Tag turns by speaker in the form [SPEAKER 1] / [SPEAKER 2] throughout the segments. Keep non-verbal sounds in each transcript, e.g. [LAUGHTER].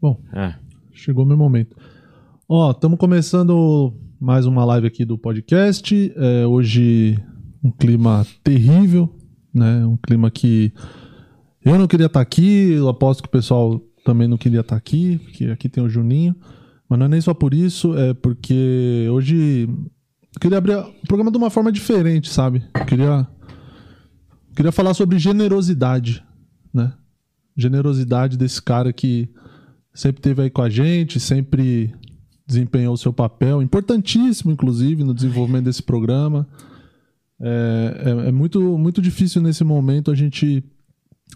[SPEAKER 1] Bom,
[SPEAKER 2] É.
[SPEAKER 1] chegou meu momento. Ó, estamos começando mais uma live aqui do podcast. É, hoje um clima terrível, né? Um clima que eu não queria estar aqui, eu aposto que o pessoal também não queria estar aqui, porque aqui tem o Juninho. Mas não é nem só por isso, é porque hoje eu queria abrir o programa de uma forma diferente, sabe? Eu queria queria falar sobre generosidade, né? Generosidade desse cara que sempre esteve aí com a gente, sempre desempenhou o seu papel, importantíssimo, inclusive, no desenvolvimento desse programa. É, é- é muito, muito difícil nesse momento a gente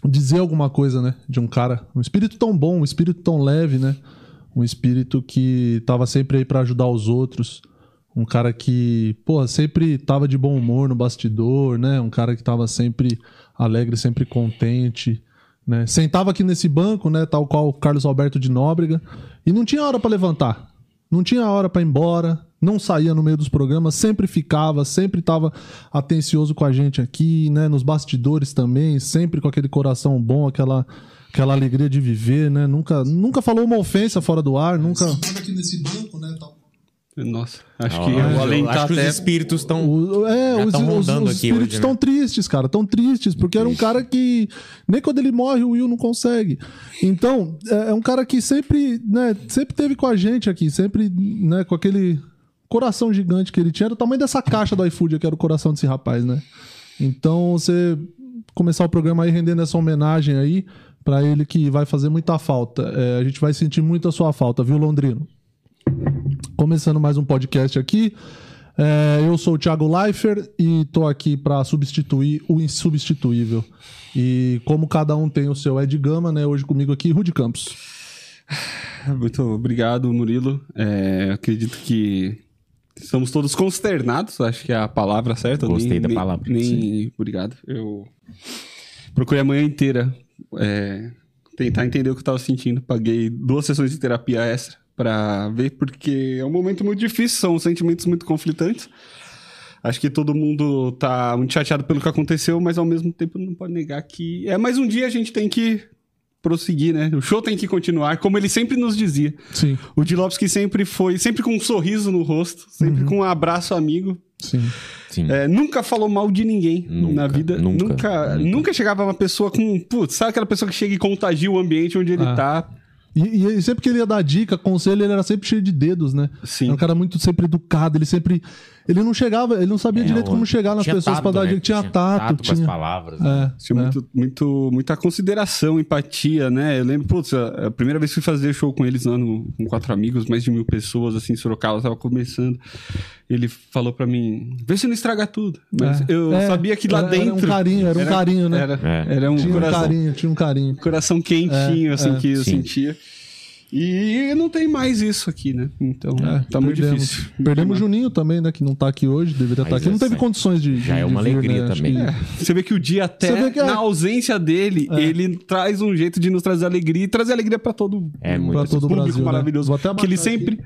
[SPEAKER 1] dizer alguma coisa, né? De um cara, um espírito tão bom, um espírito tão leve, né? Um espírito que tava sempre aí para ajudar os outros. Um cara que, porra, sempre tava de bom humor no bastidor, né? Um cara que tava sempre alegre, sempre contente, né? Sentava aqui nesse banco, né? Tal qual o Carlos Alberto de Nóbrega. E não tinha hora para levantar. Não tinha hora para ir embora. Não saía no meio dos programas, sempre ficava, sempre tava atencioso com a gente aqui, né? Nos bastidores também, sempre com aquele coração bom, aquela, aquela alegria de viver, né? Nunca, nunca falou uma ofensa fora do ar, nunca. aqui nesse banco, né?
[SPEAKER 3] Nossa, acho
[SPEAKER 2] Ah,
[SPEAKER 3] que eu
[SPEAKER 2] acho-
[SPEAKER 3] vou alentar
[SPEAKER 4] acho que os
[SPEAKER 3] até.
[SPEAKER 4] espíritos estão.
[SPEAKER 1] tá O- é,
[SPEAKER 4] Já
[SPEAKER 1] os,
[SPEAKER 4] tão
[SPEAKER 1] os-
[SPEAKER 4] rondando
[SPEAKER 1] os
[SPEAKER 4] aqui
[SPEAKER 1] espíritos
[SPEAKER 4] hoje, né?
[SPEAKER 1] estão tristes, cara, tão tristes, porque era um cara que nem quando ele morre o Will não consegue. Então, é, é um cara que sempre, né, sempre teve com a gente aqui, sempre, né, com aquele coração gigante que ele tinha, era o tamanho dessa caixa do iFood, que era o coração desse rapaz, né? Então, você começar o programa aí rendendo essa homenagem aí pra ele que vai fazer muita falta. É, a gente vai sentir muito a sua falta, viu, Londrino? Começando mais um podcast aqui. É, eu sou o Thiago Leifert e tô aqui para substituir o insubstituível. E como cada um tem o seu Ed Gama, né? Hoje comigo aqui, Rude Campos.
[SPEAKER 3] Muito obrigado, Murilo. É, eu acredito que estamos todos consternados, acho que é a palavra certa. eu
[SPEAKER 2] Gostei
[SPEAKER 3] nem-
[SPEAKER 2] da
[SPEAKER 3] nem-
[SPEAKER 2] palavra,
[SPEAKER 3] Nem,
[SPEAKER 2] sim.
[SPEAKER 3] Obrigado. Eu procurei a manhã inteira é, tentar entender o que eu tava sentindo. Paguei duas sessões de terapia extra pra ver, porque é um momento muito difícil, são sentimentos muito conflitantes. Acho que todo mundo tá muito chateado pelo que aconteceu, mas ao mesmo tempo não pode negar que é mais um dia a gente tem que prosseguir, né? O show tem que continuar, como ele sempre nos dizia.
[SPEAKER 1] Sim,
[SPEAKER 3] O Dilopski sempre foi, sempre com um sorriso no rosto, sempre com um abraço amigo.
[SPEAKER 1] sim.
[SPEAKER 2] Sim.
[SPEAKER 3] É, nunca falou mal de ninguém
[SPEAKER 2] Nunca,
[SPEAKER 3] na vida.
[SPEAKER 2] nunca,
[SPEAKER 3] Nunca,
[SPEAKER 2] nunca.
[SPEAKER 3] nunca, chegava uma pessoa com. Putz, sabe aquela pessoa que chega e contagia o ambiente onde ele
[SPEAKER 1] Ah.
[SPEAKER 3] tá?
[SPEAKER 1] E, e sempre que ele ia dar dica, conselho, ele era sempre cheio de dedos, né?
[SPEAKER 3] Sim.
[SPEAKER 1] Era um cara muito sempre educado, ele sempre. Ele não chegava, ele não sabia
[SPEAKER 2] É,
[SPEAKER 1] direito
[SPEAKER 2] o-
[SPEAKER 1] como chegar nas
[SPEAKER 2] tinha
[SPEAKER 1] pessoas para
[SPEAKER 2] tato,
[SPEAKER 1] dar
[SPEAKER 2] né?
[SPEAKER 1] dica. Tinha, tato,
[SPEAKER 2] com as
[SPEAKER 1] tinha.
[SPEAKER 2] palavras. né?
[SPEAKER 1] É,
[SPEAKER 3] Tinha
[SPEAKER 1] é.
[SPEAKER 3] muito, muito, muita consideração, empatia, né? Eu lembro, putz, a, a primeira vez que fui fazer show com eles lá no, com quatro amigos, mais de mil pessoas, assim, em Sorocaba, tava começando. Ele falou pra mim: vê se não estraga tudo. Mas
[SPEAKER 1] É.
[SPEAKER 3] eu
[SPEAKER 1] É,
[SPEAKER 3] sabia que lá
[SPEAKER 1] era-
[SPEAKER 3] dentro.
[SPEAKER 1] Era um carinho, era um
[SPEAKER 3] Era-
[SPEAKER 1] carinho, né?
[SPEAKER 3] Era,
[SPEAKER 2] É.
[SPEAKER 3] era um
[SPEAKER 1] tinha um
[SPEAKER 3] coração,
[SPEAKER 1] carinho, é. tinha um carinho.
[SPEAKER 3] coração quentinho, assim, que eu
[SPEAKER 2] sim.
[SPEAKER 3] sentia. E não tem mais isso aqui, né? Então,
[SPEAKER 1] É,
[SPEAKER 3] tá muito
[SPEAKER 1] perdemos.
[SPEAKER 3] difícil.
[SPEAKER 1] Perdemos o Juninho também, né? Que não tá aqui hoje, deveria
[SPEAKER 2] Mas
[SPEAKER 1] estar aqui. Não
[SPEAKER 2] essa-
[SPEAKER 1] teve condições de.
[SPEAKER 2] já
[SPEAKER 1] de-
[SPEAKER 2] é uma
[SPEAKER 1] de vir,
[SPEAKER 2] alegria
[SPEAKER 1] né? Acho
[SPEAKER 2] também.
[SPEAKER 1] que-
[SPEAKER 2] É.
[SPEAKER 3] Você vê que o dia
[SPEAKER 1] Você vê
[SPEAKER 3] até,
[SPEAKER 1] que é-
[SPEAKER 3] na ausência dele, ele traz um jeito de nos trazer alegria e trazer alegria pra todo
[SPEAKER 2] É muito
[SPEAKER 1] Pra todo o
[SPEAKER 3] público
[SPEAKER 1] Brasil. né?
[SPEAKER 3] maravilhoso.
[SPEAKER 1] Vou até
[SPEAKER 3] que ele
[SPEAKER 1] abaixar aqui.
[SPEAKER 3] sempre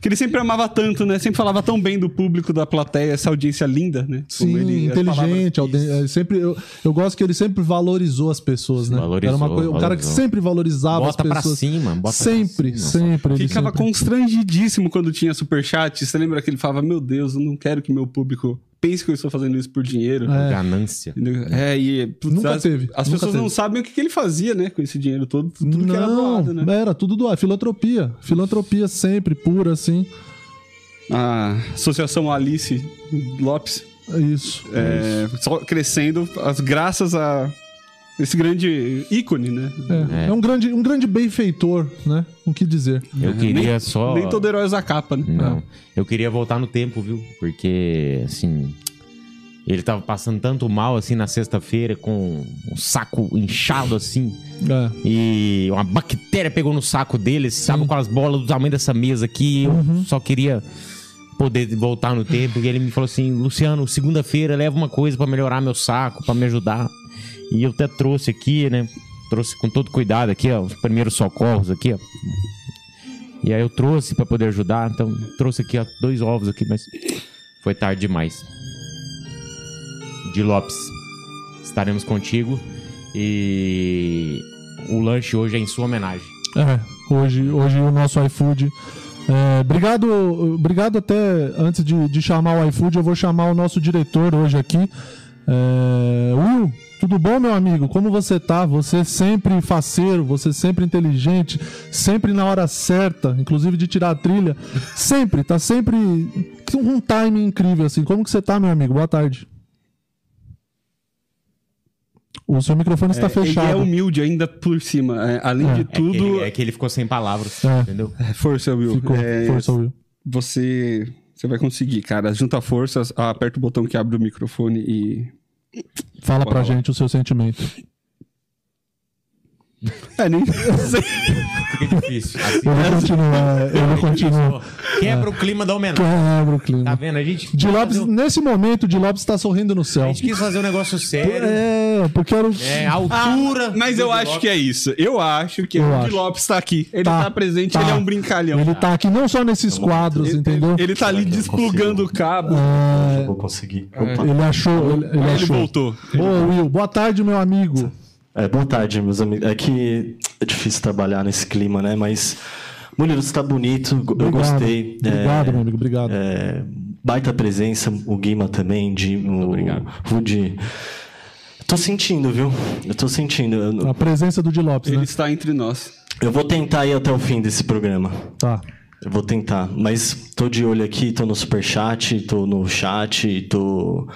[SPEAKER 3] que ele sempre amava tanto, né? Sempre falava tão bem do público, da plateia, essa audiência linda, né?
[SPEAKER 1] Sim,
[SPEAKER 3] ele- as
[SPEAKER 1] inteligente.
[SPEAKER 3] palavras-
[SPEAKER 1] alde- é, sempre, eu, eu gosto que ele sempre valorizou as pessoas, né?
[SPEAKER 2] Valorizou,
[SPEAKER 1] Era uma coisa, um cara que
[SPEAKER 2] valorizou.
[SPEAKER 1] sempre valorizava
[SPEAKER 2] Bota
[SPEAKER 1] as
[SPEAKER 2] pra
[SPEAKER 1] pessoas.
[SPEAKER 2] cima, bota pra
[SPEAKER 1] sempre,
[SPEAKER 2] cima.
[SPEAKER 1] sempre. ele
[SPEAKER 3] Ficava
[SPEAKER 1] sempre.
[SPEAKER 3] constrangidíssimo quando tinha superchat. Você lembra que ele falava: Meu Deus, eu não quero que meu público pense que eu estou fazendo isso por dinheiro.
[SPEAKER 1] É.
[SPEAKER 2] Ganância.
[SPEAKER 3] É, e putz,
[SPEAKER 1] Nunca
[SPEAKER 3] as,
[SPEAKER 1] teve,
[SPEAKER 3] As
[SPEAKER 1] nunca
[SPEAKER 3] pessoas
[SPEAKER 1] teve.
[SPEAKER 3] não sabem o que, que ele fazia, né? Com esse dinheiro todo, tudo que era
[SPEAKER 1] Não,
[SPEAKER 3] doado, né?
[SPEAKER 1] era tudo doado. Filantropia. Filantropia sempre, pura, assim.
[SPEAKER 3] A Associação Alice Lopes
[SPEAKER 1] É Isso.
[SPEAKER 3] é, só crescendo as graças a esse grande ícone, né?
[SPEAKER 1] É,
[SPEAKER 2] É.
[SPEAKER 1] É um, grande, um grande benfeitor, né? O que dizer.
[SPEAKER 2] Eu queria
[SPEAKER 3] nem,
[SPEAKER 2] só.
[SPEAKER 3] Nem todo herói usa capa, né?
[SPEAKER 2] Não. Eu queria voltar no tempo, viu? Porque, assim. Ele tava passando tanto mal, assim, na sexta-feira, com um saco inchado, assim.
[SPEAKER 1] É.
[SPEAKER 2] E uma bactéria pegou no saco dele, sabe? Com as bolas do tamanho dessa mesa aqui. Eu só queria poder voltar no tempo. E ele me falou assim: Luciano, segunda-feira leva uma coisa pra melhorar meu saco, pra me ajudar. E eu até trouxe aqui, né? Trouxe com todo cuidado aqui, ó, os primeiros socorros aqui, ó. E aí eu trouxe pra poder ajudar. Então, trouxe aqui, ó, dois ovos aqui, mas foi tarde demais. De Lopes, estaremos contigo. E o lanche hoje é em sua homenagem.
[SPEAKER 1] É. Hoje, hoje o nosso iFood. É, obrigado, obrigado até antes de, de chamar o iFood, eu vou chamar o nosso diretor hoje aqui. É, Will, tudo bom, meu amigo? Como você tá? Você sempre faceiro, você é sempre inteligente, sempre na hora certa, inclusive de tirar a trilha. Sempre, tá sempre com um timing incrível, assim. Como que você tá, meu amigo? Boa tarde. O seu microfone está Tá fechado.
[SPEAKER 3] Ele é humilde ainda por cima. É, além de
[SPEAKER 2] É que ele- É
[SPEAKER 3] tudo.
[SPEAKER 2] que, ele, ficou sem palavras,
[SPEAKER 1] É.
[SPEAKER 2] entendeu?
[SPEAKER 3] Força, Will.
[SPEAKER 1] Ficou,
[SPEAKER 3] É,
[SPEAKER 1] força, Will.
[SPEAKER 3] Você, você vai conseguir, cara. Junta forças, ah, aperta o botão que abre o microfone e.
[SPEAKER 1] Fala
[SPEAKER 3] Pode
[SPEAKER 1] pra
[SPEAKER 3] falar.
[SPEAKER 1] gente o seu
[SPEAKER 3] [LAUGHS]
[SPEAKER 1] sentimento.
[SPEAKER 3] É, nem.
[SPEAKER 2] Fica
[SPEAKER 1] [LAUGHS]
[SPEAKER 2] difícil. Assim,
[SPEAKER 1] Eu vou continuar, eu vou
[SPEAKER 2] fica difícil,
[SPEAKER 1] continuar.
[SPEAKER 2] ó. Quebra o clima da homenagem.
[SPEAKER 1] Quebra o
[SPEAKER 2] Tá
[SPEAKER 1] clima.
[SPEAKER 2] vendo? A gente, um-
[SPEAKER 1] De Lopes, nesse momento, de Lopes está sorrindo no
[SPEAKER 2] a
[SPEAKER 1] céu.
[SPEAKER 2] gente quis fazer um negócio sério.
[SPEAKER 1] É, Ah. porque era o.
[SPEAKER 2] É, a altura.
[SPEAKER 3] Ah, Mas eu acho que é isso. Eu acho que
[SPEAKER 1] Eu
[SPEAKER 3] o Di
[SPEAKER 1] acho.
[SPEAKER 3] Lopes tá aqui. Ele
[SPEAKER 1] Tá,
[SPEAKER 3] tá, presente,
[SPEAKER 1] tá.
[SPEAKER 3] ele é um brincalhão.
[SPEAKER 1] Ele tá aqui não só nesses quadros,
[SPEAKER 3] Ele-
[SPEAKER 1] entendeu?
[SPEAKER 3] Ele tá ali
[SPEAKER 4] Eu não
[SPEAKER 3] desplugando o cabo.
[SPEAKER 4] Eu vou conseguir. Opa.
[SPEAKER 1] Ele achou. Ele, ele
[SPEAKER 3] Ele,
[SPEAKER 1] achou.
[SPEAKER 3] voltou.
[SPEAKER 1] Ô, Will, boa tarde, meu amigo.
[SPEAKER 4] É, boa tarde, meus amigos. É que é difícil trabalhar nesse clima, né? Mas, Murilo, você tá bonito. go- Eu gostei. É,
[SPEAKER 1] Obrigado, meu amigo, obrigado.
[SPEAKER 4] é, baita presença, o Guima também, de, o
[SPEAKER 2] obrigado.
[SPEAKER 4] Rudi. Tô sentindo, viu? Eu tô sentindo. Eu,
[SPEAKER 1] A presença do Di Lopes,
[SPEAKER 3] Ele
[SPEAKER 1] né?
[SPEAKER 3] está entre nós.
[SPEAKER 4] eu vou tentar ir até o fim desse programa.
[SPEAKER 1] Tá.
[SPEAKER 4] Eu vou tentar. Mas tô de olho aqui, tô no superchat, tô no chat, tô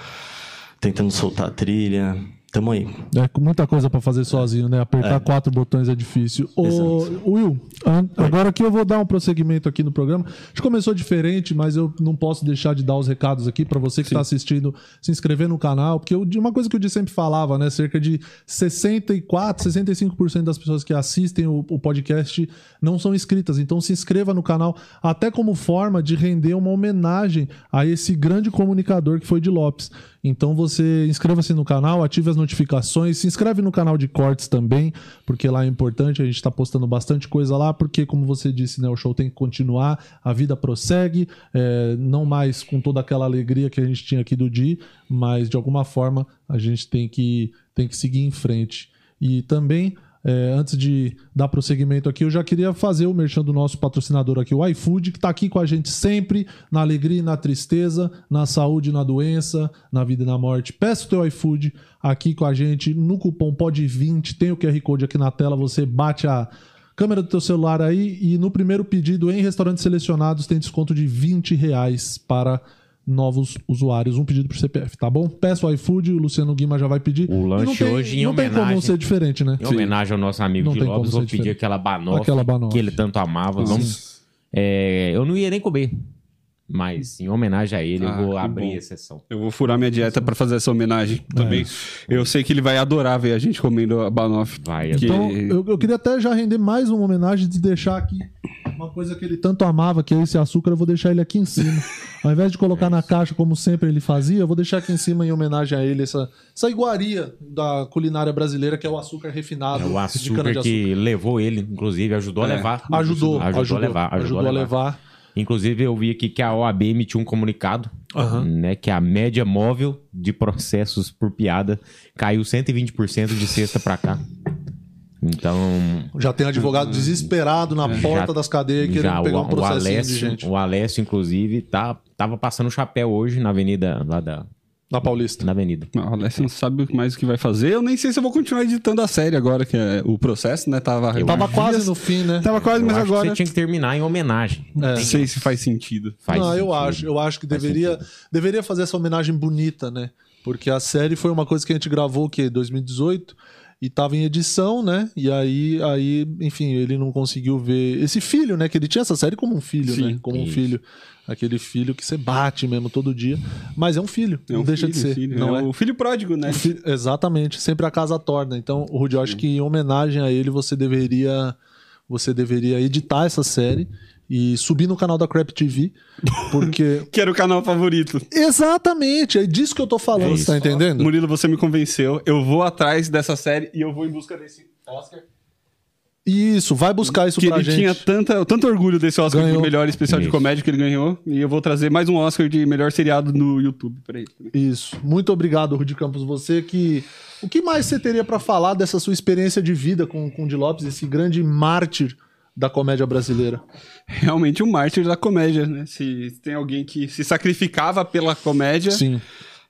[SPEAKER 4] tentando soltar a trilha. Tamo aí.
[SPEAKER 1] É com muita coisa pra fazer sozinho, né? Apertar quatro botões é difícil. Ô,
[SPEAKER 4] Exato.
[SPEAKER 1] Will, an- agora aqui eu vou dar um prosseguimento aqui no programa. A gente começou diferente, mas eu não posso deixar de dar os recados aqui pra você que tá assistindo, se inscrever no canal, porque eu- uma coisa que o Di sempre falava, né? Cerca de 64, 65% das pessoas que assistem o, o podcast não são inscritas. Então se inscreva no canal, até como forma de render uma homenagem a esse grande comunicador que foi de Lopes. Então você inscreva-se no canal, ative as notificações, se inscreve no canal de cortes também, porque lá é importante, a gente está postando bastante coisa lá, porque como você disse, né, o show tem que continuar, a vida prossegue, é, não mais com toda aquela alegria que a gente tinha aqui do Di, mas de alguma forma a gente tem que, tem que seguir em frente. E também, é, antes de dar prosseguimento aqui, eu já queria fazer o merchan do nosso patrocinador aqui, o iFood, que está aqui com a gente sempre, na alegria e na tristeza, na saúde e na doença, na vida e na morte. Peça o teu iFood aqui com a gente no cupom POD20, tem o QR Code aqui na tela, você bate a câmera do teu celular aí e no primeiro pedido em restaurantes selecionados tem desconto de 20 reais para novos usuários, um pedido por CPF, tá bom? Peça o iFood, o Luciano Guima já vai pedir.
[SPEAKER 2] O
[SPEAKER 1] E não
[SPEAKER 2] lanche
[SPEAKER 1] tem-
[SPEAKER 2] hoje em
[SPEAKER 1] Não tem como
[SPEAKER 2] homenagem-
[SPEAKER 1] ser diferente, né?
[SPEAKER 2] Em homenagem ao nosso amigo
[SPEAKER 1] Não
[SPEAKER 2] de
[SPEAKER 1] tem como
[SPEAKER 2] Lopes,
[SPEAKER 1] ser
[SPEAKER 2] vou pedir
[SPEAKER 1] diferente.
[SPEAKER 2] aquela banofa,
[SPEAKER 1] Aquela banofa.
[SPEAKER 2] que ele tanto amava. Vamos. É, eu não ia nem comer. Mas em homenagem a ele,
[SPEAKER 3] Ah,
[SPEAKER 2] eu vou
[SPEAKER 3] que
[SPEAKER 2] abrir
[SPEAKER 3] bom.
[SPEAKER 2] a sessão.
[SPEAKER 3] Eu vou furar minha dieta pra fazer essa homenagem também. Eu sei que ele vai adorar ver a gente comendo a Banoff.
[SPEAKER 2] Vai,
[SPEAKER 3] Que-
[SPEAKER 1] Então, eu, eu queria até já render mais uma homenagem de deixar aqui uma coisa que ele tanto amava, que é esse açúcar, eu vou deixar ele aqui em cima.
[SPEAKER 2] [LAUGHS]
[SPEAKER 1] Ao invés de
[SPEAKER 2] É
[SPEAKER 1] colocar na caixa, como sempre ele fazia, eu vou deixar aqui em cima em homenagem a ele essa, essa iguaria da culinária brasileira, que é o açúcar refinado
[SPEAKER 2] É o
[SPEAKER 1] de
[SPEAKER 2] açúcar
[SPEAKER 1] cana-de-açúcar.
[SPEAKER 2] que levou ele, inclusive, ajudou a
[SPEAKER 3] É,
[SPEAKER 2] levar.
[SPEAKER 1] Ajudou,
[SPEAKER 2] ajudou, a levar. Ajudou, a levar. Inclusive, eu vi aqui que a OAB emitiu um comunicado,
[SPEAKER 1] Aham.
[SPEAKER 2] né? Que a média móvel de processos por piada caiu 120% de sexta pra cá. Então,
[SPEAKER 1] Já tem advogado desesperado na porta das cadeias
[SPEAKER 2] Hum. já
[SPEAKER 1] querendo
[SPEAKER 2] o,
[SPEAKER 1] pegar um
[SPEAKER 2] o,
[SPEAKER 1] processinho de
[SPEAKER 2] Alessio,
[SPEAKER 1] gente
[SPEAKER 2] o Alessio, inclusive, tá, tava passando chapéu hoje na avenida, lá da,
[SPEAKER 1] na Paulista.
[SPEAKER 2] na avenida.
[SPEAKER 3] Não, o Alessio não sabe mais o que vai fazer. Eu nem sei se eu vou continuar editando a série agora, que é o processo, né? Tava,
[SPEAKER 1] Tava quase no fim, né? É.
[SPEAKER 3] Tava quase,
[SPEAKER 2] Eu
[SPEAKER 3] mas
[SPEAKER 2] acho que
[SPEAKER 3] agora.
[SPEAKER 2] você tinha que terminar em homenagem.
[SPEAKER 3] Não sei se faz sentido.
[SPEAKER 2] Faz
[SPEAKER 1] não, eu
[SPEAKER 2] sentido.
[SPEAKER 1] acho. Eu acho que deveria, deveria fazer essa homenagem bonita, né? Porque a série foi uma coisa que a gente gravou, que 2018, e tava em edição, né? E aí, aí, enfim, ele não conseguiu ver esse filho, né? Que ele tinha essa série como um filho,
[SPEAKER 3] Sim,
[SPEAKER 1] né? Como um
[SPEAKER 2] isso.
[SPEAKER 1] filho. Aquele filho que você bate mesmo todo dia. Mas é um filho,
[SPEAKER 3] É
[SPEAKER 1] não
[SPEAKER 3] um
[SPEAKER 1] deixa
[SPEAKER 3] filho,
[SPEAKER 1] de ser.
[SPEAKER 3] filho.
[SPEAKER 1] não
[SPEAKER 3] é,
[SPEAKER 1] é?
[SPEAKER 3] o filho pródigo, né?
[SPEAKER 1] O fi- Exatamente, sempre a casa torna. Então, o Rudy, eu acho que em homenagem a ele, você deveria você deveria editar essa série e subir no canal da Crap TV,
[SPEAKER 3] [LAUGHS]
[SPEAKER 1] porque
[SPEAKER 3] Que era o canal favorito.
[SPEAKER 1] exatamente, é disso que eu tô falando,
[SPEAKER 2] É
[SPEAKER 1] você tá
[SPEAKER 2] isso.
[SPEAKER 1] entendendo?
[SPEAKER 3] Murilo, você me convenceu. Eu vou atrás dessa série e eu vou em busca desse Oscar.
[SPEAKER 1] Isso, vai buscar isso
[SPEAKER 3] que
[SPEAKER 1] pra
[SPEAKER 3] ele
[SPEAKER 1] gente.
[SPEAKER 3] tinha tanta, tanto orgulho desse Oscar
[SPEAKER 1] Ganhou.
[SPEAKER 3] de melhor especial de
[SPEAKER 2] Isso.
[SPEAKER 3] comédia que ele ganhou. E eu vou trazer mais um Oscar de melhor seriado no YouTube pra ele. também.
[SPEAKER 1] Isso. Muito obrigado, Rudy Campos. Você que. O que mais você teria pra falar dessa sua experiência de vida com com o Di Lopes, esse grande mártir da comédia brasileira.
[SPEAKER 3] Realmente um mártir da comédia, né? Se tem alguém que se sacrificava pela comédia,
[SPEAKER 1] Sim.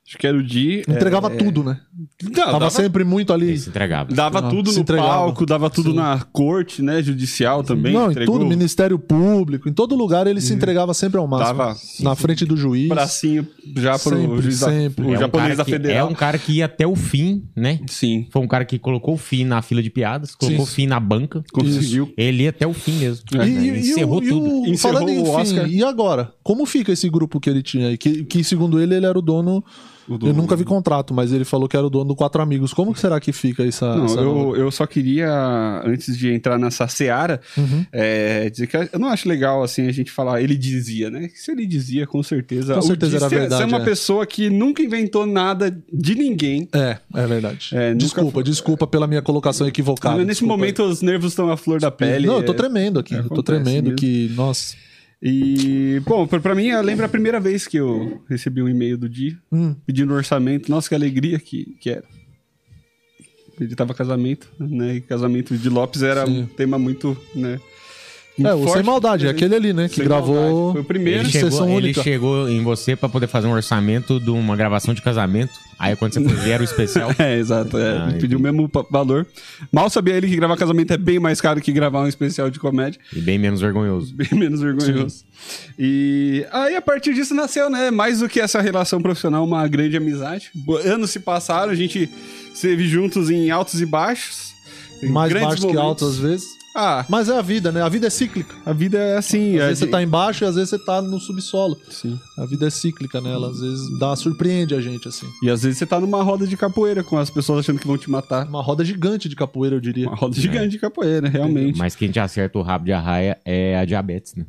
[SPEAKER 3] acho que era o Di.
[SPEAKER 1] Entregava tudo, né?
[SPEAKER 3] Não,
[SPEAKER 1] Tava
[SPEAKER 3] dava,
[SPEAKER 1] sempre muito ali.
[SPEAKER 2] Se entregava.
[SPEAKER 3] dava
[SPEAKER 1] Ah,
[SPEAKER 3] tudo
[SPEAKER 1] se
[SPEAKER 3] no
[SPEAKER 1] entregava.
[SPEAKER 3] palco, dava tudo
[SPEAKER 1] Sim.
[SPEAKER 3] na corte, né? Judicial também.
[SPEAKER 1] Não, em
[SPEAKER 3] entregou Uhum.
[SPEAKER 1] tudo, Ministério Público, em todo lugar ele se entregava sempre ao máximo.
[SPEAKER 3] Tava-
[SPEAKER 1] na frente do juiz.
[SPEAKER 3] bracinho já pro
[SPEAKER 1] Sempre,
[SPEAKER 3] juiz da,
[SPEAKER 1] sempre.
[SPEAKER 3] o
[SPEAKER 2] É um
[SPEAKER 3] japonês
[SPEAKER 2] cara
[SPEAKER 3] da
[SPEAKER 2] que-
[SPEAKER 3] federal.
[SPEAKER 2] É um cara que ia até o fim, né?
[SPEAKER 3] Sim,
[SPEAKER 2] Foi um cara que colocou o fim na fila de piadas, colocou o
[SPEAKER 1] Sim.
[SPEAKER 2] fim na banca.
[SPEAKER 3] conseguiu.
[SPEAKER 2] Ele ia até o fim mesmo.
[SPEAKER 1] E,
[SPEAKER 2] Né?
[SPEAKER 1] e- e o-
[SPEAKER 2] encerrou
[SPEAKER 1] e o-
[SPEAKER 2] tudo.
[SPEAKER 3] É, Encerrou
[SPEAKER 1] falando em
[SPEAKER 3] o
[SPEAKER 1] fim,
[SPEAKER 3] Oscar.
[SPEAKER 1] E agora? Como fica esse grupo que ele tinha aí? Que, que, segundo ele, ele era o dono.
[SPEAKER 3] O do-
[SPEAKER 1] Eu nunca vi contrato, mas ele falou que era o dono do Quatro Amigos. Como que será que fica essa.
[SPEAKER 3] Não,
[SPEAKER 1] essa-
[SPEAKER 3] eu, eu só queria, antes de entrar nessa seara,
[SPEAKER 1] Uhum.
[SPEAKER 3] é, dizer que eu não acho legal assim a gente falar, ele dizia, né? Se ele dizia, com certeza.
[SPEAKER 1] Com
[SPEAKER 3] o
[SPEAKER 1] certeza
[SPEAKER 3] de
[SPEAKER 1] era
[SPEAKER 3] ser,
[SPEAKER 1] verdade,
[SPEAKER 3] Ser uma
[SPEAKER 1] é.
[SPEAKER 3] pessoa que nunca inventou nada de ninguém.
[SPEAKER 1] É, é verdade.
[SPEAKER 3] É, nunca-
[SPEAKER 1] desculpa, desculpa pela minha colocação equivocada.
[SPEAKER 3] Nesse
[SPEAKER 1] desculpa.
[SPEAKER 3] momento, os nervos estão à flor da pele.
[SPEAKER 1] Não, eu tô
[SPEAKER 3] é,
[SPEAKER 1] tremendo aqui.
[SPEAKER 3] é,
[SPEAKER 1] eu tô
[SPEAKER 3] acontece
[SPEAKER 1] tremendo
[SPEAKER 3] mesmo.
[SPEAKER 1] que. Nossa.
[SPEAKER 3] E, bom, pra, pra mim, eu lembro a primeira vez que eu recebi um e-mail do Di
[SPEAKER 1] Hum.
[SPEAKER 3] pedindo um orçamento. Nossa, que alegria que, que era. Ele tava casamento, né? E casamento de Lopes era
[SPEAKER 1] Sim.
[SPEAKER 3] um tema muito, né?
[SPEAKER 1] É,
[SPEAKER 3] muito
[SPEAKER 1] o
[SPEAKER 3] forte.
[SPEAKER 1] Sem Maldade, é aquele ali, né? Que
[SPEAKER 3] Sem
[SPEAKER 1] gravou.
[SPEAKER 3] Maldade. Foi o primeiro.
[SPEAKER 2] Ele chegou,
[SPEAKER 1] sessão
[SPEAKER 2] ele
[SPEAKER 1] única.
[SPEAKER 2] chegou em você pra poder fazer um orçamento de uma gravação de casamento. Aí quando você foi ver, era o
[SPEAKER 1] [LAUGHS]
[SPEAKER 2] especial.
[SPEAKER 3] [LAUGHS] É, exato. é.
[SPEAKER 2] Ah,
[SPEAKER 3] ele pediu o mesmo pa- valor. Mal sabia ele que gravar casamento é bem mais caro que gravar um especial de comédia.
[SPEAKER 2] E bem menos vergonhoso.
[SPEAKER 3] [LAUGHS] Bem menos vergonhoso. E aí, a partir disso, nasceu, né? Mais do que essa relação profissional, uma grande amizade. Bo- Anos se passaram, a gente esteve juntos em altos e baixos. em
[SPEAKER 1] Mais
[SPEAKER 3] grandes
[SPEAKER 1] baixo que
[SPEAKER 3] momentos.
[SPEAKER 1] alto às vezes.
[SPEAKER 3] Ah,
[SPEAKER 1] Mas é a vida, né? A vida é cíclica.
[SPEAKER 3] a vida é assim.
[SPEAKER 1] Às
[SPEAKER 3] é
[SPEAKER 1] vezes
[SPEAKER 3] de-
[SPEAKER 1] você tá embaixo e às vezes você tá no subsolo.
[SPEAKER 3] Sim.
[SPEAKER 1] A vida é cíclica, né? Ela às vezes dá, surpreende a gente, assim.
[SPEAKER 3] E às vezes você tá numa roda de capoeira com as pessoas achando que vão te matar.
[SPEAKER 1] Uma roda gigante de capoeira, eu diria.
[SPEAKER 3] Uma roda gigante de capoeira, realmente.
[SPEAKER 2] Mas quem te acerta o rabo de arraia é a diabetes, né?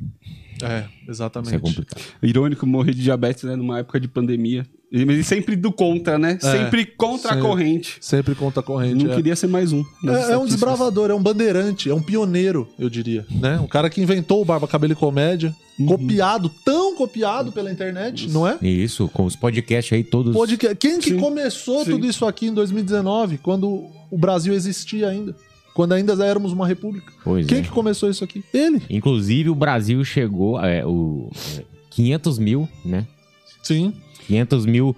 [SPEAKER 1] É,
[SPEAKER 2] Isso é
[SPEAKER 1] exatamente.
[SPEAKER 2] complicado.
[SPEAKER 3] Irônico morrer de diabetes, né? Numa época de pandemia. Ele- Mas ele sempre do contra, né? sempre contra
[SPEAKER 1] É. sim.
[SPEAKER 3] a corrente.
[SPEAKER 1] Sempre conta corrente.
[SPEAKER 3] Não
[SPEAKER 1] é.
[SPEAKER 3] queria ser mais um.
[SPEAKER 1] É, é um
[SPEAKER 3] nas estatísticas.
[SPEAKER 1] desbravador, é um bandeirante, é um pioneiro, eu diria, né? Um cara que inventou o Barba Cabelo e Comédia,
[SPEAKER 3] Uhum.
[SPEAKER 1] copiado, tão copiado pela internet, não é?
[SPEAKER 2] E isso, com os podcasts aí todos.
[SPEAKER 1] Podcast. Quem que
[SPEAKER 3] Sim.
[SPEAKER 1] começou
[SPEAKER 3] Sim.
[SPEAKER 1] tudo isso aqui em 2019, quando o Brasil existia ainda? Quando ainda éramos uma república?
[SPEAKER 2] Pois
[SPEAKER 1] Quem
[SPEAKER 2] é.
[SPEAKER 1] que começou isso aqui? Ele.
[SPEAKER 2] Inclusive, o Brasil chegou. É, o, é, 500 mil, né?
[SPEAKER 1] Sim,
[SPEAKER 2] 500 mil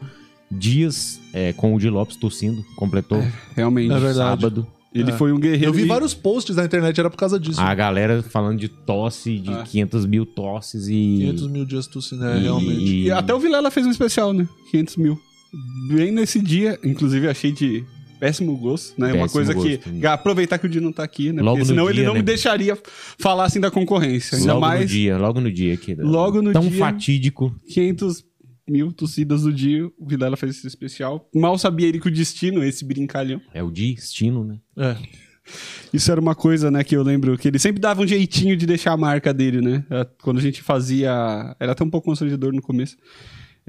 [SPEAKER 2] dias é, com o Di Lopes tossindo. Completou
[SPEAKER 3] Realmente.
[SPEAKER 1] é verdade.
[SPEAKER 2] sábado.
[SPEAKER 3] Ele Ah,
[SPEAKER 1] É.
[SPEAKER 3] foi um guerreiro.
[SPEAKER 1] Eu vi
[SPEAKER 3] e-
[SPEAKER 1] vários posts na internet, era por causa disso.
[SPEAKER 2] A galera falando de tosse, de
[SPEAKER 3] Ah.
[SPEAKER 2] 500 mil tosses e.
[SPEAKER 1] 500 mil dias tossindo, é,
[SPEAKER 2] e-
[SPEAKER 1] realmente.
[SPEAKER 3] E até o Vilela fez um especial, né? 500 mil. Bem nesse dia, inclusive achei de péssimo gosto, né? Uma
[SPEAKER 2] Péssimo
[SPEAKER 3] coisa
[SPEAKER 2] gosto,
[SPEAKER 3] que.
[SPEAKER 2] né?
[SPEAKER 3] Aproveitar que o Di não tá aqui, né?
[SPEAKER 2] Logo
[SPEAKER 3] Porque
[SPEAKER 2] no
[SPEAKER 3] senão ele
[SPEAKER 2] dia,
[SPEAKER 3] não
[SPEAKER 2] né?
[SPEAKER 3] me deixaria falar assim da concorrência. Ainda
[SPEAKER 2] Logo no
[SPEAKER 3] mais
[SPEAKER 2] dia, logo no dia aqui. né?
[SPEAKER 3] Logo no
[SPEAKER 2] tão
[SPEAKER 3] dia.
[SPEAKER 2] Tão fatídico.
[SPEAKER 3] 500 mil tossidas do dia. O Vilela fez esse especial. Mal sabia ele que o destino, esse brincalhão.
[SPEAKER 2] É o destino, né?
[SPEAKER 1] É.
[SPEAKER 3] Isso era uma coisa, né, que eu lembro que ele sempre dava um jeitinho de deixar a marca dele, né? É, Quando a gente fazia. Era até um pouco constrangedor no começo.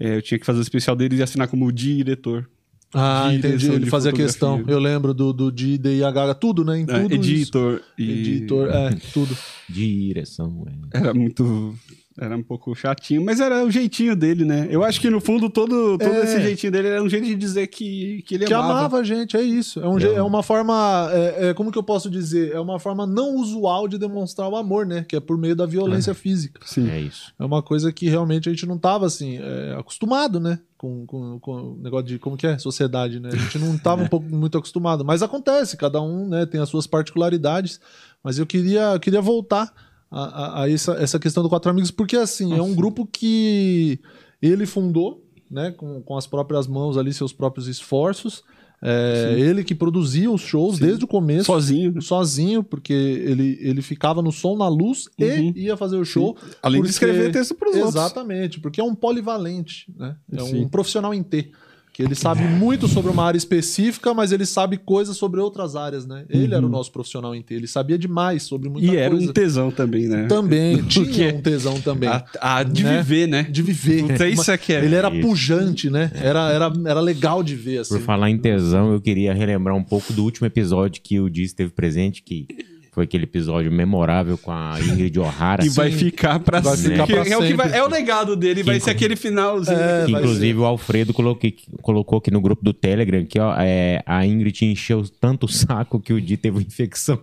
[SPEAKER 3] É, eu tinha que fazer o especial dele e assinar como diretor.
[SPEAKER 1] Ah,
[SPEAKER 3] Direção
[SPEAKER 1] entendi. Ele
[SPEAKER 3] de
[SPEAKER 1] fazia
[SPEAKER 3] fotografia.
[SPEAKER 1] questão. Eu lembro do, do de DIH, tudo, né? Em
[SPEAKER 3] É,
[SPEAKER 1] tudo isso.
[SPEAKER 3] editor. E...
[SPEAKER 1] Editor,
[SPEAKER 3] [LAUGHS]
[SPEAKER 1] é, tudo.
[SPEAKER 2] Direção, é.
[SPEAKER 3] Era muito. Era um pouco chatinho, mas era o jeitinho dele, né? Eu acho que no fundo todo, todo
[SPEAKER 1] É.
[SPEAKER 3] esse jeitinho dele era um jeito de dizer que, que ele
[SPEAKER 1] Que
[SPEAKER 3] amava.
[SPEAKER 1] amava a gente, é isso. É, um, je- é uma forma. é- é, como que eu posso dizer? É uma forma não usual de demonstrar o amor, né? Que é por meio da violência física.
[SPEAKER 3] Sim.
[SPEAKER 2] É isso.
[SPEAKER 1] É uma coisa que realmente a gente não tava assim, é, acostumado, né? Com, com, com o negócio de como que é? Sociedade, né? A gente não tava
[SPEAKER 3] [LAUGHS]
[SPEAKER 1] um pouco muito acostumado. Mas acontece, cada um né, tem as suas particularidades. Mas eu queria, eu queria voltar a, a- a essa, essa questão do Quatro Amigos, porque assim, é um grupo que ele fundou, né? Com, com as próprias mãos ali, seus próprios esforços. É, ele que produzia os shows
[SPEAKER 3] Sim.
[SPEAKER 1] desde o começo
[SPEAKER 3] Sozinho.
[SPEAKER 1] sozinho, porque ele, ele ficava no som, na luz
[SPEAKER 3] Uhum.
[SPEAKER 1] e ia fazer o show.
[SPEAKER 3] Além de
[SPEAKER 1] Porque-
[SPEAKER 3] escrever texto pros outros.
[SPEAKER 1] Exatamente, porque é um polivalente, né? É um
[SPEAKER 3] Sim.
[SPEAKER 1] profissional em T. Que ele sabe muito sobre uma área específica, mas ele sabe coisas sobre outras áreas, né? Ele era o nosso profissional em T, ele sabia demais sobre muita
[SPEAKER 3] Uhum. E era
[SPEAKER 1] coisa.
[SPEAKER 3] um tesão também, né?
[SPEAKER 1] Também, tinha
[SPEAKER 3] [LAUGHS] Porque-
[SPEAKER 1] um tesão também.
[SPEAKER 3] A, a de
[SPEAKER 1] Né?
[SPEAKER 3] viver, né?
[SPEAKER 1] De viver.
[SPEAKER 3] Puta, isso é que é.
[SPEAKER 1] Ele era
[SPEAKER 2] Isso.
[SPEAKER 1] pujante, né? Era, era, era legal de ver, assim.
[SPEAKER 2] Por falar em tesão, eu queria relembrar um pouco do último episódio que o Diz esteve presente, que foi Foi aquele episódio memorável com a Ingrid O'Hara.
[SPEAKER 3] E vai ficar pra
[SPEAKER 1] Vai
[SPEAKER 3] sempre.
[SPEAKER 1] ficar
[SPEAKER 3] Que
[SPEAKER 1] pra
[SPEAKER 3] é, o que vai-
[SPEAKER 1] sempre.
[SPEAKER 3] é o legado dele, vai ser aquele finalzinho.
[SPEAKER 1] É,
[SPEAKER 2] Que,
[SPEAKER 1] vai
[SPEAKER 2] inclusive o Alfredo coloquei- colocou aqui no grupo do Telegram que ó, é, a Ingrid encheu tanto o saco que o Di teve uma infecção.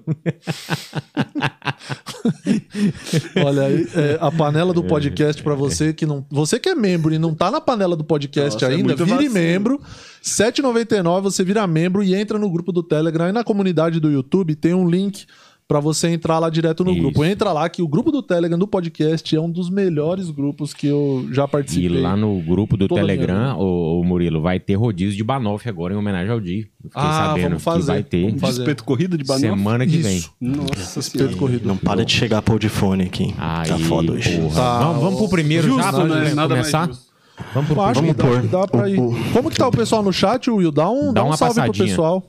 [SPEAKER 1] Olha aí, é, a panela do podcast pra você que não. Você que é membro e não tá na panela do podcast
[SPEAKER 3] Nossa, é
[SPEAKER 1] ainda,
[SPEAKER 3] muito
[SPEAKER 1] vire
[SPEAKER 3] vacilo.
[SPEAKER 1] membro. R$ 7,99 você vira membro e entra no grupo do Telegram. E na comunidade do YouTube tem um link pra você entrar lá direto no
[SPEAKER 2] Isso.
[SPEAKER 1] grupo. Entra lá que o grupo do Telegram do podcast é um dos melhores grupos que eu já
[SPEAKER 2] E
[SPEAKER 1] participei.
[SPEAKER 2] lá no grupo do
[SPEAKER 1] Toda
[SPEAKER 2] Telegram, o, Murilo, vai ter rodízio de Banoff agora em homenagem ao Di. Fiquei
[SPEAKER 1] Ah,
[SPEAKER 2] sabendo
[SPEAKER 1] vamos fazer,
[SPEAKER 2] que vai ter
[SPEAKER 1] vamos fazer.
[SPEAKER 3] Espeto corrido de banana.
[SPEAKER 2] semana que
[SPEAKER 1] Isso.
[SPEAKER 2] vem.
[SPEAKER 3] Nossa
[SPEAKER 1] Pedro
[SPEAKER 3] senhora.
[SPEAKER 1] Corrido.
[SPEAKER 4] Não para de chegar pôr de fone aqui.
[SPEAKER 2] Aí,
[SPEAKER 4] tá foda hoje.
[SPEAKER 2] porra.
[SPEAKER 1] Tá.
[SPEAKER 2] vamos, vamos pro primeiro
[SPEAKER 3] Justo,
[SPEAKER 2] já, pra
[SPEAKER 3] né?
[SPEAKER 2] gente
[SPEAKER 3] Nada mais
[SPEAKER 2] começar?
[SPEAKER 3] justo.
[SPEAKER 2] Vamos pro
[SPEAKER 1] Eu acho
[SPEAKER 2] primeiro.
[SPEAKER 1] que
[SPEAKER 4] Vamos
[SPEAKER 1] dá,
[SPEAKER 4] pôr.
[SPEAKER 1] que dá pra ir.
[SPEAKER 4] Vamos pôr.
[SPEAKER 1] Como que tá o pessoal no chat, Will? Dá um, dá um
[SPEAKER 2] uma
[SPEAKER 1] salve pro
[SPEAKER 2] passadinha.
[SPEAKER 1] pessoal.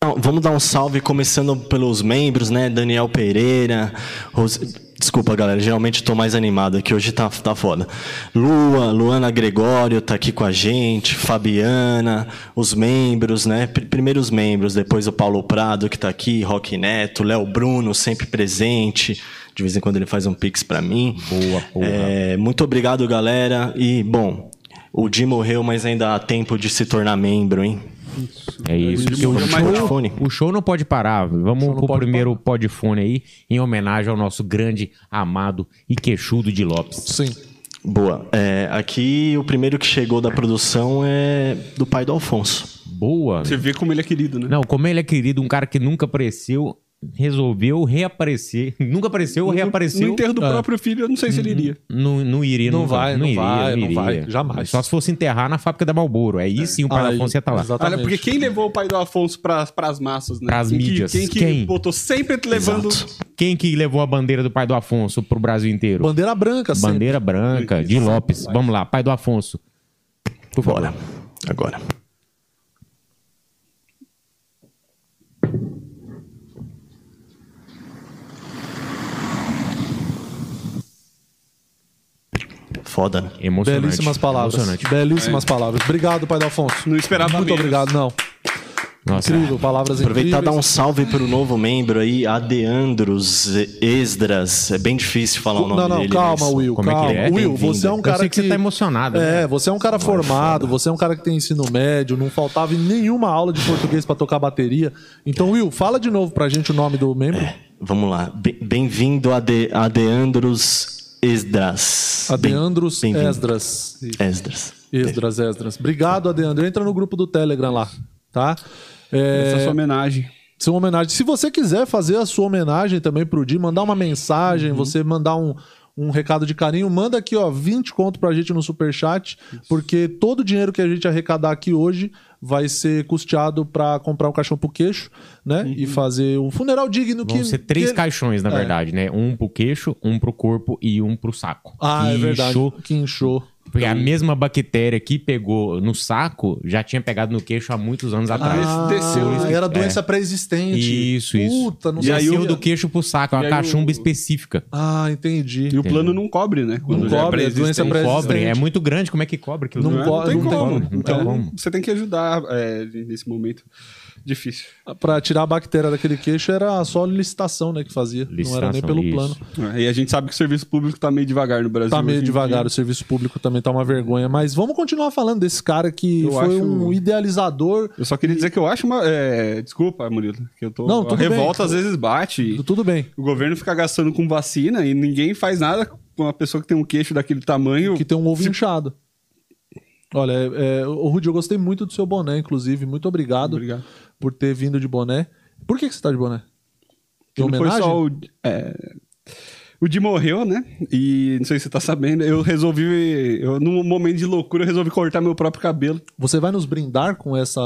[SPEAKER 4] Então, vamos dar um salve, começando pelos membros, né? Daniel Pereira. Rose- Desculpa, galera. Geralmente eu tô mais animado aqui. Hoje tá, tá foda. Lua, Luana Gregório tá aqui com a gente. Fabiana, os membros, né? Pr- Primeiro os membros, depois o Paulo Prado que tá aqui, Roque Neto, Léo Bruno, sempre presente. De vez em quando ele faz um pix pra mim.
[SPEAKER 2] Boa, porra.
[SPEAKER 4] É, muito obrigado, galera. E, bom, o Di morreu, mas ainda há tempo de se tornar membro, hein?
[SPEAKER 2] É um? isso.
[SPEAKER 3] Ele
[SPEAKER 2] O
[SPEAKER 3] morreu, mas
[SPEAKER 2] show,
[SPEAKER 4] não- fone.
[SPEAKER 2] o show não pode parar. Vamos
[SPEAKER 1] não
[SPEAKER 2] pro
[SPEAKER 1] pode
[SPEAKER 2] primeiro podfone aí, em homenagem ao nosso grande, amado e queixudo de Lopes.
[SPEAKER 1] Sim.
[SPEAKER 4] Boa. É, aqui o primeiro que chegou da produção é do pai do Alfonso.
[SPEAKER 2] Boa.
[SPEAKER 3] Você vê como ele é querido, né?
[SPEAKER 2] Não, como ele é querido, um cara que nunca apareceu, resolveu reaparecer. [LAUGHS] Nunca apareceu, reapareceu.
[SPEAKER 3] No enterro do
[SPEAKER 1] É.
[SPEAKER 3] próprio filho, eu não sei se
[SPEAKER 1] Uhum.
[SPEAKER 3] ele iria.
[SPEAKER 2] Não, não iria,
[SPEAKER 1] Não
[SPEAKER 2] nunca.
[SPEAKER 1] vai, não
[SPEAKER 2] iria,
[SPEAKER 1] vai, não
[SPEAKER 2] iria.
[SPEAKER 1] vai, jamais.
[SPEAKER 2] Só se fosse enterrar na fábrica da Malboro. Aí sim o pai
[SPEAKER 1] Aí,
[SPEAKER 2] da Fonseca tá lá.
[SPEAKER 1] exatamente.
[SPEAKER 3] Olha, porque quem levou o pai do Afonso pras, pras massas, né?
[SPEAKER 2] Pras
[SPEAKER 3] Quem que-
[SPEAKER 2] mídias.
[SPEAKER 3] Quem que
[SPEAKER 2] Quem?
[SPEAKER 3] botou sempre levando...
[SPEAKER 4] Exato.
[SPEAKER 2] Quem que levou a bandeira do pai do Afonso pro Brasil inteiro?
[SPEAKER 1] Bandeira branca, sim.
[SPEAKER 2] Bandeira branca, de Lopes. Vamos lá, pai do Afonso. Por favor.
[SPEAKER 4] Bora. Agora. Foda, né?
[SPEAKER 2] Emocionante.
[SPEAKER 1] Belíssimas palavras.
[SPEAKER 2] Emocionante. É.
[SPEAKER 1] Belíssimas palavras. Obrigado, Pai do Afonso.
[SPEAKER 3] Não esperava
[SPEAKER 1] Muito
[SPEAKER 3] menos.
[SPEAKER 1] obrigado, não.
[SPEAKER 2] Nossa,
[SPEAKER 1] Incrível, palavras
[SPEAKER 4] Aproveitar e dar
[SPEAKER 1] incríveis.
[SPEAKER 4] um salve pro novo membro aí, Adeandros Esdras. É bem difícil falar o nome
[SPEAKER 1] Não, não,
[SPEAKER 4] dele.
[SPEAKER 1] calma,
[SPEAKER 4] mas-
[SPEAKER 1] Will.
[SPEAKER 2] como é que
[SPEAKER 1] calma.
[SPEAKER 2] ele é?
[SPEAKER 1] Will,
[SPEAKER 4] Bem-vindo.
[SPEAKER 1] você é um
[SPEAKER 2] Eu
[SPEAKER 1] cara
[SPEAKER 2] sei que você tá emocionado,
[SPEAKER 1] É,
[SPEAKER 2] né?
[SPEAKER 1] você é um cara formado, você é um cara que tem ensino médio, não faltava em nenhuma aula de português pra tocar bateria. Então, Will, fala de novo pra gente o nome do membro.
[SPEAKER 4] É, Vamos lá. Be- Bem-vindo a De- Adeandros
[SPEAKER 2] É,
[SPEAKER 4] Esdras.
[SPEAKER 1] Adeandros
[SPEAKER 4] Bem- bem-vindo.
[SPEAKER 1] Esdras.
[SPEAKER 4] Esdras.
[SPEAKER 1] Esdras, Esdras. Obrigado, Adeandro. Entra no grupo do Telegram lá, tá? É,
[SPEAKER 3] Essa sua homenagem.
[SPEAKER 1] Sua homenagem. Se você quiser fazer a sua homenagem também pro Di, mandar uma
[SPEAKER 2] Uhum.
[SPEAKER 1] mensagem, você mandar um, um recado de carinho, manda aqui, ó, 20 conto pra gente no Superchat, porque todo o dinheiro que a gente arrecadar aqui hoje vai ser custeado pra comprar um caixão pro queixo, né? E fazer um funeral digno
[SPEAKER 2] Uhum. Vão
[SPEAKER 1] que. É.
[SPEAKER 2] ser três
[SPEAKER 1] que...
[SPEAKER 2] caixões, na verdade, né? Um pro queixo, um pro corpo e um pro saco.
[SPEAKER 1] Ah, é
[SPEAKER 2] Que
[SPEAKER 1] verdade.
[SPEAKER 2] show.
[SPEAKER 1] Que inchou.
[SPEAKER 2] Porque a mesma bactéria que pegou no saco já tinha pegado no queixo há muitos anos atrás.
[SPEAKER 3] Ah, desceu, né?
[SPEAKER 1] era doença pré-existente.
[SPEAKER 2] É. Isso, isso.
[SPEAKER 1] Puta, não
[SPEAKER 2] e aí
[SPEAKER 1] sei
[SPEAKER 2] o
[SPEAKER 1] se-
[SPEAKER 2] do queixo pro saco, é
[SPEAKER 3] E
[SPEAKER 2] uma
[SPEAKER 3] aí
[SPEAKER 2] cachumba
[SPEAKER 3] o-
[SPEAKER 2] específica.
[SPEAKER 1] Ah, entendi.
[SPEAKER 3] E o plano não cobre, né? Quando
[SPEAKER 1] Não
[SPEAKER 3] já
[SPEAKER 1] cobre, é
[SPEAKER 3] pré-existente.
[SPEAKER 1] doença
[SPEAKER 2] Não
[SPEAKER 1] pré-existente.
[SPEAKER 2] cobre, é muito grande, como é que cobre aquilo?
[SPEAKER 1] Não
[SPEAKER 3] Não, é? Não
[SPEAKER 1] co-
[SPEAKER 3] tem
[SPEAKER 1] não tem
[SPEAKER 3] como.
[SPEAKER 1] como. É.
[SPEAKER 2] Não
[SPEAKER 3] Então,
[SPEAKER 2] tem
[SPEAKER 1] [LAUGHS]
[SPEAKER 2] como.
[SPEAKER 3] você tem que ajudar é, nesse momento difícil.
[SPEAKER 1] Pra tirar a bactéria daquele queixo era só licitação, né, que fazia. não era nem
[SPEAKER 2] Licitação,
[SPEAKER 1] pelo
[SPEAKER 2] isso.
[SPEAKER 1] plano.
[SPEAKER 3] É, E a gente sabe que o serviço público tá meio devagar no Brasil.
[SPEAKER 1] Tá meio
[SPEAKER 3] hoje em
[SPEAKER 1] devagar, o
[SPEAKER 3] dia.
[SPEAKER 1] serviço público também tá uma vergonha. Mas vamos continuar falando desse cara que
[SPEAKER 3] Eu
[SPEAKER 1] foi
[SPEAKER 3] acho-
[SPEAKER 1] um idealizador.
[SPEAKER 3] Eu só queria dizer que eu acho uma. é, desculpa, Murilo, que eu tô.
[SPEAKER 1] Não,
[SPEAKER 3] a
[SPEAKER 1] tudo bem.
[SPEAKER 3] revolta às vezes bate.
[SPEAKER 1] Tudo bem.
[SPEAKER 3] O governo fica gastando com vacina e ninguém faz nada com uma pessoa que tem um queixo daquele tamanho.
[SPEAKER 1] Que tem um ovo inchado. Olha, é, é, ô, Rudy, eu gostei muito do seu boné, inclusive. Muito obrigado,
[SPEAKER 3] Obrigado.
[SPEAKER 1] por ter vindo de boné. Por que, que você tá de boné? Em
[SPEAKER 3] Não foi
[SPEAKER 1] homenagem?
[SPEAKER 3] só o. é, o Di morreu, né? E não sei se você tá sabendo, eu resolvi. Eu, num momento de loucura, eu resolvi cortar meu próprio cabelo.
[SPEAKER 1] Você vai nos brindar com essa.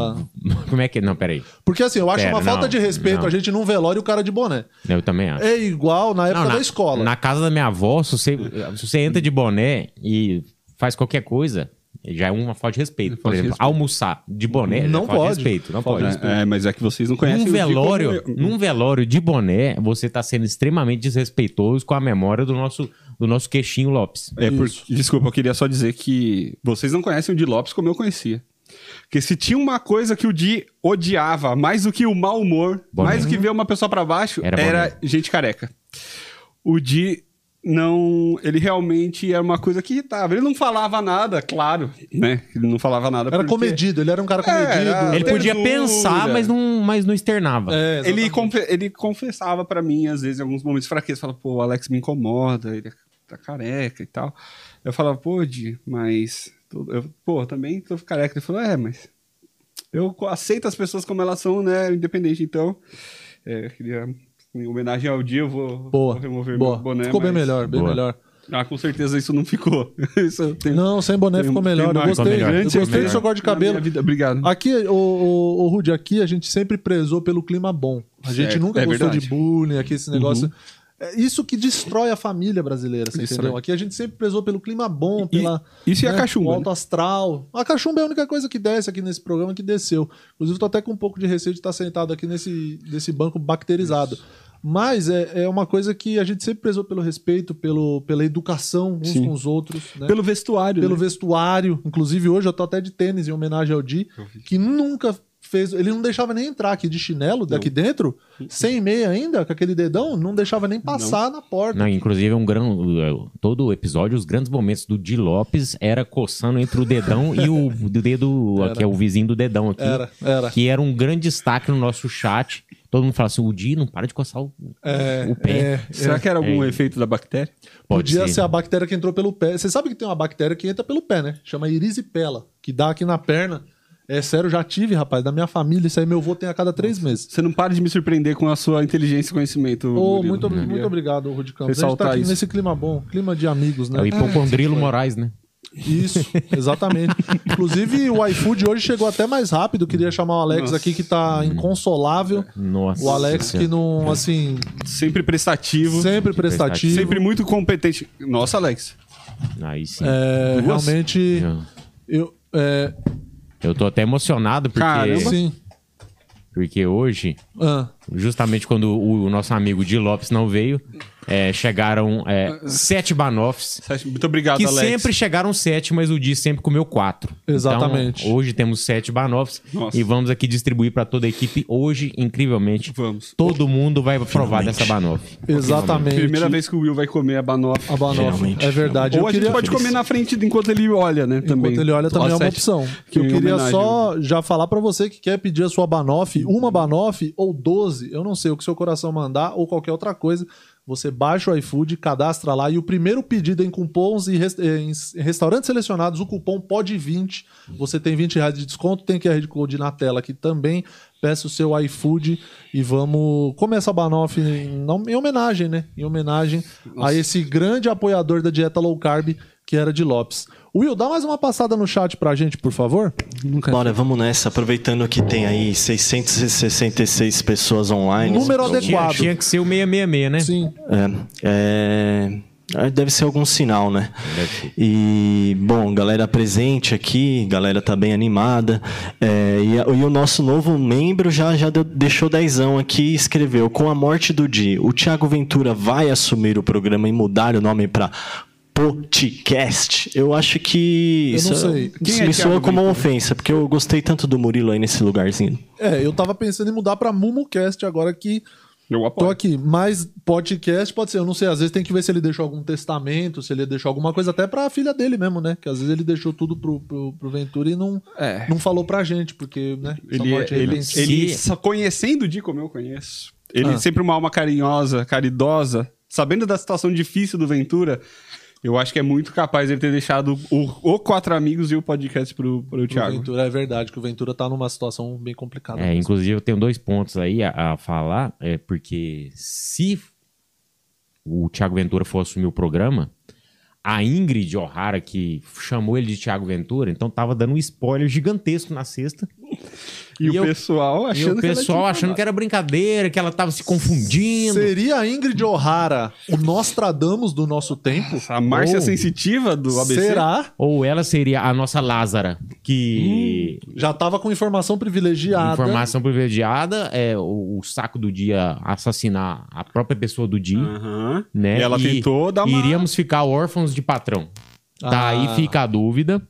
[SPEAKER 2] Como é que. Não, peraí.
[SPEAKER 1] Porque assim, eu acho
[SPEAKER 2] Pera,
[SPEAKER 1] uma falta
[SPEAKER 2] não,
[SPEAKER 1] de respeito
[SPEAKER 2] não.
[SPEAKER 1] a gente num velório e o cara de boné.
[SPEAKER 2] Eu também acho.
[SPEAKER 1] É igual na época
[SPEAKER 2] Não,
[SPEAKER 1] da escola.
[SPEAKER 2] Na casa da minha avó, se você, se você entra de boné e faz qualquer coisa, já é uma falta de respeito. Por
[SPEAKER 3] Falta de
[SPEAKER 2] exemplo,
[SPEAKER 3] respeito.
[SPEAKER 2] almoçar de boné
[SPEAKER 1] Não
[SPEAKER 2] é falta
[SPEAKER 1] pode.
[SPEAKER 2] de respeito. Não pode.
[SPEAKER 3] É, mas é que vocês não
[SPEAKER 2] Num
[SPEAKER 3] conhecem o Di
[SPEAKER 2] Um
[SPEAKER 3] como
[SPEAKER 2] velório,
[SPEAKER 3] eu-
[SPEAKER 2] num velório de boné, você tá sendo extremamente desrespeitoso com a memória do nosso, do nosso queixinho Lopes.
[SPEAKER 3] É por... Desculpa, eu queria só dizer que vocês não conhecem o Di Lopes como eu conhecia. Porque se tinha uma coisa que o Di odiava, mais do que o mau humor,
[SPEAKER 2] Boa
[SPEAKER 3] mais do que ver uma pessoa pra baixo,
[SPEAKER 2] Era
[SPEAKER 3] era,
[SPEAKER 2] boa
[SPEAKER 3] gente careca. O Di não. Ele realmente era uma coisa que irritava. Ele não falava nada, claro, né? Ele não falava nada.
[SPEAKER 1] Era
[SPEAKER 3] porque-
[SPEAKER 1] comedido, ele era um cara comedido.
[SPEAKER 3] É, era-
[SPEAKER 2] Ele podia
[SPEAKER 3] Verdura.
[SPEAKER 2] pensar, mas não, mas não externava.
[SPEAKER 1] É, exatamente.
[SPEAKER 3] Ele, confe- ele confessava pra mim, às vezes, em alguns momentos de fraqueza. Falava, pô, o Alex me incomoda, ele tá careca e tal. Eu falava, pô, Di, mas. tô- Eu, pô, também tô careca. Ele falou, é, mas. Eu co- aceito as pessoas como elas são, né? Independente, então. é, eu queria. Em homenagem ao Di, eu vou,
[SPEAKER 1] Boa.
[SPEAKER 3] vou remover
[SPEAKER 1] boa.
[SPEAKER 3] meu boné.
[SPEAKER 1] ficou bem
[SPEAKER 3] mas-
[SPEAKER 1] melhor, bem
[SPEAKER 2] Boa.
[SPEAKER 1] melhor.
[SPEAKER 3] Ah, com certeza isso não ficou. [LAUGHS] isso eu tenho.
[SPEAKER 1] Não, sem boné
[SPEAKER 3] tenho-
[SPEAKER 1] ficou
[SPEAKER 3] tenho
[SPEAKER 1] melhor. Eu
[SPEAKER 3] marca.
[SPEAKER 1] gostei.
[SPEAKER 2] Ficou
[SPEAKER 1] Eu
[SPEAKER 3] Antes,
[SPEAKER 1] gostei do
[SPEAKER 3] melhor.
[SPEAKER 1] seu corte de
[SPEAKER 3] Na minha
[SPEAKER 1] cabelo. Ah,
[SPEAKER 3] vida, Obrigado.
[SPEAKER 1] Aqui, o, o, Rudy, aqui a gente sempre prezou pelo clima bom. A gente
[SPEAKER 3] Certo,
[SPEAKER 1] nunca
[SPEAKER 3] é
[SPEAKER 1] gostou de
[SPEAKER 3] verdade. Uhum.
[SPEAKER 1] bullying, aqui esse negócio. É isso que destrói a família brasileira, você
[SPEAKER 3] Destrói.
[SPEAKER 1] entendeu? Aqui a gente sempre prezou pelo clima bom,
[SPEAKER 3] E-
[SPEAKER 1] pela. né,
[SPEAKER 3] isso e a cachumba, né?
[SPEAKER 1] o alto astral. A cachumba é a única coisa que desce aqui nesse programa que desceu. Inclusive, tô até com um pouco de receio de estar sentado aqui nesse, nesse banco bacterizado. Mas é, é uma coisa que a gente sempre prezou pelo respeito, pelo, pela educação uns
[SPEAKER 3] Sim.
[SPEAKER 1] com os outros. Né?
[SPEAKER 3] Pelo vestuário.
[SPEAKER 1] pelo
[SPEAKER 3] né?
[SPEAKER 1] vestuário. Inclusive, hoje eu tô até de tênis em homenagem ao Di, que nunca fez. Ele não deixava nem entrar aqui de chinelo daqui dentro, sem meia ainda, com aquele dedão, não deixava nem passar na porta.
[SPEAKER 2] Não, inclusive, é um grande. Todo o episódio, os grandes momentos do Di Lopes era coçando entre o dedão e o [LAUGHS] dedo, que é o vizinho do dedão aqui.
[SPEAKER 1] Era, era.
[SPEAKER 2] Que era um grande destaque no nosso chat. Todo mundo fala assim: o Di não para de coçar o,
[SPEAKER 1] É,
[SPEAKER 2] o pé.
[SPEAKER 1] é.
[SPEAKER 3] Será que era algum efeito da bactéria?
[SPEAKER 2] Pode
[SPEAKER 1] Podia
[SPEAKER 2] ser.
[SPEAKER 1] ser a bactéria que entrou pelo pé. Você sabe que tem uma bactéria que entra pelo pé, né? Chama erisipela, que dá aqui na perna. É sério, eu já tive, rapaz, da minha família. Isso aí meu avô tem a cada três meses.
[SPEAKER 3] Você não para de me surpreender com a sua inteligência e conhecimento.
[SPEAKER 1] Ô,
[SPEAKER 3] Murilo. Uhum.
[SPEAKER 1] muito,
[SPEAKER 3] Queria-
[SPEAKER 1] muito obrigado, Rudy Campos. A gente tá
[SPEAKER 3] ressaltar
[SPEAKER 1] aqui
[SPEAKER 3] isso.
[SPEAKER 1] nesse clima bom, clima de amigos, né?
[SPEAKER 2] É o hipocondrilo Moraes, né?
[SPEAKER 1] Isso, exatamente. Inclusive, o iFood hoje chegou até mais rápido. Queria chamar o Alex
[SPEAKER 3] Nossa.
[SPEAKER 1] aqui, que tá inconsolável.
[SPEAKER 2] Nossa.
[SPEAKER 1] O Alex que não, assim,
[SPEAKER 3] É. Sempre prestativo. Sempre,
[SPEAKER 1] sempre prestativo.
[SPEAKER 3] muito competente. Nossa, Alex.
[SPEAKER 2] Aí sim.
[SPEAKER 1] É,
[SPEAKER 3] Duas?
[SPEAKER 1] realmente,
[SPEAKER 2] Eu-
[SPEAKER 1] eu... É,
[SPEAKER 2] Eu tô até emocionado porque,
[SPEAKER 3] Caramba.
[SPEAKER 1] sim.
[SPEAKER 2] porque hoje
[SPEAKER 1] Ah,
[SPEAKER 2] justamente quando o, o nosso amigo Di Lopes não veio, é, chegaram
[SPEAKER 1] Ah,
[SPEAKER 2] é, sete banoffs.
[SPEAKER 3] Muito obrigado,
[SPEAKER 2] Que
[SPEAKER 3] Alex.
[SPEAKER 2] sempre chegaram sete, mas o Di sempre comeu quatro.
[SPEAKER 1] Exatamente.
[SPEAKER 2] Então, hoje temos sete banoffs
[SPEAKER 3] Nossa.
[SPEAKER 2] e vamos aqui distribuir para toda a equipe. Hoje, incrivelmente,
[SPEAKER 3] Vamos.
[SPEAKER 2] todo mundo vai provar dessa banoff.
[SPEAKER 1] exatamente.
[SPEAKER 3] Primeira vez que o Will vai comer a banoff.
[SPEAKER 1] A Banoff.
[SPEAKER 4] Finalmente.
[SPEAKER 1] É verdade.
[SPEAKER 3] Ou
[SPEAKER 1] eu
[SPEAKER 3] a gente
[SPEAKER 1] queria...
[SPEAKER 3] pode comer na frente enquanto ele olha, né?
[SPEAKER 1] Enquanto
[SPEAKER 3] também.
[SPEAKER 1] ele olha, também é
[SPEAKER 3] Nossa,
[SPEAKER 1] uma
[SPEAKER 3] sete.
[SPEAKER 1] opção. Que eu
[SPEAKER 3] Em
[SPEAKER 1] queria
[SPEAKER 3] homenagem,
[SPEAKER 1] só já falar pra você que quer pedir a sua Banoff, uma Banoff ou 12, eu não sei, o que seu coração mandar ou qualquer outra coisa. Você baixa o iFood, cadastra lá e o primeiro pedido em cupons e res- eh, em s- restaurantes selecionados, o cupom pode 20. Você tem 20 reais de desconto, tem QR Code na tela aqui também. Peça o seu iFood e vamos comer essa Banoff em, em homenagem, né? Em homenagem a esse grande apoiador da dieta low carb que era de Lopes. Will, dá mais uma passada no chat pra gente, por favor.
[SPEAKER 4] Bora, vamos nessa. Aproveitando que tem aí 666 pessoas online.
[SPEAKER 1] Número
[SPEAKER 4] Alguém-
[SPEAKER 1] adequado. Quadro.
[SPEAKER 2] Tinha que ser o 666, né?
[SPEAKER 1] Sim.
[SPEAKER 4] É, é, deve ser algum sinal, né? E, bom, galera presente aqui, galera tá bem animada. É, e, a- e o nosso novo membro já, já deu- deixou dezão aqui e escreveu: Com a morte do Di, o Thiago Ventura vai assumir o programa e mudar o nome pra. Podcast. Eu acho que
[SPEAKER 1] Eu
[SPEAKER 4] isso,
[SPEAKER 1] não sei.
[SPEAKER 4] isso
[SPEAKER 3] Quem é
[SPEAKER 4] me soa
[SPEAKER 3] Thiago
[SPEAKER 4] como uma ofensa, porque eu gostei tanto do Murilo aí nesse lugarzinho.
[SPEAKER 1] É, eu tava pensando em mudar pra MumuCast agora que
[SPEAKER 3] Eu
[SPEAKER 1] tô
[SPEAKER 3] apoio.
[SPEAKER 1] aqui. Mas podcast pode ser, eu não sei, às vezes tem que ver se ele deixou algum testamento, se ele deixou alguma coisa até pra filha dele mesmo, né? Que às vezes ele deixou tudo pro, pro, pro Ventura e não,
[SPEAKER 3] É.
[SPEAKER 1] não falou pra gente, porque, né? essa
[SPEAKER 3] Ele, é-
[SPEAKER 1] morte
[SPEAKER 3] ele,
[SPEAKER 1] repentina.
[SPEAKER 3] ele
[SPEAKER 2] Se-
[SPEAKER 3] só conhecendo o Di como eu conheço. Ele
[SPEAKER 1] Ah.
[SPEAKER 3] sempre uma alma carinhosa, caridosa. Sabendo da situação difícil do Ventura, eu acho que é muito capaz ele ter deixado o, o Quatro Amigos e o podcast pro, pro
[SPEAKER 1] Pro
[SPEAKER 3] Thiago.
[SPEAKER 1] Ventura, é verdade que o Ventura tá numa situação bem complicada.
[SPEAKER 2] É, inclusive, eu tenho dois pontos aí a, a falar, é porque se o Thiago Ventura for assumir o programa, a Ingrid O'Hara, que chamou ele de Thiago Ventura, então tava dando um spoiler gigantesco na sexta.
[SPEAKER 3] E,
[SPEAKER 2] E
[SPEAKER 3] o
[SPEAKER 2] eu-
[SPEAKER 3] pessoal
[SPEAKER 2] E
[SPEAKER 3] [LAUGHS] achando
[SPEAKER 2] o
[SPEAKER 3] que ela é
[SPEAKER 2] pessoal
[SPEAKER 3] tinha
[SPEAKER 2] achando que era brincadeira, que ela tava se confundindo.
[SPEAKER 1] Seria a Ingrid O'Hara o Nostradamus do nosso tempo?
[SPEAKER 3] tipo, A Márcia
[SPEAKER 2] Oh.
[SPEAKER 3] Sensitiva do ABC?
[SPEAKER 1] Será?
[SPEAKER 2] Ou ela seria a nossa Lázara, que
[SPEAKER 3] Hum,
[SPEAKER 1] Já tava com informação privilegiada.
[SPEAKER 2] informação privilegiada é o, o saco do dia assassinar a própria pessoa do dia.
[SPEAKER 3] Aham.
[SPEAKER 2] né?
[SPEAKER 3] Ah. E ela tentou dar uma...
[SPEAKER 2] Iríamos ficar órfãos de patrão.
[SPEAKER 1] Ah.
[SPEAKER 2] Tá, aí fica a dúvida.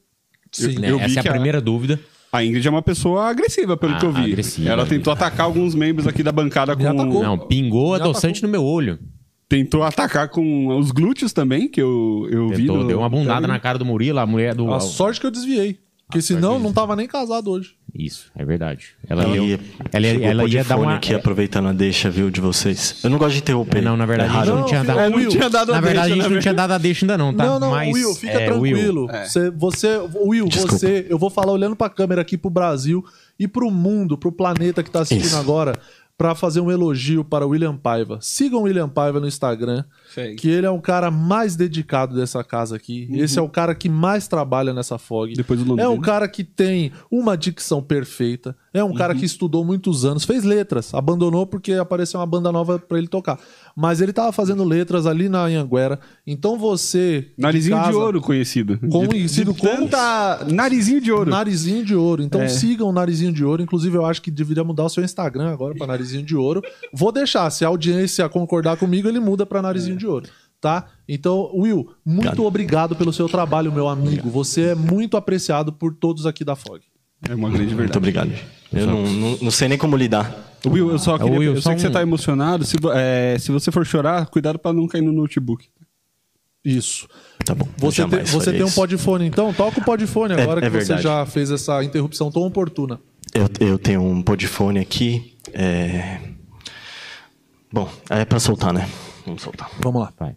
[SPEAKER 1] Sim.
[SPEAKER 2] né?
[SPEAKER 3] eu vi
[SPEAKER 2] Essa é a
[SPEAKER 3] que a-
[SPEAKER 2] primeira dúvida.
[SPEAKER 3] A Ingrid é uma pessoa agressiva, pelo
[SPEAKER 2] Ah,
[SPEAKER 3] que eu vi.
[SPEAKER 2] agressiva, né?
[SPEAKER 3] Ela
[SPEAKER 2] Ingrid.
[SPEAKER 3] tentou atacar alguns membros aqui da bancada
[SPEAKER 1] Me atacou.
[SPEAKER 3] com.
[SPEAKER 2] Não, pingou adoçante no meu olho.
[SPEAKER 3] Tentou atacar com os glúteos também, que eu, eu vi.
[SPEAKER 2] Tentou,
[SPEAKER 3] no-
[SPEAKER 2] deu uma bundada na cara do Murilo, a mulher do.
[SPEAKER 1] A sorte que eu desviei. Porque
[SPEAKER 3] Ah,
[SPEAKER 1] senão não tava nem casado hoje.
[SPEAKER 2] Isso, é verdade. Ela,
[SPEAKER 4] Ela
[SPEAKER 2] deu-
[SPEAKER 4] ia,
[SPEAKER 2] ela, ia- ela ia dar uma.
[SPEAKER 4] aqui, aproveitando a deixa, viu, de vocês. Eu não gosto de interromper.
[SPEAKER 2] É, não, na verdade,
[SPEAKER 4] É
[SPEAKER 2] a gente
[SPEAKER 4] raro.
[SPEAKER 2] não tinha
[SPEAKER 1] filho,
[SPEAKER 2] dado.
[SPEAKER 1] é,
[SPEAKER 3] Eu não
[SPEAKER 1] Will.
[SPEAKER 3] tinha dado
[SPEAKER 2] Na
[SPEAKER 3] a deixa,
[SPEAKER 2] verdade, a
[SPEAKER 3] né,
[SPEAKER 2] gente não
[SPEAKER 3] velho?
[SPEAKER 2] tinha dado a deixa ainda, não, tá?
[SPEAKER 1] não, não,
[SPEAKER 2] Mas,
[SPEAKER 1] Will, fica
[SPEAKER 2] é,
[SPEAKER 1] tranquilo.
[SPEAKER 2] Will,
[SPEAKER 1] Você, você, Will,
[SPEAKER 4] Desculpa.
[SPEAKER 1] você, eu vou falar olhando pra câmera aqui pro Brasil e pro mundo, pro planeta que tá assistindo
[SPEAKER 4] Isso.
[SPEAKER 1] agora, pra fazer um elogio para o William Paiva. Sigam o William Paiva no Instagram,
[SPEAKER 3] Segue.
[SPEAKER 1] que ele é um cara mais dedicado dessa casa aqui. Esse é o cara que mais trabalha nessa FOG.
[SPEAKER 3] Depois do nome
[SPEAKER 1] É um
[SPEAKER 3] dele.
[SPEAKER 1] cara que tem uma dicção perfeita, é um
[SPEAKER 3] Uhum.
[SPEAKER 1] cara que estudou muitos anos, fez letras, abandonou porque apareceu uma banda nova pra ele tocar. Mas ele tava fazendo letras ali na Anhanguera. Então você.
[SPEAKER 3] Narizinho de,
[SPEAKER 1] casa,
[SPEAKER 3] ouro conhecido.
[SPEAKER 1] Conhecido
[SPEAKER 3] de, de
[SPEAKER 1] como-
[SPEAKER 3] tanta... Narizinho de ouro.
[SPEAKER 1] Narizinho de ouro. Então
[SPEAKER 3] É.
[SPEAKER 1] sigam o Narizinho de Ouro. Inclusive, eu acho que deveria mudar o seu Instagram agora pra Narizinho de Ouro. Vou deixar. Se a audiência concordar comigo, ele muda pra
[SPEAKER 3] É.
[SPEAKER 1] Narizinho de Ouro. Tá? Então, Will, muito obrigado pelo seu trabalho, meu amigo. Você é muito apreciado por todos aqui da FOG.
[SPEAKER 3] É uma grande
[SPEAKER 4] Muito
[SPEAKER 3] verdade.
[SPEAKER 4] obrigado. Eu não, não, não sei nem como lidar.
[SPEAKER 3] Will, eu
[SPEAKER 1] É,
[SPEAKER 3] só queria...
[SPEAKER 2] Will,
[SPEAKER 3] eu
[SPEAKER 2] só
[SPEAKER 3] sei que você
[SPEAKER 2] um-
[SPEAKER 3] tá emocionado. Se, vo- é, se você for chorar, cuidado pra não cair no notebook.
[SPEAKER 1] Isso.
[SPEAKER 4] Tá bom.
[SPEAKER 1] Você, tem,
[SPEAKER 4] jamais
[SPEAKER 1] você
[SPEAKER 4] faria
[SPEAKER 1] tem um
[SPEAKER 4] isso.
[SPEAKER 1] podfone, então? Toca o podfone agora
[SPEAKER 4] é
[SPEAKER 1] que você
[SPEAKER 4] verdade.
[SPEAKER 1] já fez essa interrupção tão oportuna.
[SPEAKER 4] Eu, eu tenho um podfone aqui. é. Bom, é pra soltar, né? Vamos soltar.
[SPEAKER 1] Vamos lá.
[SPEAKER 2] Vai.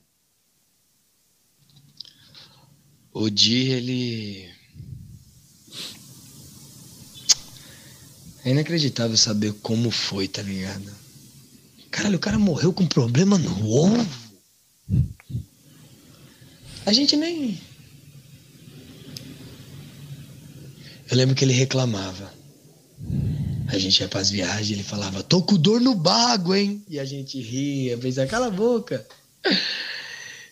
[SPEAKER 5] O Di, ele. É inacreditável saber como foi, tá ligado? Caralho, o cara morreu com problema no ovo. A gente nem. Eu lembro que ele reclamava. A gente ia pras viagens, ele falava, tô com dor no bago, hein? E a gente ria, pensava, cala a boca.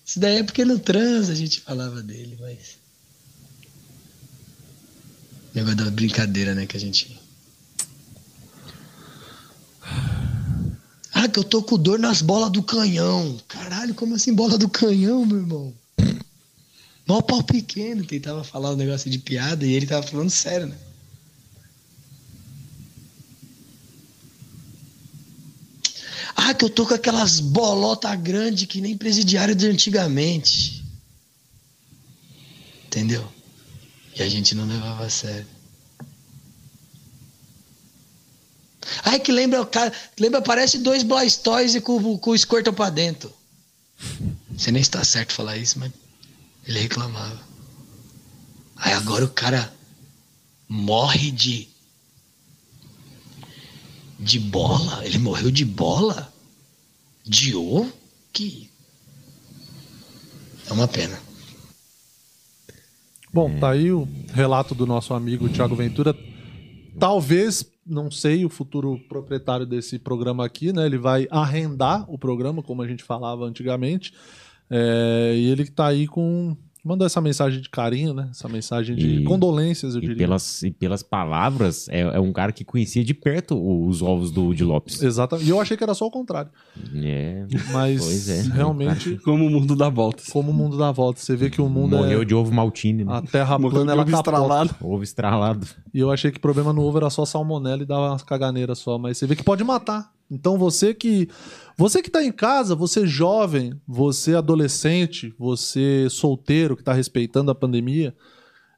[SPEAKER 5] Isso daí é porque no trans a gente falava dele, mas. Negócio da brincadeira, né? Que a gente. Ah, que eu tô com dor nas bolas do canhão. Caralho, como assim bola do canhão, meu irmão? Mó pau pequeno, tentava falar um negócio de piada e ele tava falando sério, né? Ah, que eu tô com aquelas bolota grande que nem presidiário de antigamente. Entendeu? E a gente não levava a sério. Ai, que lembra o cara. Lembra, parece dois Blastoise com, com o escorto pra dentro. Você nem está certo falar isso, mas ele reclamava. Aí agora o cara morre de. De bola? Ele morreu de bola? De ovo? Que. É uma pena.
[SPEAKER 1] Bom,
[SPEAKER 4] É.
[SPEAKER 1] tá aí o relato do nosso amigo Thiago Ventura. Talvez, não sei, o futuro proprietário desse programa aqui, né? Ele vai arrendar o programa, como a gente falava antigamente. É, e ele tá aí com. Mandou essa mensagem de carinho, né? Essa mensagem de
[SPEAKER 2] E-
[SPEAKER 1] condolências, eu
[SPEAKER 2] E
[SPEAKER 1] diria.
[SPEAKER 2] pelas, e pelas palavras, é, é um cara que conhecia de perto o- os ovos do de Lopes.
[SPEAKER 1] Exatamente. E eu achei que era só o
[SPEAKER 4] [LAUGHS]
[SPEAKER 1] contrário.
[SPEAKER 2] É,
[SPEAKER 1] Mas
[SPEAKER 2] Pois é.
[SPEAKER 4] né?
[SPEAKER 1] realmente,
[SPEAKER 3] Como o mundo dá voltas.
[SPEAKER 1] como o mundo dá volta, você vê que o mundo
[SPEAKER 2] morreu
[SPEAKER 1] é.
[SPEAKER 2] de ovo maltine, né?
[SPEAKER 1] A terra
[SPEAKER 3] Morreu
[SPEAKER 1] plana
[SPEAKER 3] de um
[SPEAKER 1] ela tá
[SPEAKER 3] ovo
[SPEAKER 1] capota.
[SPEAKER 3] estralado.
[SPEAKER 2] ovo estralado.
[SPEAKER 1] E eu achei que problema no ovo era só salmonela e dava umas caganeiras só, mas você vê que pode matar. Então você que você que tá em casa, você jovem, você adolescente, você solteiro que tá respeitando a pandemia,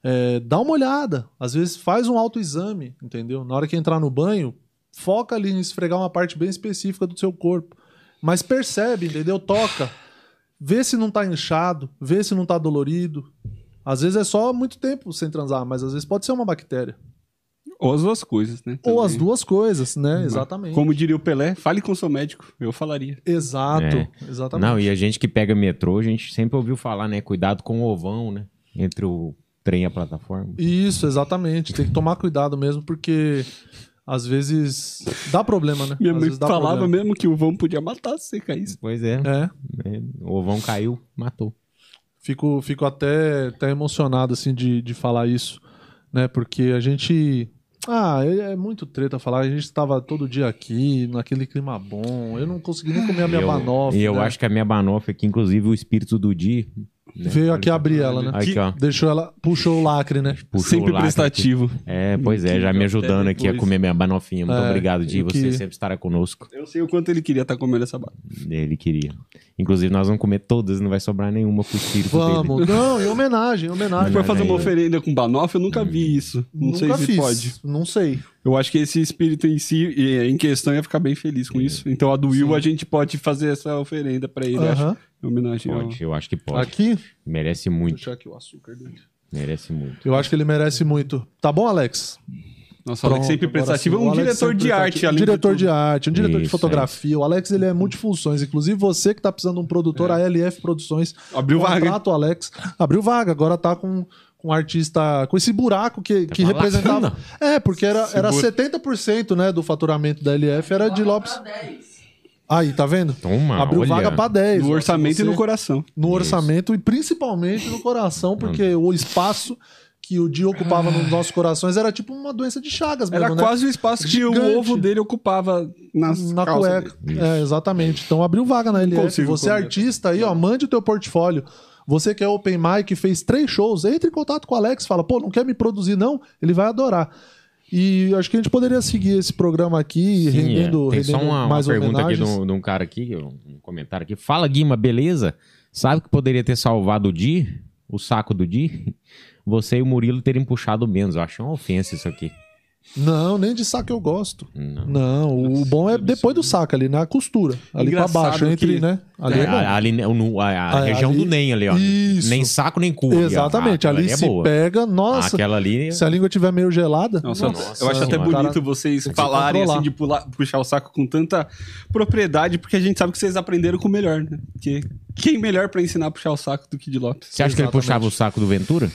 [SPEAKER 1] é, dá uma olhada. Às vezes faz um autoexame, entendeu? Na hora que entrar no banho, foca ali em esfregar uma parte bem específica do seu corpo. Mas percebe, entendeu? Toca. Vê se não tá inchado, vê se não tá dolorido. Às vezes é só muito tempo sem transar, mas às vezes pode ser uma bactéria.
[SPEAKER 3] Ou as duas coisas, né?
[SPEAKER 1] Ou as
[SPEAKER 3] Também.
[SPEAKER 1] duas coisas, né? Exatamente.
[SPEAKER 3] Como diria o Pelé, fale com seu médico. Eu falaria.
[SPEAKER 1] Exato,
[SPEAKER 2] É.
[SPEAKER 1] exatamente.
[SPEAKER 2] Não, e a gente que pega metrô, a gente sempre ouviu falar, né? Cuidado com o ovão, né? Entre o trem e a plataforma.
[SPEAKER 1] Isso, exatamente. Tem que tomar cuidado mesmo, porque às vezes dá problema, né?
[SPEAKER 3] Minha
[SPEAKER 1] às
[SPEAKER 3] mãe
[SPEAKER 1] vezes dá
[SPEAKER 3] falava
[SPEAKER 1] problema.
[SPEAKER 3] mesmo que o vão podia matar se você caísse.
[SPEAKER 2] Pois é,
[SPEAKER 1] É,
[SPEAKER 2] né? o ovão caiu, matou.
[SPEAKER 1] fico, fico até, até emocionado assim de, de falar isso, né? Porque a gente. Ah, é, é muito treta falar. A gente estava todo dia aqui, naquele clima bom. Eu não consegui nem comer a minha
[SPEAKER 2] eu,
[SPEAKER 1] banoffee,
[SPEAKER 2] E eu
[SPEAKER 1] né?
[SPEAKER 2] acho que a minha banofa aqui, inclusive o espírito do Di,
[SPEAKER 1] Veio aqui abrir ela, né?
[SPEAKER 2] Aqui, ó.
[SPEAKER 1] Deixou ela, puxou o lacre, né?
[SPEAKER 2] Puxou o
[SPEAKER 3] Sempre
[SPEAKER 2] lacre
[SPEAKER 3] prestativo.
[SPEAKER 2] aqui. É, pois é, já me ajudando aqui a comer minha banofinha. Muito
[SPEAKER 1] É,
[SPEAKER 2] obrigado, Di.
[SPEAKER 1] eu
[SPEAKER 2] Você
[SPEAKER 1] queria.
[SPEAKER 2] sempre estará conosco.
[SPEAKER 3] Eu sei o quanto ele queria estar comendo essa barra.
[SPEAKER 2] Ele queria. Inclusive, nós vamos comer todas, não vai sobrar nenhuma pro espírito dele.
[SPEAKER 1] Vamos. Não, em homenagem, em homenagem.
[SPEAKER 3] Vai fazer
[SPEAKER 2] aí,
[SPEAKER 3] uma
[SPEAKER 2] ó.
[SPEAKER 3] oferenda com banoffee, eu nunca vi isso. Não
[SPEAKER 1] Nunca
[SPEAKER 3] sei se
[SPEAKER 1] fiz.
[SPEAKER 3] pode.
[SPEAKER 1] Não sei.
[SPEAKER 3] Eu acho que esse espírito em si, eh, em questão, ia ficar bem feliz com isso. Então a do Will a gente pode fazer essa oferenda pra ele, acho.
[SPEAKER 1] Aham.
[SPEAKER 3] Em homenagem ao...
[SPEAKER 2] Pode, eu acho que pode.
[SPEAKER 1] Aqui,
[SPEAKER 2] Merece muito,
[SPEAKER 3] Deixar aqui o açúcar dele.
[SPEAKER 2] merece muito.
[SPEAKER 1] eu acho que ele merece muito. Tá bom, Alex?
[SPEAKER 3] Nossa, o Alex
[SPEAKER 1] Pronto,
[SPEAKER 3] sempre
[SPEAKER 1] agora
[SPEAKER 3] prestativo.
[SPEAKER 1] sim,
[SPEAKER 3] Um
[SPEAKER 1] o Alex
[SPEAKER 3] diretor
[SPEAKER 1] sempre
[SPEAKER 3] de
[SPEAKER 1] tá
[SPEAKER 3] arte,
[SPEAKER 1] aqui. Um
[SPEAKER 3] além
[SPEAKER 1] diretor de
[SPEAKER 3] tudo.
[SPEAKER 1] arte, um diretor de
[SPEAKER 2] Isso,
[SPEAKER 1] fotografia. O Alex ele é multifunções. Inclusive, você que tá precisando de um
[SPEAKER 3] É.
[SPEAKER 1] produtor, a LF Produções.
[SPEAKER 3] Abriu vaga,
[SPEAKER 1] Contrata o Alex. Abriu vaga, agora tá com. Com um artista, com esse buraco que, que
[SPEAKER 2] uma
[SPEAKER 1] representava.
[SPEAKER 2] lacuna.
[SPEAKER 1] É, porque era, era 70% né, do faturamento da LF, era de Lopes. Aí, tá vendo?
[SPEAKER 2] Toma,
[SPEAKER 1] Abriu
[SPEAKER 2] Então, olha.
[SPEAKER 1] vaga pra 10. ó,
[SPEAKER 3] No
[SPEAKER 1] se
[SPEAKER 3] orçamento
[SPEAKER 1] você-
[SPEAKER 3] e no coração.
[SPEAKER 1] no orçamento e principalmente no coração, porque
[SPEAKER 2] Hum.
[SPEAKER 1] o espaço que o dia ocupava
[SPEAKER 2] Ah.
[SPEAKER 1] nos nossos corações era tipo uma doença de Chagas mesmo,
[SPEAKER 3] Era
[SPEAKER 1] né?
[SPEAKER 3] quase o espaço que
[SPEAKER 1] Gigante.
[SPEAKER 3] o ovo dele ocupava nas
[SPEAKER 1] na
[SPEAKER 3] calças
[SPEAKER 1] cueca.
[SPEAKER 3] dele.
[SPEAKER 1] É, exatamente. Então abriu vaga na LF.
[SPEAKER 3] consigo
[SPEAKER 1] Você é
[SPEAKER 3] comer.
[SPEAKER 1] artista aí, ó, mande o teu portfólio. Você que é open mic, fez três shows, entre em contato com o Alex, fala, pô, não quer me produzir não? Ele vai adorar. E acho que a gente poderia seguir esse programa aqui,
[SPEAKER 2] Sim,
[SPEAKER 1] rendendo,
[SPEAKER 2] é. Tem
[SPEAKER 1] rendendo
[SPEAKER 2] só uma, uma
[SPEAKER 1] mais
[SPEAKER 2] pergunta aqui de
[SPEAKER 1] homenagens.
[SPEAKER 2] um, de um cara aqui, um comentário aqui. Fala, Guima, beleza? Sabe que poderia ter salvado o Di? O saco do Di? Você e o Murilo terem puxado menos. Eu acho uma ofensa isso aqui.
[SPEAKER 1] Não, nem de saco eu gosto.
[SPEAKER 2] Não.
[SPEAKER 1] Não, o bom é depois do saco, ali na costura. Ali pra
[SPEAKER 3] Engraçado
[SPEAKER 1] baixo, entre,
[SPEAKER 3] que-
[SPEAKER 1] né? Ali é,
[SPEAKER 2] É,
[SPEAKER 1] bom.
[SPEAKER 2] a- ali, né, no- a, a
[SPEAKER 1] Ah,
[SPEAKER 2] região
[SPEAKER 1] ali-
[SPEAKER 2] do NEM ali, ó.
[SPEAKER 1] Isso.
[SPEAKER 2] Nem saco, nem cu.
[SPEAKER 1] Exatamente,
[SPEAKER 2] ó.
[SPEAKER 1] ali
[SPEAKER 2] é
[SPEAKER 1] se
[SPEAKER 2] boa.
[SPEAKER 1] pega, nossa,
[SPEAKER 2] Aquela ali...
[SPEAKER 1] se a língua tiver meio gelada.
[SPEAKER 3] Nossa,
[SPEAKER 2] Nossa
[SPEAKER 3] eu acho até
[SPEAKER 2] senhora.
[SPEAKER 3] bonito vocês
[SPEAKER 1] que
[SPEAKER 3] falarem
[SPEAKER 1] controlar.
[SPEAKER 3] assim de pular- puxar o saco com tanta propriedade, porque a gente sabe que vocês aprenderam com o melhor, né? Porque quem melhor pra ensinar a puxar o saco do que de Lopes?
[SPEAKER 2] Você acha que ele
[SPEAKER 1] Exatamente.
[SPEAKER 2] puxava o saco do Ventura?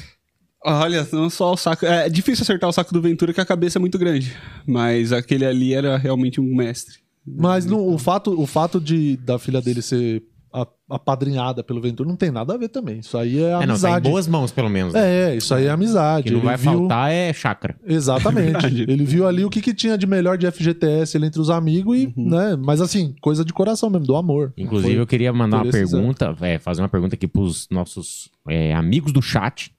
[SPEAKER 3] Olha, não só o saco. É difícil acertar o saco do Ventura, que a cabeça é muito grande. Mas aquele ali era realmente um mestre.
[SPEAKER 1] Mas não- o fato, o fato de da filha dele ser a- apadrinhada pelo Ventura não tem nada a ver também. Isso aí é
[SPEAKER 2] É, não, tá em
[SPEAKER 1] amizade.
[SPEAKER 2] boas mãos, pelo menos. né?
[SPEAKER 1] é, isso aí é amizade.
[SPEAKER 2] O que não
[SPEAKER 1] Ele
[SPEAKER 2] vai
[SPEAKER 1] viu...
[SPEAKER 2] faltar é chácara.
[SPEAKER 1] Exatamente.
[SPEAKER 3] Verdade.
[SPEAKER 1] Ele viu ali o que, que tinha de melhor de FGTS ali entre os amigos e, né? Mas assim, coisa de coração mesmo, do amor.
[SPEAKER 2] Inclusive, eu queria mandar uma
[SPEAKER 1] por esse
[SPEAKER 2] pergunta, é, fazer uma pergunta aqui pros nossos é, amigos do chat.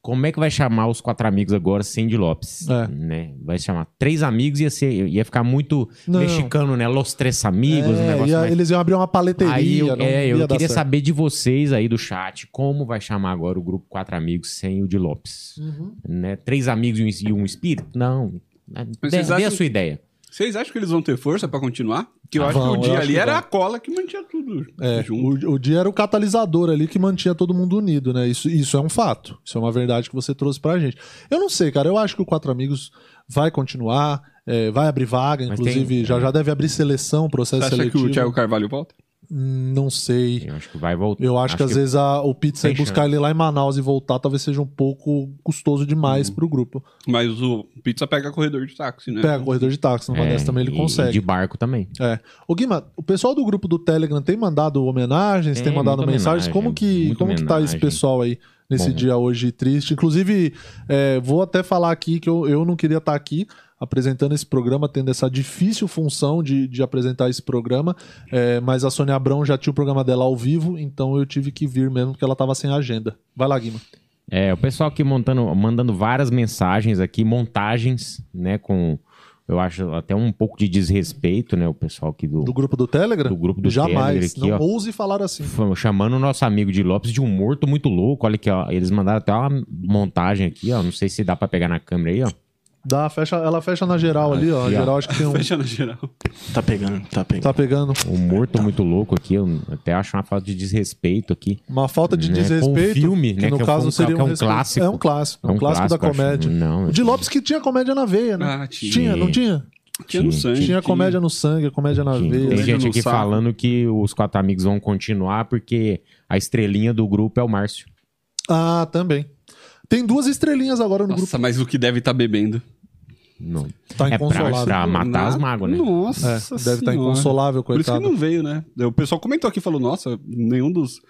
[SPEAKER 2] Como é que vai chamar os quatro amigos agora sem de Lopes?
[SPEAKER 1] É.
[SPEAKER 2] Né? Vai chamar três amigos ia ser, ia ficar muito
[SPEAKER 1] Não.
[SPEAKER 2] mexicano, né? Los Tres Amigos, um
[SPEAKER 1] É,
[SPEAKER 2] negócio
[SPEAKER 1] ia-
[SPEAKER 2] mais-
[SPEAKER 1] Eles iam abrir uma paleteria.
[SPEAKER 2] Aí eu,
[SPEAKER 1] não
[SPEAKER 2] é, eu
[SPEAKER 1] ia dar
[SPEAKER 2] queria
[SPEAKER 1] certo.
[SPEAKER 2] saber de vocês aí do chat, como vai chamar agora o grupo quatro amigos sem o de Lopes?
[SPEAKER 3] Uhum.
[SPEAKER 2] Né? Três amigos e um- e um espírito? Não. Dê,
[SPEAKER 3] Mas vocês
[SPEAKER 2] dê a
[SPEAKER 3] acham-
[SPEAKER 2] sua ideia.
[SPEAKER 3] Vocês acham que eles vão ter força pra continuar? Que eu
[SPEAKER 1] Ah,
[SPEAKER 3] acho
[SPEAKER 1] vão,
[SPEAKER 3] que
[SPEAKER 1] eu
[SPEAKER 3] o dia
[SPEAKER 1] acho
[SPEAKER 3] ali
[SPEAKER 1] que
[SPEAKER 3] era
[SPEAKER 1] vão.
[SPEAKER 3] a cola que mantinha tudo
[SPEAKER 1] É,
[SPEAKER 3] junto.
[SPEAKER 1] o, o dia era o catalisador ali que mantinha todo mundo unido, né? Isso, isso é um fato. Isso é uma verdade que você trouxe pra gente. Eu não sei, cara. Eu acho que o Quatro Amigos vai continuar, é, vai abrir vaga,
[SPEAKER 2] Mas
[SPEAKER 1] inclusive
[SPEAKER 2] tem-
[SPEAKER 1] já já deve abrir seleção, processo
[SPEAKER 3] Você acha que
[SPEAKER 1] seletivo.
[SPEAKER 3] o Thiago Carvalho volta?
[SPEAKER 1] Hum, Não sei.
[SPEAKER 2] Eu acho que vai voltar.
[SPEAKER 1] Eu acho, que às vezes a- o Pizza ir
[SPEAKER 2] tem
[SPEAKER 1] buscar ele lá em Manaus e voltar talvez seja um pouco custoso demais
[SPEAKER 3] Hum.
[SPEAKER 1] pro grupo.
[SPEAKER 3] Mas o Pizza pega corredor de táxi, né?
[SPEAKER 1] Pega corredor de táxi, não vai
[SPEAKER 2] É,
[SPEAKER 1] nessa também, ele
[SPEAKER 2] e- e
[SPEAKER 1] consegue.
[SPEAKER 2] de barco também.
[SPEAKER 1] É. O Guima, o pessoal do grupo do Telegram tem mandado homenagens, tem,
[SPEAKER 2] Tem,
[SPEAKER 1] mandado
[SPEAKER 2] muita
[SPEAKER 1] mensagens.
[SPEAKER 2] homenagem,
[SPEAKER 1] como que,
[SPEAKER 2] muita
[SPEAKER 1] como que tá esse
[SPEAKER 2] homenagem.
[SPEAKER 1] pessoal aí nesse
[SPEAKER 2] Bom.
[SPEAKER 1] dia hoje triste? Inclusive, é, vou até falar aqui que eu, eu não queria estar aqui apresentando esse programa, tendo essa difícil função de, de apresentar esse programa, é, mas a Sônia Abrão já tinha o programa dela ao vivo, então eu tive que vir mesmo, porque ela tava sem agenda. Vai lá, Guima.
[SPEAKER 2] É, o pessoal aqui montando, mandando várias mensagens aqui, montagens, né, com eu acho até um pouco de desrespeito, né, o pessoal aqui do,
[SPEAKER 1] Do grupo do Telegram?
[SPEAKER 2] Do grupo do
[SPEAKER 1] Jamais.
[SPEAKER 2] Telegram aqui,
[SPEAKER 1] não ouse falar assim.
[SPEAKER 2] f- chamando o nosso amigo de Lopes de um morto muito louco. Olha aqui, ó, eles mandaram até uma montagem aqui, ó, não sei se dá pra pegar na câmera aí, ó.
[SPEAKER 1] Dá, fecha, ela fecha na geral ali, ó. A
[SPEAKER 2] Aqui, ó.
[SPEAKER 1] geral acho que tem um.
[SPEAKER 3] [LAUGHS] Fechando geral.
[SPEAKER 4] Tá pegando, tá pegando.
[SPEAKER 1] Tá pegando.
[SPEAKER 2] Um morto muito louco aqui, eu até acho uma falta de desrespeito aqui.
[SPEAKER 1] Uma falta de
[SPEAKER 2] Né,
[SPEAKER 1] desrespeito.
[SPEAKER 2] com o filme,
[SPEAKER 1] que
[SPEAKER 2] né,
[SPEAKER 1] no
[SPEAKER 2] que é um-
[SPEAKER 1] caso seria
[SPEAKER 2] que é um
[SPEAKER 1] respeito-
[SPEAKER 2] clássico.
[SPEAKER 1] É um clássico. É um, clássico, da
[SPEAKER 2] eu acho.
[SPEAKER 1] comédia.
[SPEAKER 2] Não,
[SPEAKER 1] O de Lopes que tinha comédia na veia, né?
[SPEAKER 3] Ah,
[SPEAKER 1] tinha.
[SPEAKER 3] tinha.
[SPEAKER 1] não tinha?
[SPEAKER 3] Tinha no
[SPEAKER 2] Tinha,
[SPEAKER 3] sangue.
[SPEAKER 1] Tinha
[SPEAKER 3] tinha.
[SPEAKER 1] comédia no sangue, comédia na
[SPEAKER 2] Sim,
[SPEAKER 1] veia.
[SPEAKER 2] Tem
[SPEAKER 3] Comédia
[SPEAKER 2] gente
[SPEAKER 3] no
[SPEAKER 2] aqui
[SPEAKER 3] saco.
[SPEAKER 2] falando que os quatro amigos vão continuar porque a estrelinha do grupo é o Márcio.
[SPEAKER 1] Ah, também. Tem duas estrelinhas agora no
[SPEAKER 3] Nossa, mas o que deve estar bebendo?
[SPEAKER 2] Não.
[SPEAKER 1] grupo. Tá
[SPEAKER 2] É pra,
[SPEAKER 1] inconsolável.
[SPEAKER 2] pra matar as mágoas, né?
[SPEAKER 3] Nossa.
[SPEAKER 1] É, deve estar
[SPEAKER 3] Senhora.
[SPEAKER 1] inconsolável,
[SPEAKER 3] Por isso que
[SPEAKER 1] coitado.
[SPEAKER 3] não veio, né? O pessoal comentou aqui, falou, nossa, nenhum dos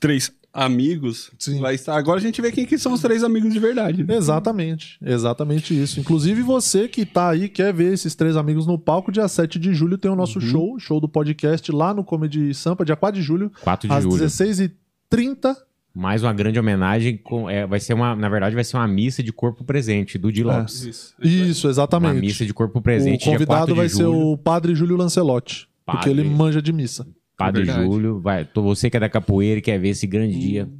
[SPEAKER 3] três amigos
[SPEAKER 1] Sim.
[SPEAKER 3] vai estar. Agora a gente vê quem que são os três amigos de verdade. né?
[SPEAKER 1] Exatamente, exatamente isso. Inclusive, você que tá aí, quer ver esses três amigos no palco, dia 7 de julho tem o nosso
[SPEAKER 3] Uhum.
[SPEAKER 1] show, show do podcast lá no Comedy Sampa, dia 4 de julho,
[SPEAKER 2] 4 de
[SPEAKER 1] às
[SPEAKER 2] julho.
[SPEAKER 1] 16h30,
[SPEAKER 2] Mais uma grande homenagem. com- é, vai ser uma, na verdade, vai ser uma missa de corpo presente do Di Lopes.
[SPEAKER 3] Isso.
[SPEAKER 1] Isso, É,
[SPEAKER 2] uma
[SPEAKER 1] exatamente.
[SPEAKER 2] missa de corpo presente.
[SPEAKER 1] o
[SPEAKER 2] dia
[SPEAKER 1] convidado
[SPEAKER 2] 4 de
[SPEAKER 1] vai ser
[SPEAKER 2] julho.
[SPEAKER 1] o padre Júlio Lancelotti. Porque
[SPEAKER 2] Padre.
[SPEAKER 1] ele manja de missa.
[SPEAKER 2] Padre
[SPEAKER 3] Verdade.
[SPEAKER 2] Júlio, vai, tô, você que é da capoeira e quer ver esse grande dia.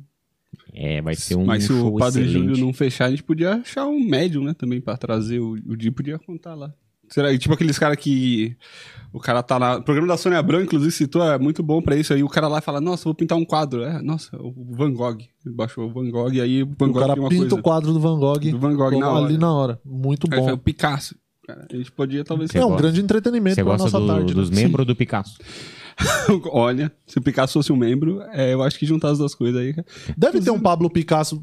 [SPEAKER 2] É, vai ser um
[SPEAKER 3] Mas se
[SPEAKER 2] show
[SPEAKER 3] o Padre
[SPEAKER 2] excelente.
[SPEAKER 3] Júlio não fechar, a gente podia achar um médium, né? Também pra trazer o, o Di, podia contar lá. Será que, tipo aqueles caras que. O cara tá na. O programa da Sônia Abrão, inclusive, citou, é muito bom pra isso. Aí o cara lá fala, nossa, vou pintar um quadro. É, nossa, o Van Gogh. Ele baixou o Van Gogh, e aí o Van
[SPEAKER 1] O
[SPEAKER 3] Gogh
[SPEAKER 1] cara
[SPEAKER 3] tem uma
[SPEAKER 1] pinta
[SPEAKER 3] coisa.
[SPEAKER 1] o quadro do Van Gogh,
[SPEAKER 3] Do Van Gogh na hora.
[SPEAKER 1] ali na hora. Muito
[SPEAKER 3] Aí foi o
[SPEAKER 1] bom.
[SPEAKER 3] Picasso. Cara, a gente podia talvez.
[SPEAKER 2] Você
[SPEAKER 1] é um
[SPEAKER 2] gosta-
[SPEAKER 1] grande entretenimento
[SPEAKER 2] Você
[SPEAKER 1] pra
[SPEAKER 2] gosta
[SPEAKER 1] nossa
[SPEAKER 2] do-
[SPEAKER 1] tarde. né?
[SPEAKER 2] dos membros ou do Picasso?
[SPEAKER 3] [LAUGHS] Olha, se o Picasso fosse um membro, é, eu acho que juntar as duas coisas aí. cara.
[SPEAKER 1] Sim. Deve ter um Pablo Picasso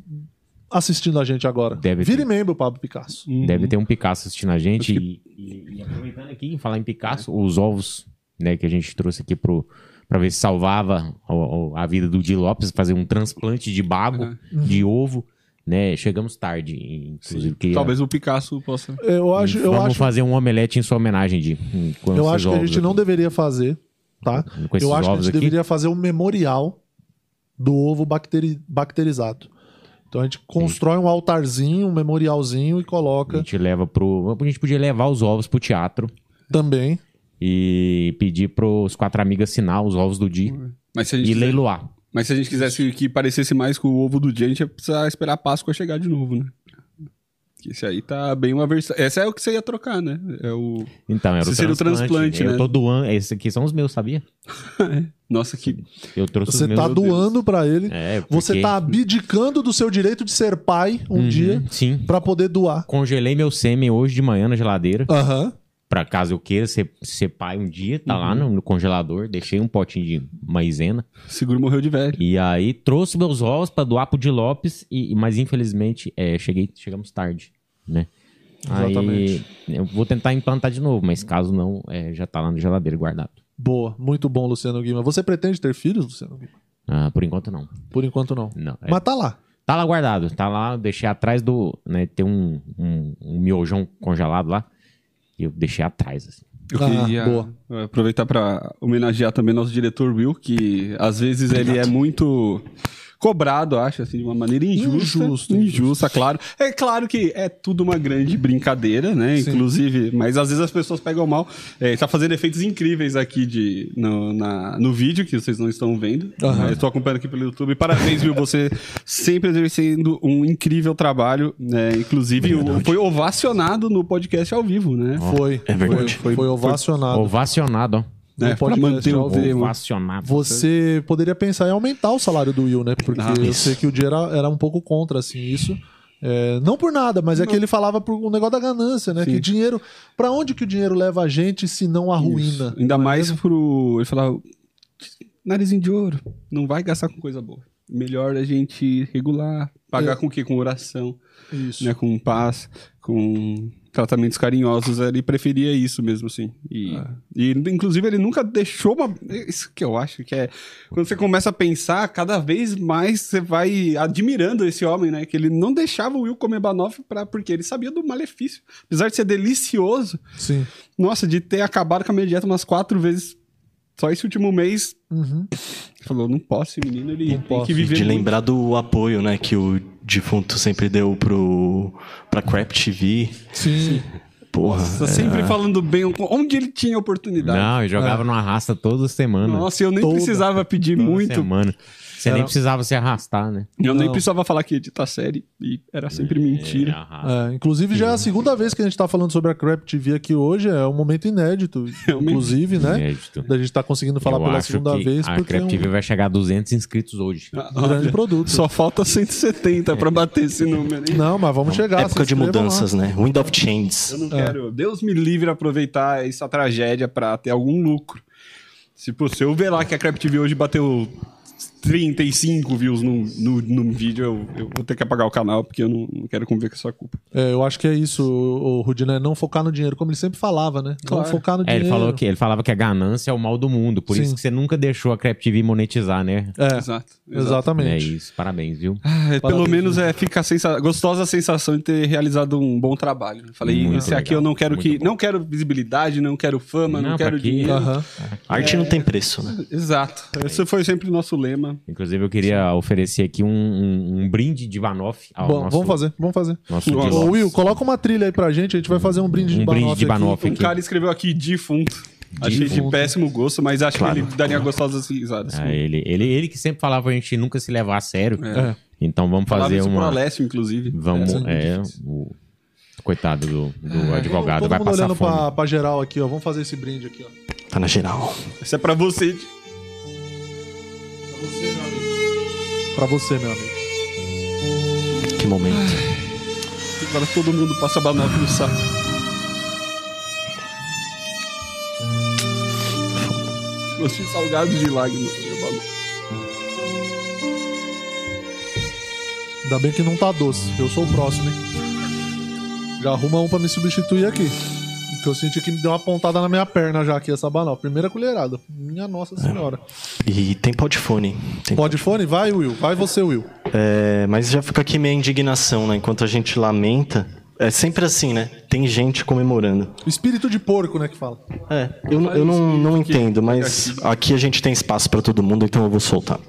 [SPEAKER 1] assistindo a gente agora.
[SPEAKER 2] Deve
[SPEAKER 1] Vire
[SPEAKER 2] ter.
[SPEAKER 1] membro, Pablo Picasso.
[SPEAKER 2] Deve ter um Picasso assistindo a gente. E, e- e aproveitando aqui, falar em Picasso,
[SPEAKER 1] É.
[SPEAKER 2] os ovos né, que a gente trouxe aqui pro, pra ver se salvava o- o- a vida do Di Lopes, fazer um transplante de bago,
[SPEAKER 1] Uhum.
[SPEAKER 2] de ovo. Né, chegamos tarde, inclusive. queria-
[SPEAKER 3] Talvez o Picasso possa.
[SPEAKER 1] Eu acho, eu
[SPEAKER 2] Vamos
[SPEAKER 1] acho,
[SPEAKER 2] fazer um omelete em sua homenagem, Di. com
[SPEAKER 1] eu
[SPEAKER 2] esses
[SPEAKER 1] acho que a
[SPEAKER 2] ovos
[SPEAKER 1] gente não
[SPEAKER 2] aqui.
[SPEAKER 1] deveria fazer, tá?
[SPEAKER 2] Com esses
[SPEAKER 1] Eu acho que a
[SPEAKER 2] ovos
[SPEAKER 1] gente
[SPEAKER 2] aqui.
[SPEAKER 1] deveria fazer um memorial do ovo bacteri- bacterizado. Então a gente constrói um altarzinho, um memorialzinho e
[SPEAKER 2] A
[SPEAKER 1] coloca
[SPEAKER 2] gente leva pro. A gente podia levar os ovos pro teatro
[SPEAKER 1] também.
[SPEAKER 2] e pedir pros quatro amigos assinar os ovos do Di
[SPEAKER 3] Mas se a gente
[SPEAKER 1] é
[SPEAKER 2] e
[SPEAKER 3] quiser-
[SPEAKER 2] leiloar.
[SPEAKER 3] Mas se a gente quisesse que parecesse mais com o ovo do dia, a gente ia precisar esperar a Páscoa chegar de novo, né? Que Esse aí tá bem uma versão. Essa é o que você ia trocar, né? É o.
[SPEAKER 2] Então, era
[SPEAKER 3] Se
[SPEAKER 2] o
[SPEAKER 3] seria o
[SPEAKER 2] transplante.
[SPEAKER 3] transplante,
[SPEAKER 2] eu
[SPEAKER 3] né?
[SPEAKER 2] tô doando. Esses aqui são os meus, sabia?
[SPEAKER 3] Nossa, que.
[SPEAKER 2] Eu trouxe
[SPEAKER 1] Você
[SPEAKER 2] os meus.
[SPEAKER 1] tá doando pra ele.
[SPEAKER 2] É, porque...
[SPEAKER 1] Você tá abdicando do seu direito de ser pai um
[SPEAKER 2] Uhum,
[SPEAKER 1] dia
[SPEAKER 2] Sim.
[SPEAKER 1] pra poder doar.
[SPEAKER 2] Congelei meu sêmen hoje de manhã na geladeira.
[SPEAKER 1] Aham.
[SPEAKER 2] Pra caso eu queira ser, ser pai um dia, tá lá
[SPEAKER 1] Uhum.
[SPEAKER 2] no, no congelador. Deixei um potinho de maisena.
[SPEAKER 3] Seguro morreu de velho.
[SPEAKER 2] E aí trouxe meus ovos pra doar pro Di Lopes. E, mas infelizmente, é, cheguei, chegamos tarde, né?
[SPEAKER 1] Exatamente.
[SPEAKER 2] Aí, eu vou tentar implantar de novo, mas caso não, é, já tá lá na geladeira guardado.
[SPEAKER 1] Boa, muito bom, Luciano Guima. Você pretende ter filhos, Luciano Guima?
[SPEAKER 2] Ah, por enquanto, não.
[SPEAKER 1] Por enquanto não.
[SPEAKER 2] Não. é-
[SPEAKER 1] Mas tá lá.
[SPEAKER 2] Tá lá guardado, tá lá, eu deixei atrás do. Né, tem um, um, um miojão congelado lá. E eu deixei atrás, assim.
[SPEAKER 3] Eu
[SPEAKER 1] Ah,
[SPEAKER 3] queria
[SPEAKER 1] boa.
[SPEAKER 3] aproveitar pra homenagear também nosso diretor Will, que às vezes ele é muito cobrado, acho, assim, de uma maneira injusta.
[SPEAKER 1] Injusto,
[SPEAKER 3] Injusta, claro. É claro que é tudo uma grande brincadeira, né?
[SPEAKER 1] Sim.
[SPEAKER 3] Inclusive, mas às vezes as pessoas pegam mal. É, tá fazendo efeitos incríveis aqui de, no, na- no vídeo, que vocês não estão vendo.
[SPEAKER 1] Aham.
[SPEAKER 3] mas Eu tô acompanhando aqui pelo YouTube. Parabéns, Will, você sempre exercendo um incrível trabalho, né? Inclusive, o- foi ovacionado no podcast ao vivo, né?
[SPEAKER 1] Foi.
[SPEAKER 4] É verdade.
[SPEAKER 1] Foi, foi ovacionado.
[SPEAKER 2] Ovacionado, ó.
[SPEAKER 1] Não
[SPEAKER 3] É,
[SPEAKER 1] pode
[SPEAKER 3] pra manter
[SPEAKER 1] deixar
[SPEAKER 3] o
[SPEAKER 1] o tema.
[SPEAKER 3] tema.
[SPEAKER 2] Ovacionado.
[SPEAKER 1] Você poderia pensar em aumentar o salário do Will, né? Porque
[SPEAKER 3] Ah,
[SPEAKER 1] eu
[SPEAKER 4] isso.
[SPEAKER 1] sei que o dia era, era um pouco contra, assim, isso. É, não por nada, mas é que ele falava por um negócio da ganância, né?
[SPEAKER 3] Sim.
[SPEAKER 1] Que dinheiro. Pra onde que o dinheiro leva a gente se não a ruína?
[SPEAKER 3] Isso. Ainda mais pro. Ele falava. Narizinho de ouro. Não vai gastar com coisa boa. Melhor a gente regular.
[SPEAKER 1] É.
[SPEAKER 3] Pagar com o quê? Com oração,
[SPEAKER 1] Isso.
[SPEAKER 3] né? Com paz, com tratamentos carinhosos. Ele preferia isso mesmo, assim. E, e, inclusive, ele nunca deixou uma... Isso que eu acho que é... Quando você começa a pensar, cada vez mais você vai admirando esse homem, né? Que ele não deixava o Will comer banoffee pra... porque ele sabia do malefício. Apesar de ser delicioso,
[SPEAKER 1] Sim.
[SPEAKER 3] nossa, de ter acabado com a minha dieta umas quatro vezes. Só esse último mês.
[SPEAKER 1] Uhum.
[SPEAKER 3] Ele Falou, não posso, esse menino, ele tem
[SPEAKER 1] posso.
[SPEAKER 3] que viver.
[SPEAKER 4] De
[SPEAKER 3] muito.
[SPEAKER 4] lembrar do apoio, né, que o defunto sempre deu pro pra Crap TV.
[SPEAKER 1] Sim.
[SPEAKER 4] Porra. é.
[SPEAKER 3] Nossa, sempre falando bem, onde ele tinha oportunidade.
[SPEAKER 2] Não, eu jogava
[SPEAKER 1] É.
[SPEAKER 2] numa raça toda semana.
[SPEAKER 3] Nossa, eu nem
[SPEAKER 1] Toda.
[SPEAKER 3] precisava pedir
[SPEAKER 2] toda
[SPEAKER 3] muito.
[SPEAKER 2] Semana. Você
[SPEAKER 1] Era-
[SPEAKER 2] nem precisava se arrastar, né?
[SPEAKER 3] Eu nem
[SPEAKER 1] Não.
[SPEAKER 3] precisava falar que ia editar série. E era sempre mentira.
[SPEAKER 2] Arrasta.
[SPEAKER 1] É, inclusive, já é a segunda vez que a gente tá falando sobre a Crap TV aqui hoje. É um momento
[SPEAKER 2] [LAUGHS]
[SPEAKER 1] inédito,
[SPEAKER 3] Realmente.
[SPEAKER 1] inclusive, né?
[SPEAKER 2] Inédito.
[SPEAKER 1] Da gente tá conseguindo falar
[SPEAKER 2] eu
[SPEAKER 1] pela
[SPEAKER 2] acho
[SPEAKER 1] segunda
[SPEAKER 2] que
[SPEAKER 1] vez,
[SPEAKER 2] a
[SPEAKER 1] porque é
[SPEAKER 2] Crep
[SPEAKER 1] um Ah,
[SPEAKER 2] TV vai chegar a 200 inscritos hoje. [LAUGHS]
[SPEAKER 1] grande produto.
[SPEAKER 3] Ah, Só falta 170 pra bater esse número. hein?
[SPEAKER 1] Não, mas vamos chegar.
[SPEAKER 4] Época
[SPEAKER 1] se
[SPEAKER 4] de
[SPEAKER 1] inscrevam lá.
[SPEAKER 4] mudanças, né? Wind of Changes.
[SPEAKER 3] Eu não
[SPEAKER 1] É.
[SPEAKER 3] quero. Deus me livre aproveitar essa tragédia pra ter algum lucro. Se possível, eu ver lá que a Crap TV hoje bateu 35 views num, no, num vídeo, eu, eu vou ter que apagar o canal, porque eu não, não quero conviver com essa culpa.
[SPEAKER 1] É, eu acho que é isso, o Rudina, é não focar no dinheiro, como ele sempre falava, né?
[SPEAKER 3] Claro.
[SPEAKER 1] Não focar no
[SPEAKER 2] É,
[SPEAKER 1] dinheiro.
[SPEAKER 2] ele falou que ele falava que a ganância é o mal do mundo, por
[SPEAKER 1] Sim.
[SPEAKER 2] isso que você nunca deixou a Crep TV monetizar, né?
[SPEAKER 1] É,
[SPEAKER 3] Exato.
[SPEAKER 2] É
[SPEAKER 1] exatamente.
[SPEAKER 2] isso, parabéns, viu?
[SPEAKER 3] Ah, pelo
[SPEAKER 1] Parabéns, né?
[SPEAKER 3] menos é, fica a sensa- gostosa a sensação de ter realizado um bom trabalho. Falei,
[SPEAKER 2] Muito
[SPEAKER 3] esse aqui
[SPEAKER 2] legal,
[SPEAKER 3] eu não quero
[SPEAKER 2] muito
[SPEAKER 3] que.
[SPEAKER 2] bom.
[SPEAKER 3] Não quero visibilidade, não quero fama, não,
[SPEAKER 2] Não, pra
[SPEAKER 3] quero
[SPEAKER 2] quê?
[SPEAKER 3] dinheiro.
[SPEAKER 1] Aham.
[SPEAKER 4] Arte não tem preço, né?
[SPEAKER 3] Exato. Esse foi sempre o nosso lema. Aham.
[SPEAKER 2] Inclusive, eu queria oferecer aqui um, um- um brinde de Banoff ao
[SPEAKER 1] Bom,
[SPEAKER 2] nosso,
[SPEAKER 1] vamos fazer, vamos fazer.
[SPEAKER 2] nosso
[SPEAKER 3] Nossa.
[SPEAKER 2] Dilops.
[SPEAKER 1] Ô, Will, coloca uma trilha aí pra gente, a gente vai fazer um brinde de
[SPEAKER 2] Um brinde
[SPEAKER 1] Banoff aqui.
[SPEAKER 2] de Banoff.
[SPEAKER 3] Um cara escreveu aqui defunto. Achei de
[SPEAKER 2] Defunto.
[SPEAKER 3] péssimo gosto, mas acho
[SPEAKER 4] Claro.
[SPEAKER 3] que ele daria gostosas risadas.
[SPEAKER 2] Ah, ele, ele, ele que sempre falava pra gente nunca se levar a sério.
[SPEAKER 1] É.
[SPEAKER 2] Então vamos
[SPEAKER 3] Falava
[SPEAKER 2] fazer
[SPEAKER 3] isso pro
[SPEAKER 2] uma.
[SPEAKER 3] Alessio, inclusive.
[SPEAKER 2] Vamos.
[SPEAKER 1] Essa é muito
[SPEAKER 2] É,
[SPEAKER 1] difícil.
[SPEAKER 2] o... Coitado do, do
[SPEAKER 1] É, Todo
[SPEAKER 2] advogado,
[SPEAKER 1] mundo
[SPEAKER 2] vai passar
[SPEAKER 1] olhando
[SPEAKER 2] fome.
[SPEAKER 1] pra, pra geral aqui, ó. Vamos fazer esse brinde aqui, ó.
[SPEAKER 4] Tá na geral.
[SPEAKER 3] Isso é pra você.
[SPEAKER 1] Pra você, meu amigo.
[SPEAKER 4] Que momento.
[SPEAKER 3] Agora todo mundo passa banoff no saco. Gosto de salgado de lágrimas.
[SPEAKER 1] Ainda bem que não tá doce. Eu sou o próximo, hein? Já arruma um pra me substituir aqui. Que eu senti que me deu uma pontada na minha perna já aqui, essa banal. Primeira colherada. Minha nossa senhora.
[SPEAKER 4] E tem pau de fone. Tem...
[SPEAKER 1] Pode fone? Vai, Will. Vai você, Will.
[SPEAKER 4] É, mas já fica aqui minha indignação, né? Enquanto a gente lamenta. É sempre assim, né? Tem gente comemorando.
[SPEAKER 1] Espírito de porco, né, que fala.
[SPEAKER 4] É, eu, n- eu não, não entendo, mas aqui a gente tem espaço pra todo mundo, então eu vou soltar.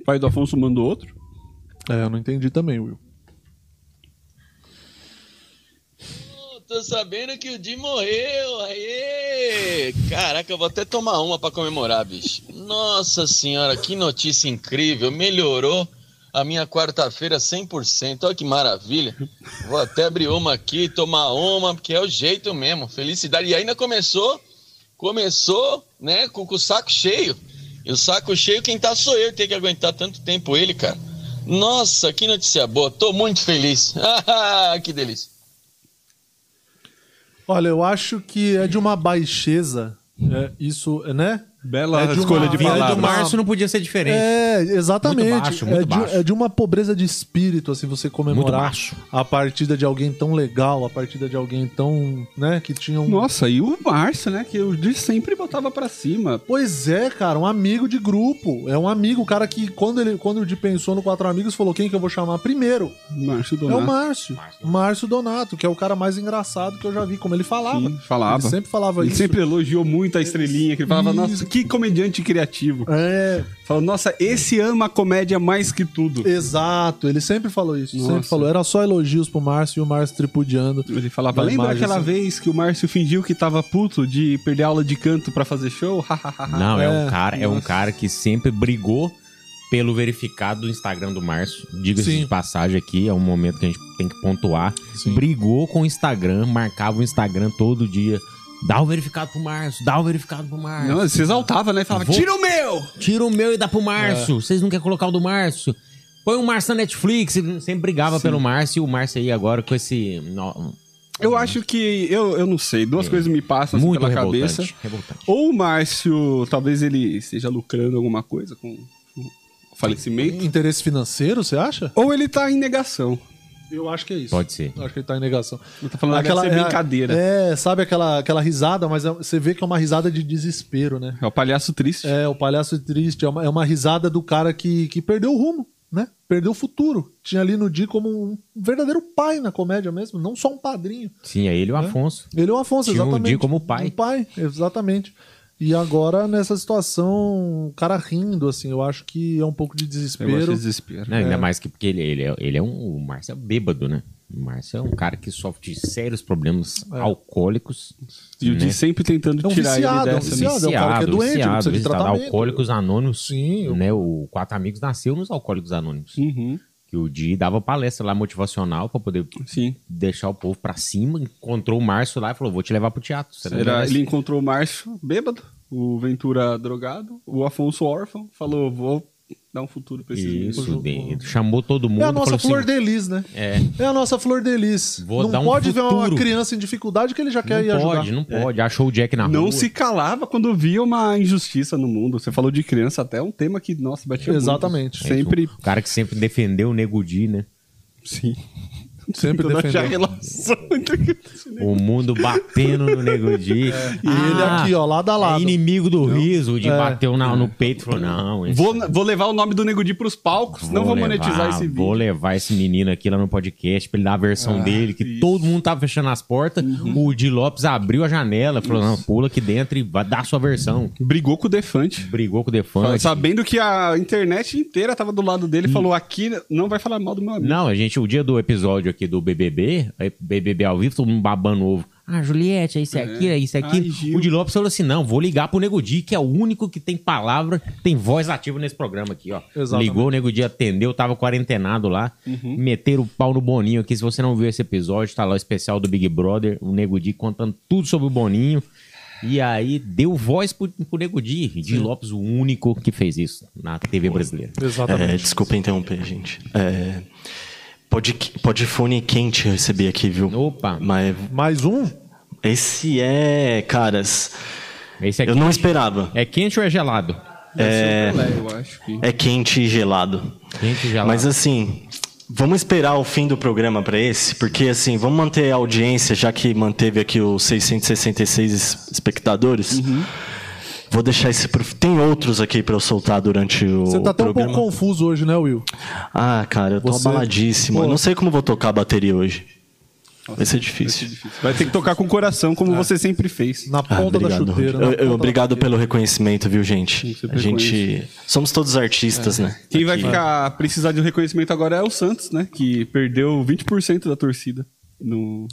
[SPEAKER 3] O pai do Afonso mandou outro.
[SPEAKER 1] É, eu não entendi também, Will.
[SPEAKER 5] Tô sabendo que o Di morreu, aê! Caraca, eu vou até tomar uma pra comemorar, bicho. Nossa senhora, que notícia incrível! Melhorou a minha quarta-feira 100%. Olha que maravilha. Vou até abrir uma aqui, tomar uma, porque é o jeito mesmo. Felicidade. E ainda começou, começou, né, com, com o saco cheio. E o saco cheio, quem tá sou eu, tem que aguentar tanto tempo ele, cara. Nossa, que notícia boa. Tô muito feliz. [LAUGHS] Ah, que delícia.
[SPEAKER 1] Olha, eu acho que é de uma baixeza. é, isso, né?
[SPEAKER 3] Bela
[SPEAKER 1] É de uma-
[SPEAKER 3] escolha de
[SPEAKER 1] Vem aí do
[SPEAKER 2] do
[SPEAKER 3] palavras.
[SPEAKER 1] mar.
[SPEAKER 2] Márcio não podia ser diferente.
[SPEAKER 1] É, exatamente.
[SPEAKER 2] Muito baixo, muito
[SPEAKER 1] é, de,
[SPEAKER 2] baixo.
[SPEAKER 1] é de uma pobreza de espírito, assim, você
[SPEAKER 2] Muito
[SPEAKER 1] comemorar
[SPEAKER 2] baixo.
[SPEAKER 1] a partida de alguém tão legal, a partida de alguém tão, né, que tinha um
[SPEAKER 3] Nossa, e o Márcio, né? Que eu de sempre botava pra cima.
[SPEAKER 1] Pois é, cara, um amigo de grupo. É um amigo, o cara que quando ele quando o Di pensou no Quatro Amigos, falou quem que eu vou chamar primeiro. É
[SPEAKER 3] Márcio
[SPEAKER 1] o
[SPEAKER 3] Donato.
[SPEAKER 1] Márcio. Márcio Donato, que é o cara mais engraçado que eu já vi, como ele falava.
[SPEAKER 3] Sim, falava.
[SPEAKER 1] Ele sempre falava
[SPEAKER 3] Ele
[SPEAKER 1] isso.
[SPEAKER 3] sempre elogiou muito a estrelinha, que ele falava,
[SPEAKER 1] Isso.
[SPEAKER 3] nossa, que comediante criativo.
[SPEAKER 1] É,
[SPEAKER 3] Falou, nossa, esse ama a comédia mais que tudo.
[SPEAKER 1] exato. Ele sempre falou isso.
[SPEAKER 3] Nossa.
[SPEAKER 1] Sempre falou. Era só elogios pro Márcio e o Márcio tripudiando.
[SPEAKER 3] Ele falava,
[SPEAKER 1] Da
[SPEAKER 3] lembra
[SPEAKER 1] imagem,
[SPEAKER 3] aquela
[SPEAKER 1] assim.
[SPEAKER 3] vez que o Márcio fingiu que tava puto de perder aula de canto pra fazer show?
[SPEAKER 2] Não, é,
[SPEAKER 1] É,
[SPEAKER 2] um cara, é um cara que sempre brigou pelo verificado do Instagram do Márcio. Diga-se
[SPEAKER 1] Sim.
[SPEAKER 2] de passagem aqui, é um momento que a gente tem que pontuar.
[SPEAKER 1] Sim.
[SPEAKER 2] Brigou com o Instagram, marcava o Instagram todo dia. Dá o verificado pro Márcio, dá o verificado pro Márcio.
[SPEAKER 3] Não, ele se exaltava, né? Falava,
[SPEAKER 2] Vou-
[SPEAKER 3] tira o meu!
[SPEAKER 2] Tira o meu e dá pro Márcio. Vocês não querem colocar o do Márcio? Põe o Márcio na Netflix. Ele sempre brigava pelo Márcio e o Márcio aí agora com esse. no-
[SPEAKER 3] Eu acho que, eu, eu não sei, duas coisas me passam assim,
[SPEAKER 2] É. Muito
[SPEAKER 3] pela
[SPEAKER 2] revoltante.
[SPEAKER 3] cabeça.
[SPEAKER 2] revoltante.
[SPEAKER 3] Ou o Márcio, talvez ele esteja lucrando alguma coisa com o falecimento.
[SPEAKER 1] Interesse financeiro, você acha?
[SPEAKER 3] Ou ele tá em negação.
[SPEAKER 1] Eu acho que é isso.
[SPEAKER 2] Pode ser.
[SPEAKER 1] Eu acho que ele tá em negação.
[SPEAKER 3] Ele tá falando aquela
[SPEAKER 1] é a-
[SPEAKER 3] brincadeira. É...
[SPEAKER 1] É, sabe aquela, aquela risada, mas é- você vê que é uma risada de desespero, né?
[SPEAKER 3] o palhaço triste.
[SPEAKER 1] É, o palhaço triste. É uma, é uma risada do cara que, que perdeu o rumo, né? Perdeu o futuro. Tinha ali no Di como um verdadeiro pai na comédia mesmo, não só um padrinho.
[SPEAKER 2] Sim, é ele e o Afonso.
[SPEAKER 1] Ele é o Afonso,
[SPEAKER 2] Tinha o
[SPEAKER 1] exatamente.
[SPEAKER 2] Di como pai.
[SPEAKER 1] Um pai, exatamente. E agora, nessa situação, o cara rindo, assim, eu acho que é um pouco de
[SPEAKER 3] Eu acho
[SPEAKER 1] desespero.
[SPEAKER 3] desespero.
[SPEAKER 2] Não, Né? ainda mais que porque ele, ele, é, ele é um. O Márcio é bêbado, né? O Márcio é um cara que sofre de sérios problemas alcoólicos.
[SPEAKER 3] E o
[SPEAKER 2] Né?
[SPEAKER 3] Di sempre tentando
[SPEAKER 1] É um
[SPEAKER 3] tirar
[SPEAKER 1] viciado, é
[SPEAKER 3] ele
[SPEAKER 1] um
[SPEAKER 3] dessa.
[SPEAKER 1] viciado. é o cara que é doente, ele
[SPEAKER 2] viciado,
[SPEAKER 1] precisa de
[SPEAKER 2] viciado.
[SPEAKER 1] tratamento.
[SPEAKER 2] Alcoólicos Anônimos.
[SPEAKER 1] Sim, eu-
[SPEAKER 2] Né? O Quatro Amigos nasceu nos Alcoólicos Anônimos.
[SPEAKER 3] Uhum,
[SPEAKER 2] Que o Di dava palestra lá motivacional pra poder
[SPEAKER 3] sim.
[SPEAKER 2] deixar o povo pra cima. Encontrou o Márcio lá e falou: Vou te levar pro teatro. você não
[SPEAKER 3] Era,
[SPEAKER 2] merece."
[SPEAKER 3] ele encontrou o Márcio bêbado, o Ventura drogado, o Afonso órfão, falou, vou dar um futuro pra esses meninos.
[SPEAKER 2] Isso, de- chamou todo mundo.
[SPEAKER 1] É a nossa
[SPEAKER 2] falou assim,
[SPEAKER 1] flor delis, né?
[SPEAKER 2] É.
[SPEAKER 1] É a nossa flor delis.
[SPEAKER 2] Vou
[SPEAKER 1] não
[SPEAKER 2] dar um
[SPEAKER 1] pode ver uma
[SPEAKER 2] futuro.
[SPEAKER 1] criança em dificuldade que ele já quer ir
[SPEAKER 2] Não
[SPEAKER 1] ajudar. É.
[SPEAKER 2] pode, não pode. Achou o Jack na
[SPEAKER 3] Não
[SPEAKER 2] rua.
[SPEAKER 3] se calava quando via uma injustiça no mundo. Você falou de criança, até é um tema que, nossa, batia muito.
[SPEAKER 1] Exatamente.
[SPEAKER 2] É isso,
[SPEAKER 3] Sempre, [LAUGHS]
[SPEAKER 2] O cara que sempre defendeu o Nego Di, né?
[SPEAKER 3] sim.
[SPEAKER 1] Sempre
[SPEAKER 3] toda essa
[SPEAKER 1] defendendo.
[SPEAKER 3] relação [LAUGHS] entre
[SPEAKER 2] O mundo batendo no
[SPEAKER 1] [LAUGHS]
[SPEAKER 2] Nego Di.
[SPEAKER 1] É. E ele aqui, ó, lado a lado.
[SPEAKER 2] É inimigo do riso, de
[SPEAKER 1] É.
[SPEAKER 2] bateu na- no peito e falou, não, esse-
[SPEAKER 3] Vou, vou levar o nome do Nego Di pros palcos, não vou monetizar esse vídeo.
[SPEAKER 2] Vou levar esse menino aqui lá no podcast pra ele dar a
[SPEAKER 1] É,
[SPEAKER 2] versão dele, que todo mundo tava fechando as portas.
[SPEAKER 1] Uhum.
[SPEAKER 2] O Di Lopes abriu a janela, falou: não, pula aqui dentro e vai dar a sua versão.
[SPEAKER 3] Brigou com o Defante.
[SPEAKER 2] Brigou com o Defante.
[SPEAKER 3] Sabendo que a internet inteira tava do lado dele, falou aqui, não vai falar mal do meu amigo.
[SPEAKER 2] Não, a gente, o dia do episódio aqui do BBB, aí BBB ao vivo, todo mundo babando ovo. Ah, Juliette, é isso é aqui, é isso é
[SPEAKER 3] Ai,
[SPEAKER 2] aqui.
[SPEAKER 3] Gil.
[SPEAKER 2] o Di Lopes falou assim: não, vou ligar pro Nego Di, que é o único que tem palavra, tem voz ativa nesse programa aqui, ó.
[SPEAKER 1] Exatamente.
[SPEAKER 2] Ligou, o Nego Di atendeu, tava quarentenado lá. Meteram o pau no Boninho aqui. Se você não viu esse episódio, tá lá o especial do Big Brother, o Nego Di contando tudo sobre o Boninho. E aí deu voz pro, pro Nego Di. Di Lopes, o único que fez isso na TV brasileira.
[SPEAKER 1] Exatamente.
[SPEAKER 4] É, desculpa interromper, gente. É, pode, pode fone quente eu recebi aqui, viu?
[SPEAKER 2] Opa. É.
[SPEAKER 4] Mas
[SPEAKER 1] Mais um?
[SPEAKER 4] esse é, caras.
[SPEAKER 2] Esse aqui
[SPEAKER 4] Eu não esperava.
[SPEAKER 2] é quente ou é gelado?
[SPEAKER 3] É... Eu acho que...
[SPEAKER 4] É quente e gelado.
[SPEAKER 2] Quente e gelado.
[SPEAKER 4] Mas assim, vamos esperar o fim do programa para esse, porque assim, vamos manter a audiência, já que manteve aqui os 666 es- espectadores. Vou deixar esse pro... Tem outros aqui para eu soltar durante o
[SPEAKER 1] Você tá até um
[SPEAKER 4] programa.
[SPEAKER 1] pouco confuso hoje, né, Will?
[SPEAKER 4] Ah, cara, eu tô
[SPEAKER 1] Você-
[SPEAKER 4] abaladíssimo. Eu
[SPEAKER 1] Pô.
[SPEAKER 4] não sei como vou tocar a bateria hoje. Vai ser difícil.
[SPEAKER 3] Vai ter que tocar com o coração,
[SPEAKER 1] É.
[SPEAKER 3] como você sempre fez.
[SPEAKER 1] Na
[SPEAKER 4] Ah,
[SPEAKER 1] ponta da
[SPEAKER 4] obrigado,
[SPEAKER 1] chuteira.
[SPEAKER 4] Rogério.
[SPEAKER 1] na
[SPEAKER 4] Eu- eu-
[SPEAKER 1] ponta
[SPEAKER 4] obrigado
[SPEAKER 1] da...
[SPEAKER 4] pelo reconhecimento, viu, gente?
[SPEAKER 3] você
[SPEAKER 4] A gente. Somos todos artistas,
[SPEAKER 1] É.
[SPEAKER 4] né?
[SPEAKER 3] Quem vai
[SPEAKER 4] Aqui.
[SPEAKER 3] ficar precisar de um reconhecimento agora é o Santos, né? Que perdeu 20% da torcida. No...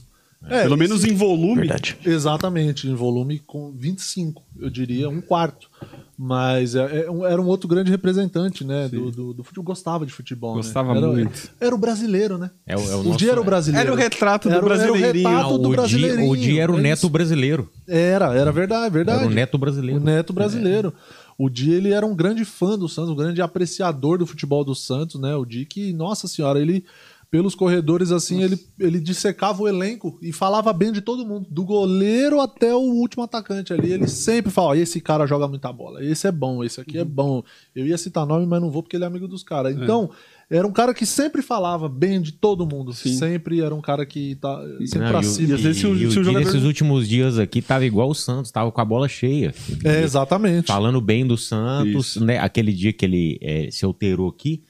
[SPEAKER 1] É,
[SPEAKER 3] Pelo menos em volume.
[SPEAKER 4] Verdade.
[SPEAKER 1] Exatamente, em volume com 25, eu diria, um quarto. Mas é- é um- era um outro grande representante, né? Do, do, do futebol. Gostava de futebol. né?
[SPEAKER 3] Gostava
[SPEAKER 1] Era-
[SPEAKER 3] muito.
[SPEAKER 1] Era o brasileiro, né?
[SPEAKER 2] É o- é o
[SPEAKER 1] o
[SPEAKER 2] nosso-
[SPEAKER 1] dia era o brasileiro.
[SPEAKER 3] Era o retrato do
[SPEAKER 1] Era o-
[SPEAKER 3] brasileirinho.
[SPEAKER 1] Era o retrato do
[SPEAKER 2] Ah, o, Di,
[SPEAKER 1] É brasileirinho.
[SPEAKER 2] o Di era o
[SPEAKER 1] é
[SPEAKER 2] neto
[SPEAKER 1] isso.
[SPEAKER 2] brasileiro.
[SPEAKER 1] Era, era verdade, verdade.
[SPEAKER 2] Era o neto
[SPEAKER 1] O
[SPEAKER 2] brasileiro.
[SPEAKER 1] neto brasileiro. O Di, ele era um grande fã do Santos, um grande apreciador do futebol do Santos, né? O Di que, nossa senhora, ele, pelos corredores assim, ele, ele dissecava o elenco e falava bem de todo mundo, do goleiro até o último atacante ali. Ele sempre fala: "Ó, esse cara joga muita bola, esse é bom, esse aqui é bom. Eu ia citar nome, mas não vou porque ele é amigo dos caras. Então. Era um cara que sempre falava bem de todo mundo. Sempre era um cara que tá sempre
[SPEAKER 2] Não,
[SPEAKER 1] pra
[SPEAKER 2] né? e o-
[SPEAKER 1] cima.
[SPEAKER 2] e
[SPEAKER 3] às vezes se o-
[SPEAKER 2] o
[SPEAKER 3] se o
[SPEAKER 2] Di,
[SPEAKER 3] jogador-
[SPEAKER 2] nesses últimos dias aqui tava igual o Santos, tava com a bola cheia.
[SPEAKER 1] É, exatamente.
[SPEAKER 2] Falando bem do Santos, né? Aquele dia que ele eh, se alterou aqui,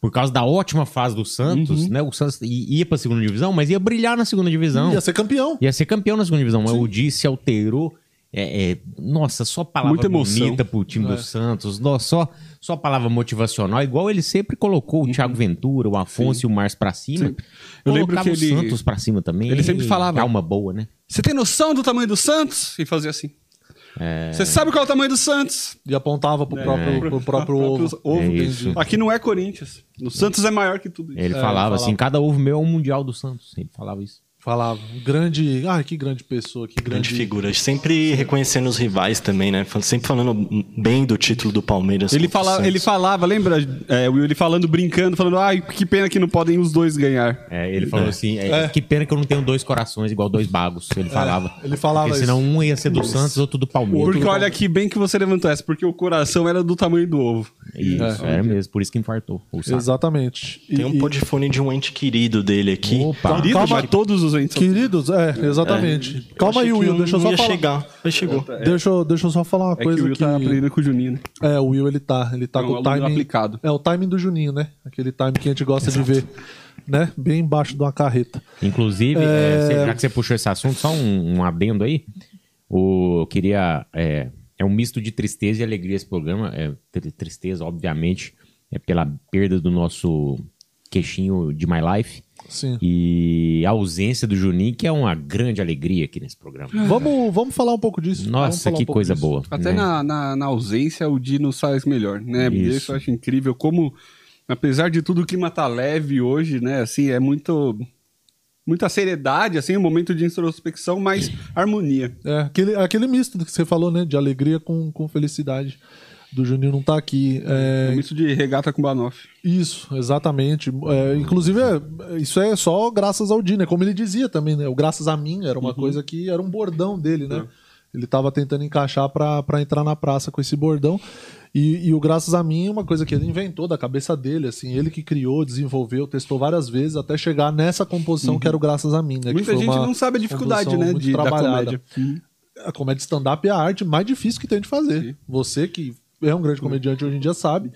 [SPEAKER 2] por causa da ótima fase do Santos, né? O Santos i- ia pra segunda divisão, mas ia brilhar na segunda divisão.
[SPEAKER 1] Ia ser campeão.
[SPEAKER 2] Ia ser campeão na segunda divisão, mas o Di se alterou. É, é, nossa, só palavra
[SPEAKER 3] Muita emoção.
[SPEAKER 2] bonita pro time do Santos. Nossa, só, só palavra motivacional, igual ele sempre colocou o Thiago Ventura, o Afonso e o Márcio pra cima.
[SPEAKER 3] Eu lembro
[SPEAKER 2] Colocava
[SPEAKER 3] que ele-
[SPEAKER 2] o Santos pra cima também.
[SPEAKER 3] ele sempre
[SPEAKER 2] Ei,
[SPEAKER 3] falava.
[SPEAKER 2] Calma boa, né?
[SPEAKER 3] Você tem noção do tamanho do Santos? E fazia assim. Você sabe qual é o tamanho do Santos?
[SPEAKER 1] E apontava
[SPEAKER 4] É.
[SPEAKER 1] pro próprio, pro próprio ovo.
[SPEAKER 3] ovo.
[SPEAKER 2] É
[SPEAKER 3] entendi.
[SPEAKER 2] isso.
[SPEAKER 3] Aqui não é Corinthians. O Santos é maior que tudo isso.
[SPEAKER 2] Ele falava, assim: cada ovo meu é um mundial do Santos. Ele falava isso.
[SPEAKER 1] Falava. Um Grande. Ah, que grande pessoa, que grande.
[SPEAKER 4] Grande figura. Sempre reconhecendo os rivais também, né? Fal- Sempre falando bem do título do Palmeiras.
[SPEAKER 3] Ele,
[SPEAKER 4] contra o
[SPEAKER 3] fala,
[SPEAKER 4] Santos.
[SPEAKER 3] ele falava, lembra, é, Will, ele falando, brincando, falando, ai, que pena que não podem os dois ganhar.
[SPEAKER 2] É, ele falou assim: é, que pena que eu não tenho dois corações igual dois bagos. Ele falava.
[SPEAKER 1] ele falava isso.
[SPEAKER 2] Porque senão um ia ser do Santos, outro do Palmeiras.
[SPEAKER 3] Porque olha que bem que você levantou essa, porque o coração era do tamanho do ovo.
[SPEAKER 2] Isso, é, mesmo. Por isso que infartou. O saco.
[SPEAKER 1] Exatamente. E-
[SPEAKER 4] Tem um
[SPEAKER 1] e-
[SPEAKER 4] podfone de um ente querido dele aqui.
[SPEAKER 2] Opa.
[SPEAKER 3] Querido
[SPEAKER 1] Calma.
[SPEAKER 3] de todos os entes.
[SPEAKER 1] Queridos, é, exatamente.
[SPEAKER 4] Eu
[SPEAKER 1] Calma
[SPEAKER 4] achei
[SPEAKER 1] aí,
[SPEAKER 4] que
[SPEAKER 1] Will,
[SPEAKER 4] não
[SPEAKER 1] deixa eu só
[SPEAKER 4] ia
[SPEAKER 1] falar.
[SPEAKER 4] chegar. É. Mas chegou.
[SPEAKER 1] Deixa, eu- deixa eu só falar uma
[SPEAKER 3] É que
[SPEAKER 1] coisa
[SPEAKER 3] o Will
[SPEAKER 1] que.
[SPEAKER 3] tá aprendendo com o Juninho, né?
[SPEAKER 1] É, o Will ele tá. Ele tá
[SPEAKER 3] É um
[SPEAKER 1] com o
[SPEAKER 3] aluno
[SPEAKER 1] timing.
[SPEAKER 3] aplicado.
[SPEAKER 1] É o timing do Juninho, né? Aquele timing que a gente gosta de ver, né? Bem embaixo de uma carreta.
[SPEAKER 2] Inclusive,
[SPEAKER 1] É.
[SPEAKER 2] é, cê- já que você puxou esse assunto, só um, um adendo aí. O, eu queria. É, é um misto de tristeza e alegria esse programa. É, tri- tristeza, obviamente, é pela perda do nosso queixinho de My Life.
[SPEAKER 1] Sim.
[SPEAKER 2] E a ausência do Juninho, que é uma grande alegria aqui nesse programa.
[SPEAKER 1] Vamos, vamos falar um pouco disso. Vamos
[SPEAKER 2] Nossa,
[SPEAKER 1] falar um
[SPEAKER 2] que
[SPEAKER 1] pouco
[SPEAKER 2] coisa
[SPEAKER 1] disso.
[SPEAKER 2] boa.
[SPEAKER 3] Até
[SPEAKER 2] né?
[SPEAKER 3] na, na, na ausência, o Dino sai melhor, né? Isso.
[SPEAKER 2] Isso.
[SPEAKER 3] eu acho incrível como, apesar de tudo, o clima tá leve hoje, né? Assim, é muito... Muita seriedade, assim, um momento de introspecção, mas harmonia.
[SPEAKER 1] É, aquele, aquele misto que você falou, né? De alegria com, com felicidade. Do Juninho não tá aqui. É,
[SPEAKER 3] Um misto de regata com banoff.
[SPEAKER 1] Isso, exatamente. É, inclusive, é, isso é
[SPEAKER 3] Uhum.
[SPEAKER 1] só graças ao Dino, é como ele dizia também, né? O graças a mim era uma coisa que era um bordão dele, né? Ele tava tentando encaixar pra pra entrar na praça com esse bordão. E, e o Graças a Mim é uma coisa que ele inventou da cabeça dele, assim, ele que criou, desenvolveu, testou várias vezes até chegar nessa composição que era o Graças a Mim, né? que
[SPEAKER 3] Uhum. Muita
[SPEAKER 1] foi
[SPEAKER 3] gente
[SPEAKER 1] uma
[SPEAKER 3] não sabe a dificuldade,
[SPEAKER 1] composição
[SPEAKER 3] né,
[SPEAKER 1] muito
[SPEAKER 3] de, da
[SPEAKER 1] trabalhada. Uhum.
[SPEAKER 3] comédia.
[SPEAKER 1] A comédia stand-up é a arte mais difícil que tem de fazer. Você que é um grande comediante hoje em dia sabe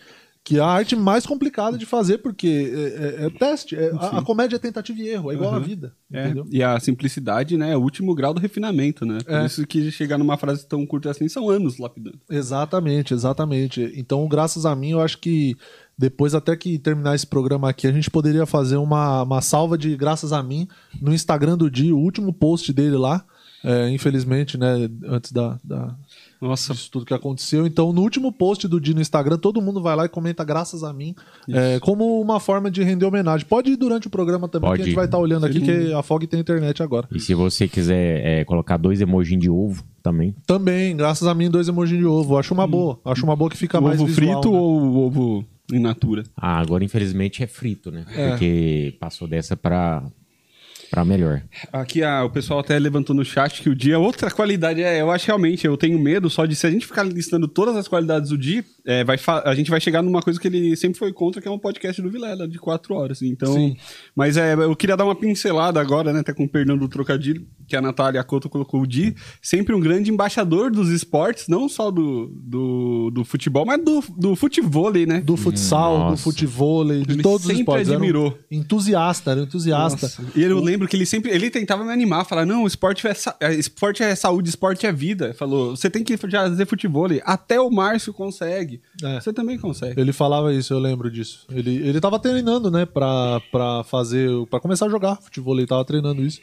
[SPEAKER 1] que é a arte mais complicada de fazer, porque é, é- é teste. é- a, a comédia é tentativa e erro, é igual a
[SPEAKER 3] Uhum.
[SPEAKER 1] vida.
[SPEAKER 3] É,
[SPEAKER 1] Entendeu?
[SPEAKER 3] e a simplicidade, né, é o último grau do refinamento, né? Por
[SPEAKER 1] É.
[SPEAKER 3] isso que chegar numa frase tão curta assim são anos lapidando.
[SPEAKER 1] Exatamente, exatamente. Então, graças a mim, eu acho que depois, até que terminar esse programa aqui, a gente poderia fazer uma, uma salva de graças a mim no Instagram do Di, o último post dele lá. É, infelizmente, né, antes da, da,
[SPEAKER 3] Nossa,
[SPEAKER 1] disso tudo que aconteceu. Então, no último post do Dino Instagram, todo mundo vai lá e comenta graças a mim, é, como uma forma de render homenagem. Pode ir durante o programa também,
[SPEAKER 2] Pode
[SPEAKER 1] que a gente
[SPEAKER 2] ir.
[SPEAKER 1] vai estar olhando aqui,
[SPEAKER 3] Sim.
[SPEAKER 1] que a FOG tem internet agora.
[SPEAKER 2] E se você quiser é, colocar dois emojis de ovo também.
[SPEAKER 1] Também, graças a mim, dois emojis de ovo. Acho uma boa. Acho uma boa que fica
[SPEAKER 3] Hum. o
[SPEAKER 1] mais
[SPEAKER 3] ovo
[SPEAKER 1] visual,
[SPEAKER 3] frito
[SPEAKER 1] né?
[SPEAKER 3] ou o ovo in natura?
[SPEAKER 2] Ah, agora infelizmente é frito, né?
[SPEAKER 1] É.
[SPEAKER 2] Porque passou dessa pra, pra melhor.
[SPEAKER 3] Aqui ah, o pessoal até levantou no chat que o dia é outra qualidade. É, eu acho realmente, eu tenho medo só de se a gente ficar listando todas as qualidades do dia, é, vai fa- a gente vai chegar numa coisa que ele sempre foi contra, que é um podcast do Vilela, de quatro horas. assim. Então, mas é, eu queria dar uma pincelada agora, né, até com o perdão do trocadilho, que a Natália Couto colocou o Di, sempre um grande embaixador dos esportes, não só do, do, do futebol, mas do, do futevôlei, né?
[SPEAKER 1] Do futsal, do
[SPEAKER 2] Nossa.
[SPEAKER 1] futevôlei, de
[SPEAKER 3] Ele
[SPEAKER 1] todos os
[SPEAKER 3] sempre
[SPEAKER 1] esportes. Era um
[SPEAKER 3] admirou.
[SPEAKER 1] entusiasta, era um entusiasta.
[SPEAKER 3] Nossa. E eu lembro que ele sempre. Ele tentava me animar, falar: não, esporte é, sa- é, esporte é saúde, esporte é vida. Ele Falou: você tem que fazer futebol. Até o Márcio consegue.
[SPEAKER 1] É.
[SPEAKER 3] Você também consegue.
[SPEAKER 1] Ele falava isso, eu lembro disso. Ele, ele tava treinando, né, pra, pra fazer, pra começar a jogar futebol, ele tava treinando isso.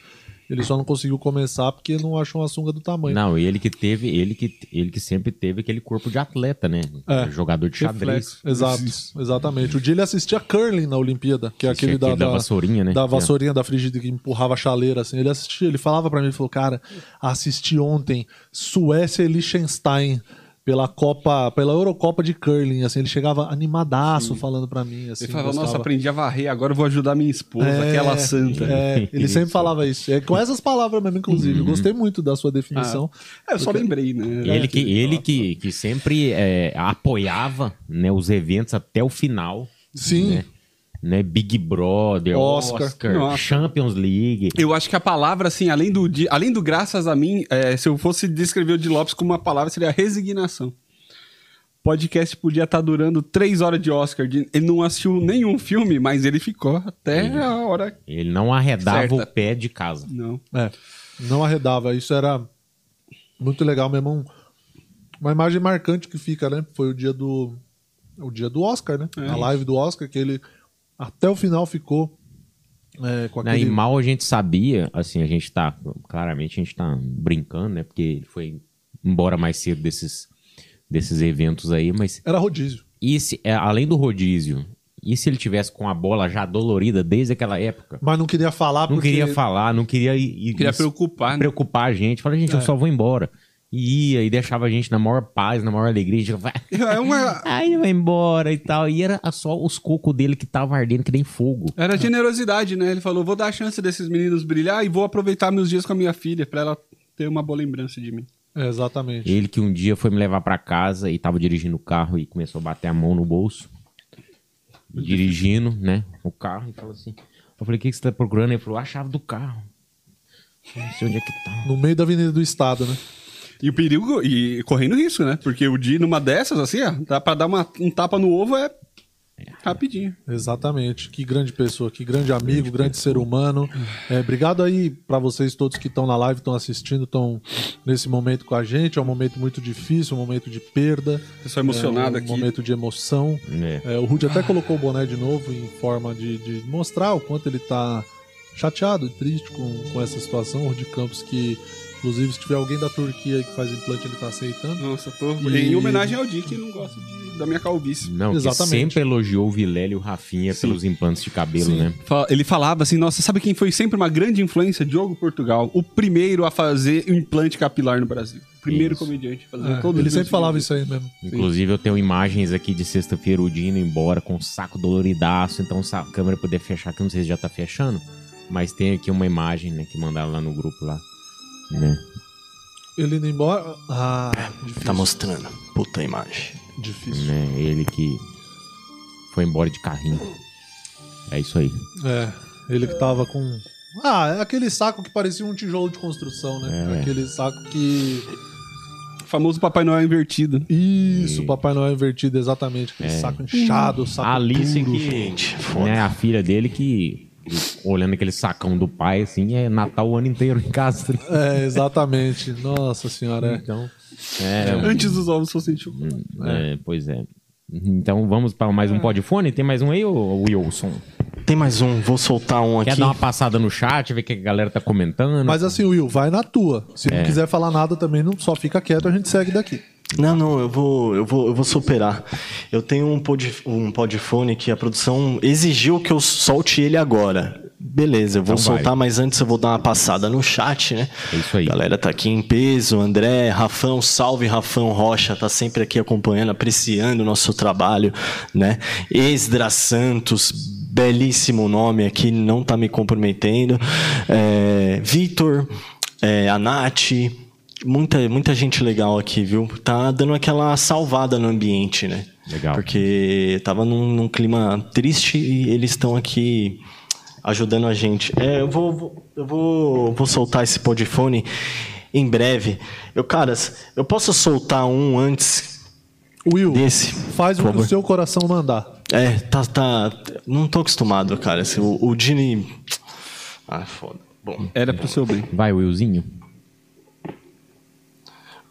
[SPEAKER 1] Ele só não conseguiu começar porque não achou uma sunga do tamanho.
[SPEAKER 2] Não, ele que teve, ele que, ele que sempre teve aquele corpo de atleta, né?
[SPEAKER 1] É.
[SPEAKER 2] Jogador de xadrez.
[SPEAKER 3] Reflexo.
[SPEAKER 1] Exato, exatamente. O dia ele assistia curling na Olimpíada, que é
[SPEAKER 2] Esse
[SPEAKER 1] aquele da,
[SPEAKER 2] aqui da vassourinha, né?
[SPEAKER 1] Da
[SPEAKER 2] É.
[SPEAKER 1] vassourinha da frigida que empurrava a chaleira, assim. Ele assistia, ele falava pra mim, ele falou, cara, assisti ontem Suécia e Liechtenstein pela Copa, pela Eurocopa de curling, assim. Ele chegava animadaço falando pra mim, assim.
[SPEAKER 3] ele falava: nossa,
[SPEAKER 1] gostava.
[SPEAKER 3] aprendi a varrer, agora eu vou ajudar minha esposa,
[SPEAKER 1] É,
[SPEAKER 3] aquela santa.
[SPEAKER 1] É, ele sempre falava isso. É com essas palavras mesmo, inclusive. Eu Gostei muito da sua definição.
[SPEAKER 3] É, eu só lembrei, né?
[SPEAKER 2] Ele que, ele que, que sempre é, apoiava né, os eventos até o final.
[SPEAKER 1] Sim.
[SPEAKER 2] Né? Né, Big Brother,
[SPEAKER 1] Oscar.
[SPEAKER 2] Oscar,
[SPEAKER 3] Nossa.
[SPEAKER 2] Champions League.
[SPEAKER 3] Eu acho que a palavra, assim, além do, de, além do graças a mim, é, se eu fosse descrever o de Lopes com uma palavra, seria resignação. Podcast podia estar durando três horas de Oscar. de- ele não assistiu nenhum filme, mas ele ficou até a hora.
[SPEAKER 2] Ele não arredava
[SPEAKER 3] Certa.
[SPEAKER 2] o pé de casa.
[SPEAKER 3] Não.
[SPEAKER 1] É, não arredava. Isso era muito legal mesmo. Um- Uma imagem marcante que fica, né? Foi o dia do. O dia do Oscar, né? A live do Oscar, que ele até o final ficou é, com
[SPEAKER 2] Né, E
[SPEAKER 1] aquele.
[SPEAKER 2] mal a gente sabia, assim, a gente tá. Claramente a gente tá brincando, né? Porque ele foi embora mais cedo desses, desses eventos aí, mas.
[SPEAKER 1] Era rodízio.
[SPEAKER 2] E se, é, além do rodízio, e se ele tivesse com a bola já dolorida desde aquela época?
[SPEAKER 1] Mas não queria falar
[SPEAKER 2] Não
[SPEAKER 1] porque.
[SPEAKER 2] queria falar, não queria ir. ir-
[SPEAKER 3] Queria
[SPEAKER 2] se-
[SPEAKER 3] preocupar, né? É.
[SPEAKER 2] preocupar a gente. Fala, gente, eu só vou embora. E ia e deixava a gente na maior paz, na maior alegria. A gente vai.
[SPEAKER 3] É uma-
[SPEAKER 2] Aí vai [LAUGHS] embora e tal. E era só os cocos dele que tava ardendo que nem fogo.
[SPEAKER 3] Era generosidade, né? Ele falou: vou dar a chance desses meninos brilhar e vou aproveitar meus dias com a minha filha, pra ela ter uma boa lembrança de mim.
[SPEAKER 1] É, exatamente.
[SPEAKER 2] Ele que um dia foi me levar pra casa e tava dirigindo o carro e começou a bater a mão no bolso. Dirigindo, né? O carro e falou assim. Eu falei, o que, que você tá procurando? Ele falou, a chave do carro. Eu não sei onde é que tá.
[SPEAKER 1] No meio da Avenida do Estado, né?
[SPEAKER 3] E o perigo, e correndo risco, né? Porque o dia numa dessas, assim, ó, dá pra dar uma- um tapa no ovo é rapidinho.
[SPEAKER 1] Exatamente. Que grande pessoa, que grande amigo, grande ser humano. É, obrigado aí pra vocês todos que estão na live, estão assistindo, estão nesse momento com a gente. É um momento muito difícil, um momento de perda.
[SPEAKER 3] Pessoa emocionada
[SPEAKER 1] é, um
[SPEAKER 3] aqui.
[SPEAKER 1] momento de emoção.
[SPEAKER 2] É.
[SPEAKER 1] É, o Rudy até colocou o boné de novo em forma de, de mostrar o quanto ele tá chateado e triste com, com essa situação. O Rudy Campos, que inclusive se tiver alguém da Turquia que faz implante, ele tá aceitando.
[SPEAKER 3] Nossa, tô.
[SPEAKER 1] E-
[SPEAKER 3] Em homenagem ao Dick, que não gosta de- da minha calvície.
[SPEAKER 2] Não, que
[SPEAKER 1] Exatamente.
[SPEAKER 2] sempre elogiou o Vilela e o Rafinha
[SPEAKER 3] Sim.
[SPEAKER 2] pelos implantes de cabelo, né?
[SPEAKER 3] Fa- Ele falava assim: nossa, sabe quem foi sempre uma grande influência? Diogo Portugal, o primeiro a fazer um implante capilar no Brasil. Primeiro
[SPEAKER 2] Isso.
[SPEAKER 3] comediante a fazer.
[SPEAKER 1] É,
[SPEAKER 3] todos
[SPEAKER 1] ele
[SPEAKER 3] os
[SPEAKER 1] sempre
[SPEAKER 3] meus
[SPEAKER 1] falava
[SPEAKER 3] vídeos.
[SPEAKER 1] isso aí mesmo.
[SPEAKER 2] Inclusive, eu tenho imagens aqui de sexta-feira o Dino embora com um saco doloridaço. Então, se a câmera puder fechar, que eu não sei se já tá fechando. Mas tem aqui uma imagem, né? Que mandaram lá no grupo lá. Né?
[SPEAKER 1] Ele indo embora. Ah,
[SPEAKER 4] Tá mostrando. Puta imagem.
[SPEAKER 1] difícil.
[SPEAKER 2] né? Ele que foi embora de carrinho. É isso aí.
[SPEAKER 1] É, ele que tava com. Ah, é aquele saco que parecia um tijolo de construção, né?
[SPEAKER 2] É, é.
[SPEAKER 1] Aquele saco que.
[SPEAKER 3] Famoso Papai Noel invertido.
[SPEAKER 1] Isso, Papai Noel invertido, exatamente.
[SPEAKER 4] É.
[SPEAKER 1] Aquele saco
[SPEAKER 3] Hum.
[SPEAKER 1] inchado, saco.
[SPEAKER 2] a Alice
[SPEAKER 1] duro.
[SPEAKER 2] que,
[SPEAKER 4] gente, foda.
[SPEAKER 2] né, a filha dele que olhando aquele sacão do pai assim, é Natal o ano inteiro em casa.
[SPEAKER 3] Ah,
[SPEAKER 1] É, exatamente. Nossa senhora, é.
[SPEAKER 2] Então, é,
[SPEAKER 3] Antes dos ovos fossem chocolate.
[SPEAKER 2] é, pois é. Então vamos para mais um podfone? Tem mais um aí, ô Wilson?
[SPEAKER 4] Tem mais um, vou soltar um
[SPEAKER 2] Quer
[SPEAKER 4] aqui.
[SPEAKER 2] dar uma passada no chat, ver o que a galera tá comentando?
[SPEAKER 1] Mas assim, Will, vai na tua. Se
[SPEAKER 4] É.
[SPEAKER 1] não quiser falar nada também, não, só fica quieto, a gente segue daqui.
[SPEAKER 4] Não, não, eu vou, eu vou, eu vou superar. Eu tenho um, pod, um podfone que a produção exigiu que eu solte ele agora. Beleza, eu vou
[SPEAKER 2] Então vai.
[SPEAKER 4] soltar, mas antes eu vou dar uma passada no chat, né?
[SPEAKER 2] É isso aí.
[SPEAKER 4] Galera tá aqui em peso, André, Rafão, salve Rafão Rocha, tá sempre aqui acompanhando, apreciando o nosso trabalho, né? Esdra Santos, belíssimo nome aqui, não tá me comprometendo. É, Vitor, é, a Nath, Muita, muita gente legal aqui, viu? Tá dando aquela salvada no ambiente, né?
[SPEAKER 2] Legal.
[SPEAKER 4] Porque tava num, num clima triste e eles estão aqui ajudando a gente. É, eu vou, vou- eu vou, vou soltar esse podfone em breve. Eu, caras, eu posso soltar um antes
[SPEAKER 1] Will,
[SPEAKER 4] desse?
[SPEAKER 1] faz o
[SPEAKER 4] Por
[SPEAKER 1] que o
[SPEAKER 4] favor.
[SPEAKER 1] seu coração mandar.
[SPEAKER 4] É, tá, tá. Não tô acostumado, cara. Esse- O, o Dini. Ah, foda. Bom,
[SPEAKER 3] Era pro seu bem.
[SPEAKER 2] Vai, Willzinho.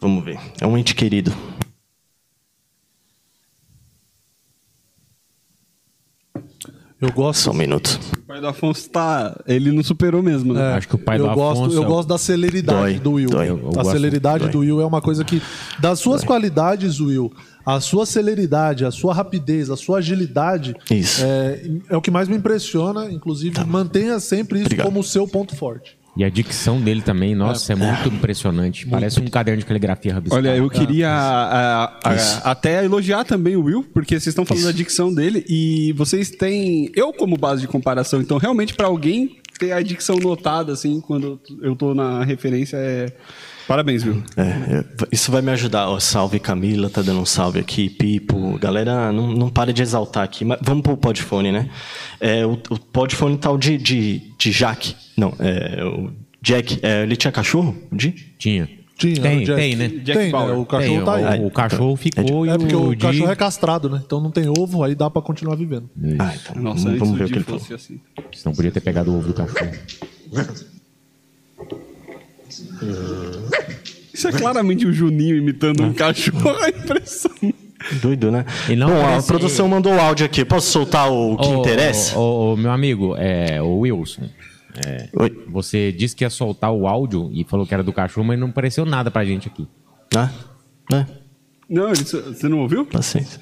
[SPEAKER 4] vamos ver. É um ente querido.
[SPEAKER 1] Eu gosto.
[SPEAKER 4] Só um minuto.
[SPEAKER 3] O pai do Afonso tá. Ele não superou mesmo, né?
[SPEAKER 1] É,
[SPEAKER 2] Acho que o pai
[SPEAKER 1] eu
[SPEAKER 2] do
[SPEAKER 1] gosto,
[SPEAKER 2] Afonso
[SPEAKER 1] Eu
[SPEAKER 2] é o-
[SPEAKER 1] gosto da celeridade
[SPEAKER 4] Dói,
[SPEAKER 1] do Will.
[SPEAKER 4] dói. Eu-
[SPEAKER 2] eu
[SPEAKER 1] a
[SPEAKER 2] gosto.
[SPEAKER 1] celeridade
[SPEAKER 4] Dói.
[SPEAKER 1] do Will é uma coisa que. Das suas qualidades, Will, a sua celeridade, a sua rapidez, a sua agilidade
[SPEAKER 4] Isso.
[SPEAKER 1] é, é o que mais me impressiona. Inclusive, mantenha sempre isso
[SPEAKER 4] Tá Obrigado.
[SPEAKER 1] como o seu ponto forte.
[SPEAKER 2] E a dicção dele também, nossa, é, muito impressionante. Parece um caderno de caligrafia rabiscado.
[SPEAKER 3] Olha, eu queria a- a- a- até elogiar também o Will, porque vocês estão falando da dicção dele e vocês têm eu como base de comparação. Então, realmente, pra alguém ter a dicção notada, assim, quando eu tô na referência, é. Parabéns, Will.
[SPEAKER 4] É, é, isso vai me ajudar. Ó, salve Camila, tá dando um salve aqui, Pipo. Galera, não, não para de exaltar aqui. Mas vamos pro podfone, né? É, o, o podfone tal de, de, de Jack. Não, é, o Jack. é, ele tinha cachorro? De?
[SPEAKER 2] Tinha.
[SPEAKER 1] Tinha,
[SPEAKER 2] tem,
[SPEAKER 1] o Jack-
[SPEAKER 2] tem, né?
[SPEAKER 3] Jack
[SPEAKER 1] tem,
[SPEAKER 3] Bauer.
[SPEAKER 1] né? O cachorro
[SPEAKER 2] Tem,
[SPEAKER 1] tá
[SPEAKER 2] o-
[SPEAKER 1] aí.
[SPEAKER 2] O, cachorro ficou
[SPEAKER 1] É
[SPEAKER 2] e
[SPEAKER 1] porque
[SPEAKER 2] o,
[SPEAKER 1] o
[SPEAKER 2] Di-
[SPEAKER 1] cachorro é castrado, né? Então não tem ovo, aí dá pra continuar vivendo.
[SPEAKER 4] Ah, então,
[SPEAKER 3] Nossa,
[SPEAKER 4] vamos, vamos
[SPEAKER 3] antes
[SPEAKER 4] ver o que
[SPEAKER 3] do dia
[SPEAKER 4] ele falou.
[SPEAKER 3] fosse assim.
[SPEAKER 2] Senão podia ter pegado o ovo do cachorro.
[SPEAKER 3] Isso é claramente o Juninho imitando um cachorro, [LAUGHS] a impressão.
[SPEAKER 4] Doido, né?
[SPEAKER 2] E não
[SPEAKER 4] Bom,
[SPEAKER 2] parece-
[SPEAKER 4] a produção mandou o áudio aqui. Posso soltar o que
[SPEAKER 2] Ô,
[SPEAKER 4] interessa?
[SPEAKER 2] ô, ô, meu amigo, é, o Wilson,
[SPEAKER 4] Oi.
[SPEAKER 2] você disse que ia soltar o áudio e falou que era do cachorro, mas não apareceu nada pra gente aqui.
[SPEAKER 4] Né? Né?
[SPEAKER 3] Não, ele- você não ouviu?
[SPEAKER 4] Paciência.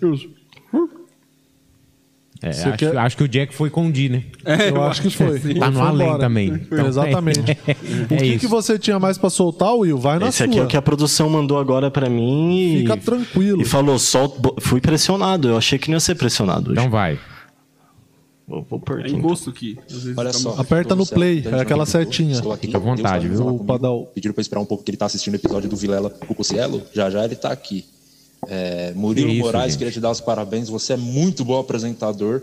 [SPEAKER 2] É,
[SPEAKER 1] Você
[SPEAKER 2] acho,
[SPEAKER 1] quer-
[SPEAKER 2] acho que o Jack foi com o Di, né?
[SPEAKER 1] É, eu acho que foi. Ele
[SPEAKER 2] Tá no
[SPEAKER 1] foi
[SPEAKER 2] além
[SPEAKER 1] embora.
[SPEAKER 2] também. Então,
[SPEAKER 1] Exatamente.
[SPEAKER 2] [LAUGHS] É,
[SPEAKER 1] O que, que
[SPEAKER 2] isso.
[SPEAKER 1] você tinha mais pra soltar, Will? Vai na
[SPEAKER 4] Esse
[SPEAKER 1] sua.
[SPEAKER 4] aqui é o que a produção mandou agora pra mim. e-
[SPEAKER 1] Fica tranquilo.
[SPEAKER 4] E falou, solta. bo- Fui pressionado. Eu achei que não ia ser pressionado hoje.
[SPEAKER 2] Então vai.
[SPEAKER 4] Vou, vou pôr
[SPEAKER 3] É
[SPEAKER 4] aqui.
[SPEAKER 3] em gosto que. às vezes,
[SPEAKER 6] Olha
[SPEAKER 3] tá
[SPEAKER 6] só.
[SPEAKER 1] Aperta no
[SPEAKER 6] Marcelo,
[SPEAKER 1] play,
[SPEAKER 6] Dante
[SPEAKER 1] é
[SPEAKER 6] Marquinhos
[SPEAKER 1] aquela
[SPEAKER 6] do-
[SPEAKER 1] setinha.
[SPEAKER 6] estou Então, tipo, aqui,
[SPEAKER 2] Fica à vontade,
[SPEAKER 6] Deus
[SPEAKER 2] viu?
[SPEAKER 6] tá
[SPEAKER 1] O
[SPEAKER 6] comigo.
[SPEAKER 1] Padal.
[SPEAKER 6] Pediram pra esperar um pouco que ele tá assistindo o episódio do Vilela com o Cossielo. Já já ele tá aqui. É, Murilo
[SPEAKER 2] Que isso,
[SPEAKER 6] Moraes,
[SPEAKER 2] gente.
[SPEAKER 6] queria te dar os parabéns. Você é muito bom apresentador.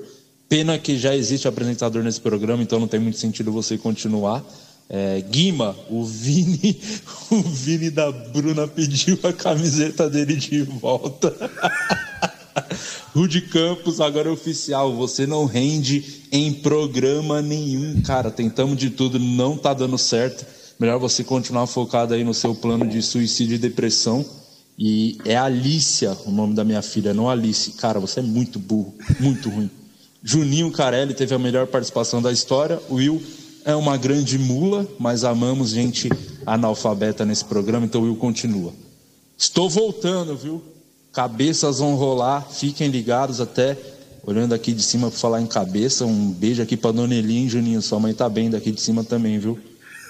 [SPEAKER 6] Pena que já existe apresentador nesse programa, então não tem muito sentido você continuar. É, Guima, o Vini, [LAUGHS] o Vini da Bruna pediu a camiseta dele de volta. [LAUGHS] Rude Campos, agora é oficial. Você não rende em programa nenhum, cara. Tentamos de tudo, não tá dando certo. Melhor você continuar focado aí no seu plano de suicídio e depressão. E é Alicia o nome da minha filha, não Alice. Cara, você é muito burro, muito ruim. Juninho Carelli teve a melhor participação da história. Will é uma grande mula, mas amamos gente analfabeta nesse programa, então Will continua. Estou voltando, viu? Cabeças vão rolar, fiquem ligados até. Olhando aqui de cima para falar em cabeça, um beijo aqui pra Dona Elinha, Juninho. Sua mãe tá bem daqui de cima também, viu?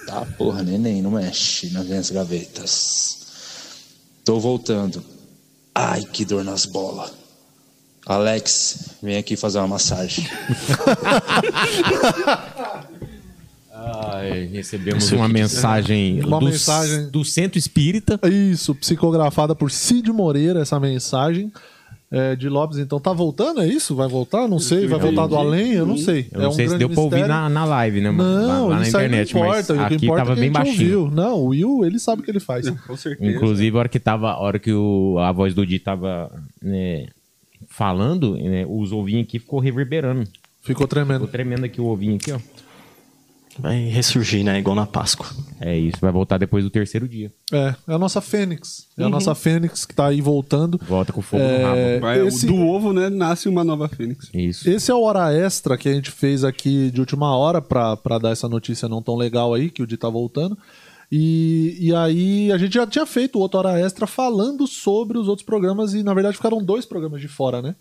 [SPEAKER 6] Tá, porra, neném, não mexe nas minhas gavetas. Tô voltando. Ai, que dor nas bolas. Alex, vem aqui fazer uma massagem.
[SPEAKER 2] Ai, recebemos
[SPEAKER 4] Isso
[SPEAKER 2] uma
[SPEAKER 4] aqui.
[SPEAKER 2] mensagem,
[SPEAKER 1] Uma
[SPEAKER 2] do,
[SPEAKER 1] mensagem.
[SPEAKER 2] do Centro Espírita.
[SPEAKER 1] Isso, psicografada por Cid Moreira, essa mensagem é, de Lopes. Então tá voltando, é isso? Vai voltar? Não sei. Vai voltar do além? Eu não sei.
[SPEAKER 2] Eu
[SPEAKER 1] é
[SPEAKER 2] não
[SPEAKER 1] um
[SPEAKER 2] sei se
[SPEAKER 1] grande
[SPEAKER 2] deu pra ouvir
[SPEAKER 1] mistério.
[SPEAKER 2] na, na live, né? mano?
[SPEAKER 1] Não,
[SPEAKER 2] lá, lá na
[SPEAKER 1] isso
[SPEAKER 2] internet,
[SPEAKER 1] aí não importa.
[SPEAKER 2] mas
[SPEAKER 1] o que
[SPEAKER 2] aqui
[SPEAKER 1] importa
[SPEAKER 2] tava
[SPEAKER 1] é que
[SPEAKER 2] bem
[SPEAKER 1] a gente
[SPEAKER 2] baixinho.
[SPEAKER 1] ouviu. Não, o Will, ele sabe o que ele faz.
[SPEAKER 3] Com certeza.
[SPEAKER 2] Inclusive, a hora que tava, a hora que o, a voz do Di tava né, falando, né, os ovinhos aqui ficou reverberando.
[SPEAKER 1] Ficou tremendo.
[SPEAKER 2] Ficou tremendo aqui o ovinho aqui, ó.
[SPEAKER 4] Vai ressurgir, né? Igual na Páscoa.
[SPEAKER 2] É isso, vai voltar depois do terceiro dia.
[SPEAKER 1] É, é a nossa Fênix.
[SPEAKER 3] Uhum.
[SPEAKER 1] É a nossa Fênix que tá aí voltando.
[SPEAKER 2] Volta com fogo no
[SPEAKER 1] É,
[SPEAKER 2] rabo.
[SPEAKER 3] Vai, o
[SPEAKER 1] esse-
[SPEAKER 3] Do ovo, né? Nasce uma nova Fênix.
[SPEAKER 2] Isso.
[SPEAKER 1] Esse é o hora extra que a gente fez aqui de última hora pra pra dar essa notícia não tão legal aí, que o Di tá voltando. E, e aí a gente já tinha feito outro hora extra falando sobre os outros programas e na verdade ficaram dois programas de fora, né?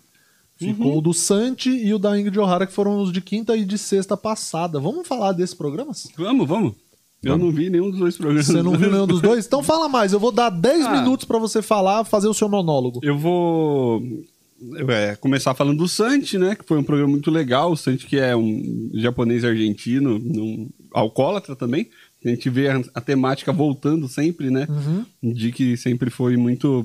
[SPEAKER 1] Ficou o do Santi e o da Ingrid O'Hara, que foram os de quinta e de sexta passada. Vamos falar desses programas?
[SPEAKER 3] Vamos, vamos. Eu não vi nenhum dos dois programas.
[SPEAKER 1] Você
[SPEAKER 3] [LAUGHS]
[SPEAKER 1] não viu nenhum dos dois? Então fala mais, eu vou dar 10
[SPEAKER 3] Ah.
[SPEAKER 1] minutos pra você falar, fazer o seu monólogo.
[SPEAKER 3] Eu vou é, começar falando do Santi, né? Que foi um programa muito legal. O Santi, que é um japonês argentino, um alcoólatra também. A gente vê a, a temática voltando sempre, né? De que sempre foi muito.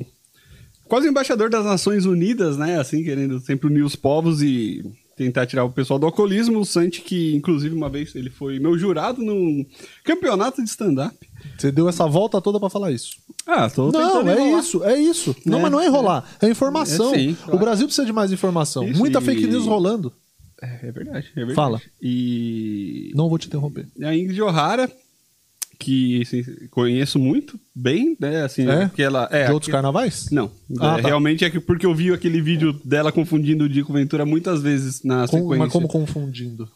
[SPEAKER 3] Quase embaixador das Nações Unidas, né? Assim, querendo sempre unir os povos e tentar tirar o pessoal do alcoolismo. O Santi, que inclusive uma vez ele foi meu jurado num campeonato de stand-up.
[SPEAKER 1] Você deu essa volta toda pra falar isso.
[SPEAKER 3] Ah, tô
[SPEAKER 1] Não,
[SPEAKER 3] tentando
[SPEAKER 1] é
[SPEAKER 3] enrolar.
[SPEAKER 1] isso, é isso. Não,
[SPEAKER 3] É,
[SPEAKER 1] mas não é enrolar, é informação.
[SPEAKER 3] É sim, claro.
[SPEAKER 1] O Brasil precisa de mais informação.
[SPEAKER 3] Isso,
[SPEAKER 1] Muita
[SPEAKER 3] e-
[SPEAKER 1] fake news rolando.
[SPEAKER 3] É, é verdade, é verdade.
[SPEAKER 1] Fala.
[SPEAKER 3] E
[SPEAKER 1] Não vou te interromper.
[SPEAKER 3] a Ingrid O'Hara, que assim, conheço muito bem, né? Assim,
[SPEAKER 1] É?
[SPEAKER 3] que ela é
[SPEAKER 1] de outros
[SPEAKER 3] aque-
[SPEAKER 1] carnavais?
[SPEAKER 3] Não,
[SPEAKER 1] Ah,
[SPEAKER 3] é,
[SPEAKER 1] tá.
[SPEAKER 3] realmente é que porque eu vi aquele vídeo dela confundindo o Dico Ventura muitas vezes na
[SPEAKER 1] Com-
[SPEAKER 3] sequência.
[SPEAKER 1] mas como confundindo?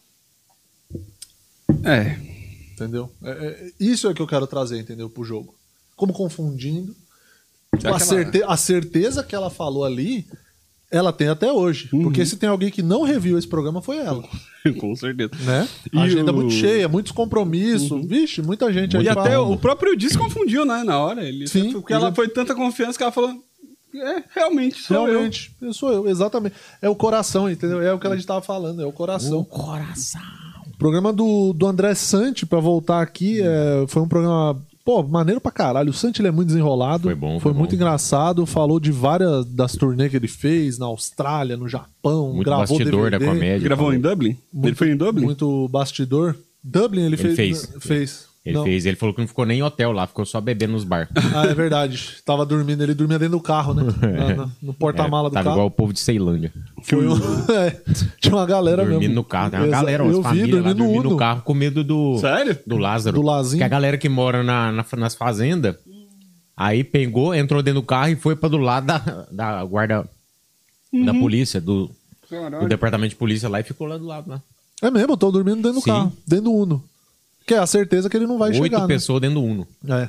[SPEAKER 3] É, [LAUGHS]
[SPEAKER 1] Entendeu? É, é, isso é que eu quero trazer, entendeu? Pro jogo. Como confundindo. tipo,
[SPEAKER 3] Será
[SPEAKER 1] a,
[SPEAKER 3] que ela-
[SPEAKER 1] certe- a certeza que ela falou ali, ela tem até hoje.
[SPEAKER 3] Uhum.
[SPEAKER 1] Porque se tem alguém que não reviu esse programa, foi ela.
[SPEAKER 3] com certeza.
[SPEAKER 1] Né?
[SPEAKER 3] E
[SPEAKER 1] A agenda
[SPEAKER 3] o- Uhum.
[SPEAKER 1] muito cheia, muitos compromissos. Vixe, muita gente aí
[SPEAKER 3] E até
[SPEAKER 1] falando.
[SPEAKER 3] o próprio Diz confundiu, né? Na hora, ele
[SPEAKER 1] Sim,
[SPEAKER 3] porque ela
[SPEAKER 1] ele-
[SPEAKER 3] foi tanta confiança que ela falou, é realmente, sou eu.
[SPEAKER 1] Realmente, eu. sou eu, exatamente. É o coração, entendeu? É o que a gente tava falando, é o coração.
[SPEAKER 2] coração.
[SPEAKER 1] O programa do, do André Santi, pra voltar aqui, é, foi um programa, pô, maneiro pra caralho. O Santi ele é muito desenrolado.
[SPEAKER 2] Foi bom, foi
[SPEAKER 1] muito
[SPEAKER 2] bom.
[SPEAKER 1] engraçado. Falou de várias das turnês que ele fez na Austrália, no Japão.
[SPEAKER 2] Muito
[SPEAKER 1] gravou
[SPEAKER 2] bastidor
[SPEAKER 1] DVD,
[SPEAKER 2] da comédia.
[SPEAKER 3] Gravou um em Dublin? ele foi em Dublin?
[SPEAKER 1] Muito bastidor. Dublin ele,
[SPEAKER 2] Ele
[SPEAKER 1] fez. né?
[SPEAKER 2] fez.
[SPEAKER 1] fez.
[SPEAKER 2] Ele
[SPEAKER 1] Não.
[SPEAKER 2] fez, ele falou que não ficou nem em hotel lá, ficou só bebendo nos bar.
[SPEAKER 1] Ah, é verdade. Tava dormindo, ele dormia dentro do carro, né? Na- na- no porta-mala
[SPEAKER 2] [LAUGHS] É,
[SPEAKER 1] Tá do
[SPEAKER 2] tava
[SPEAKER 1] carro.
[SPEAKER 2] igual o povo de Ceilândia.
[SPEAKER 1] Foi um- [LAUGHS] é, tinha uma galera
[SPEAKER 2] Dormindo
[SPEAKER 1] mesmo.
[SPEAKER 2] no carro. Tem uma
[SPEAKER 1] Exa-
[SPEAKER 2] galera,
[SPEAKER 1] eu
[SPEAKER 2] umas
[SPEAKER 1] vi,
[SPEAKER 2] famílias lá
[SPEAKER 1] dormindo
[SPEAKER 2] dormindo
[SPEAKER 1] no
[SPEAKER 2] no
[SPEAKER 1] Uno.
[SPEAKER 2] carro com medo do.
[SPEAKER 3] Sério?
[SPEAKER 2] Do Lázaro.
[SPEAKER 1] Do Lazinho.
[SPEAKER 2] Que a galera que mora na, na- nas fazendas, aí pegou, entrou dentro do carro e foi pra do lado da, da guarda
[SPEAKER 1] Uhum.
[SPEAKER 2] da polícia, do,
[SPEAKER 3] Caralho.
[SPEAKER 2] do departamento de polícia lá e ficou lá do lado, né?
[SPEAKER 1] É mesmo, eu tô dormindo dentro do
[SPEAKER 2] Sim.
[SPEAKER 1] carro, dentro do Uno. Que é a certeza que ele não vai
[SPEAKER 2] Oito
[SPEAKER 1] chegar. né?
[SPEAKER 2] pessoas dentro do Uno.
[SPEAKER 1] É.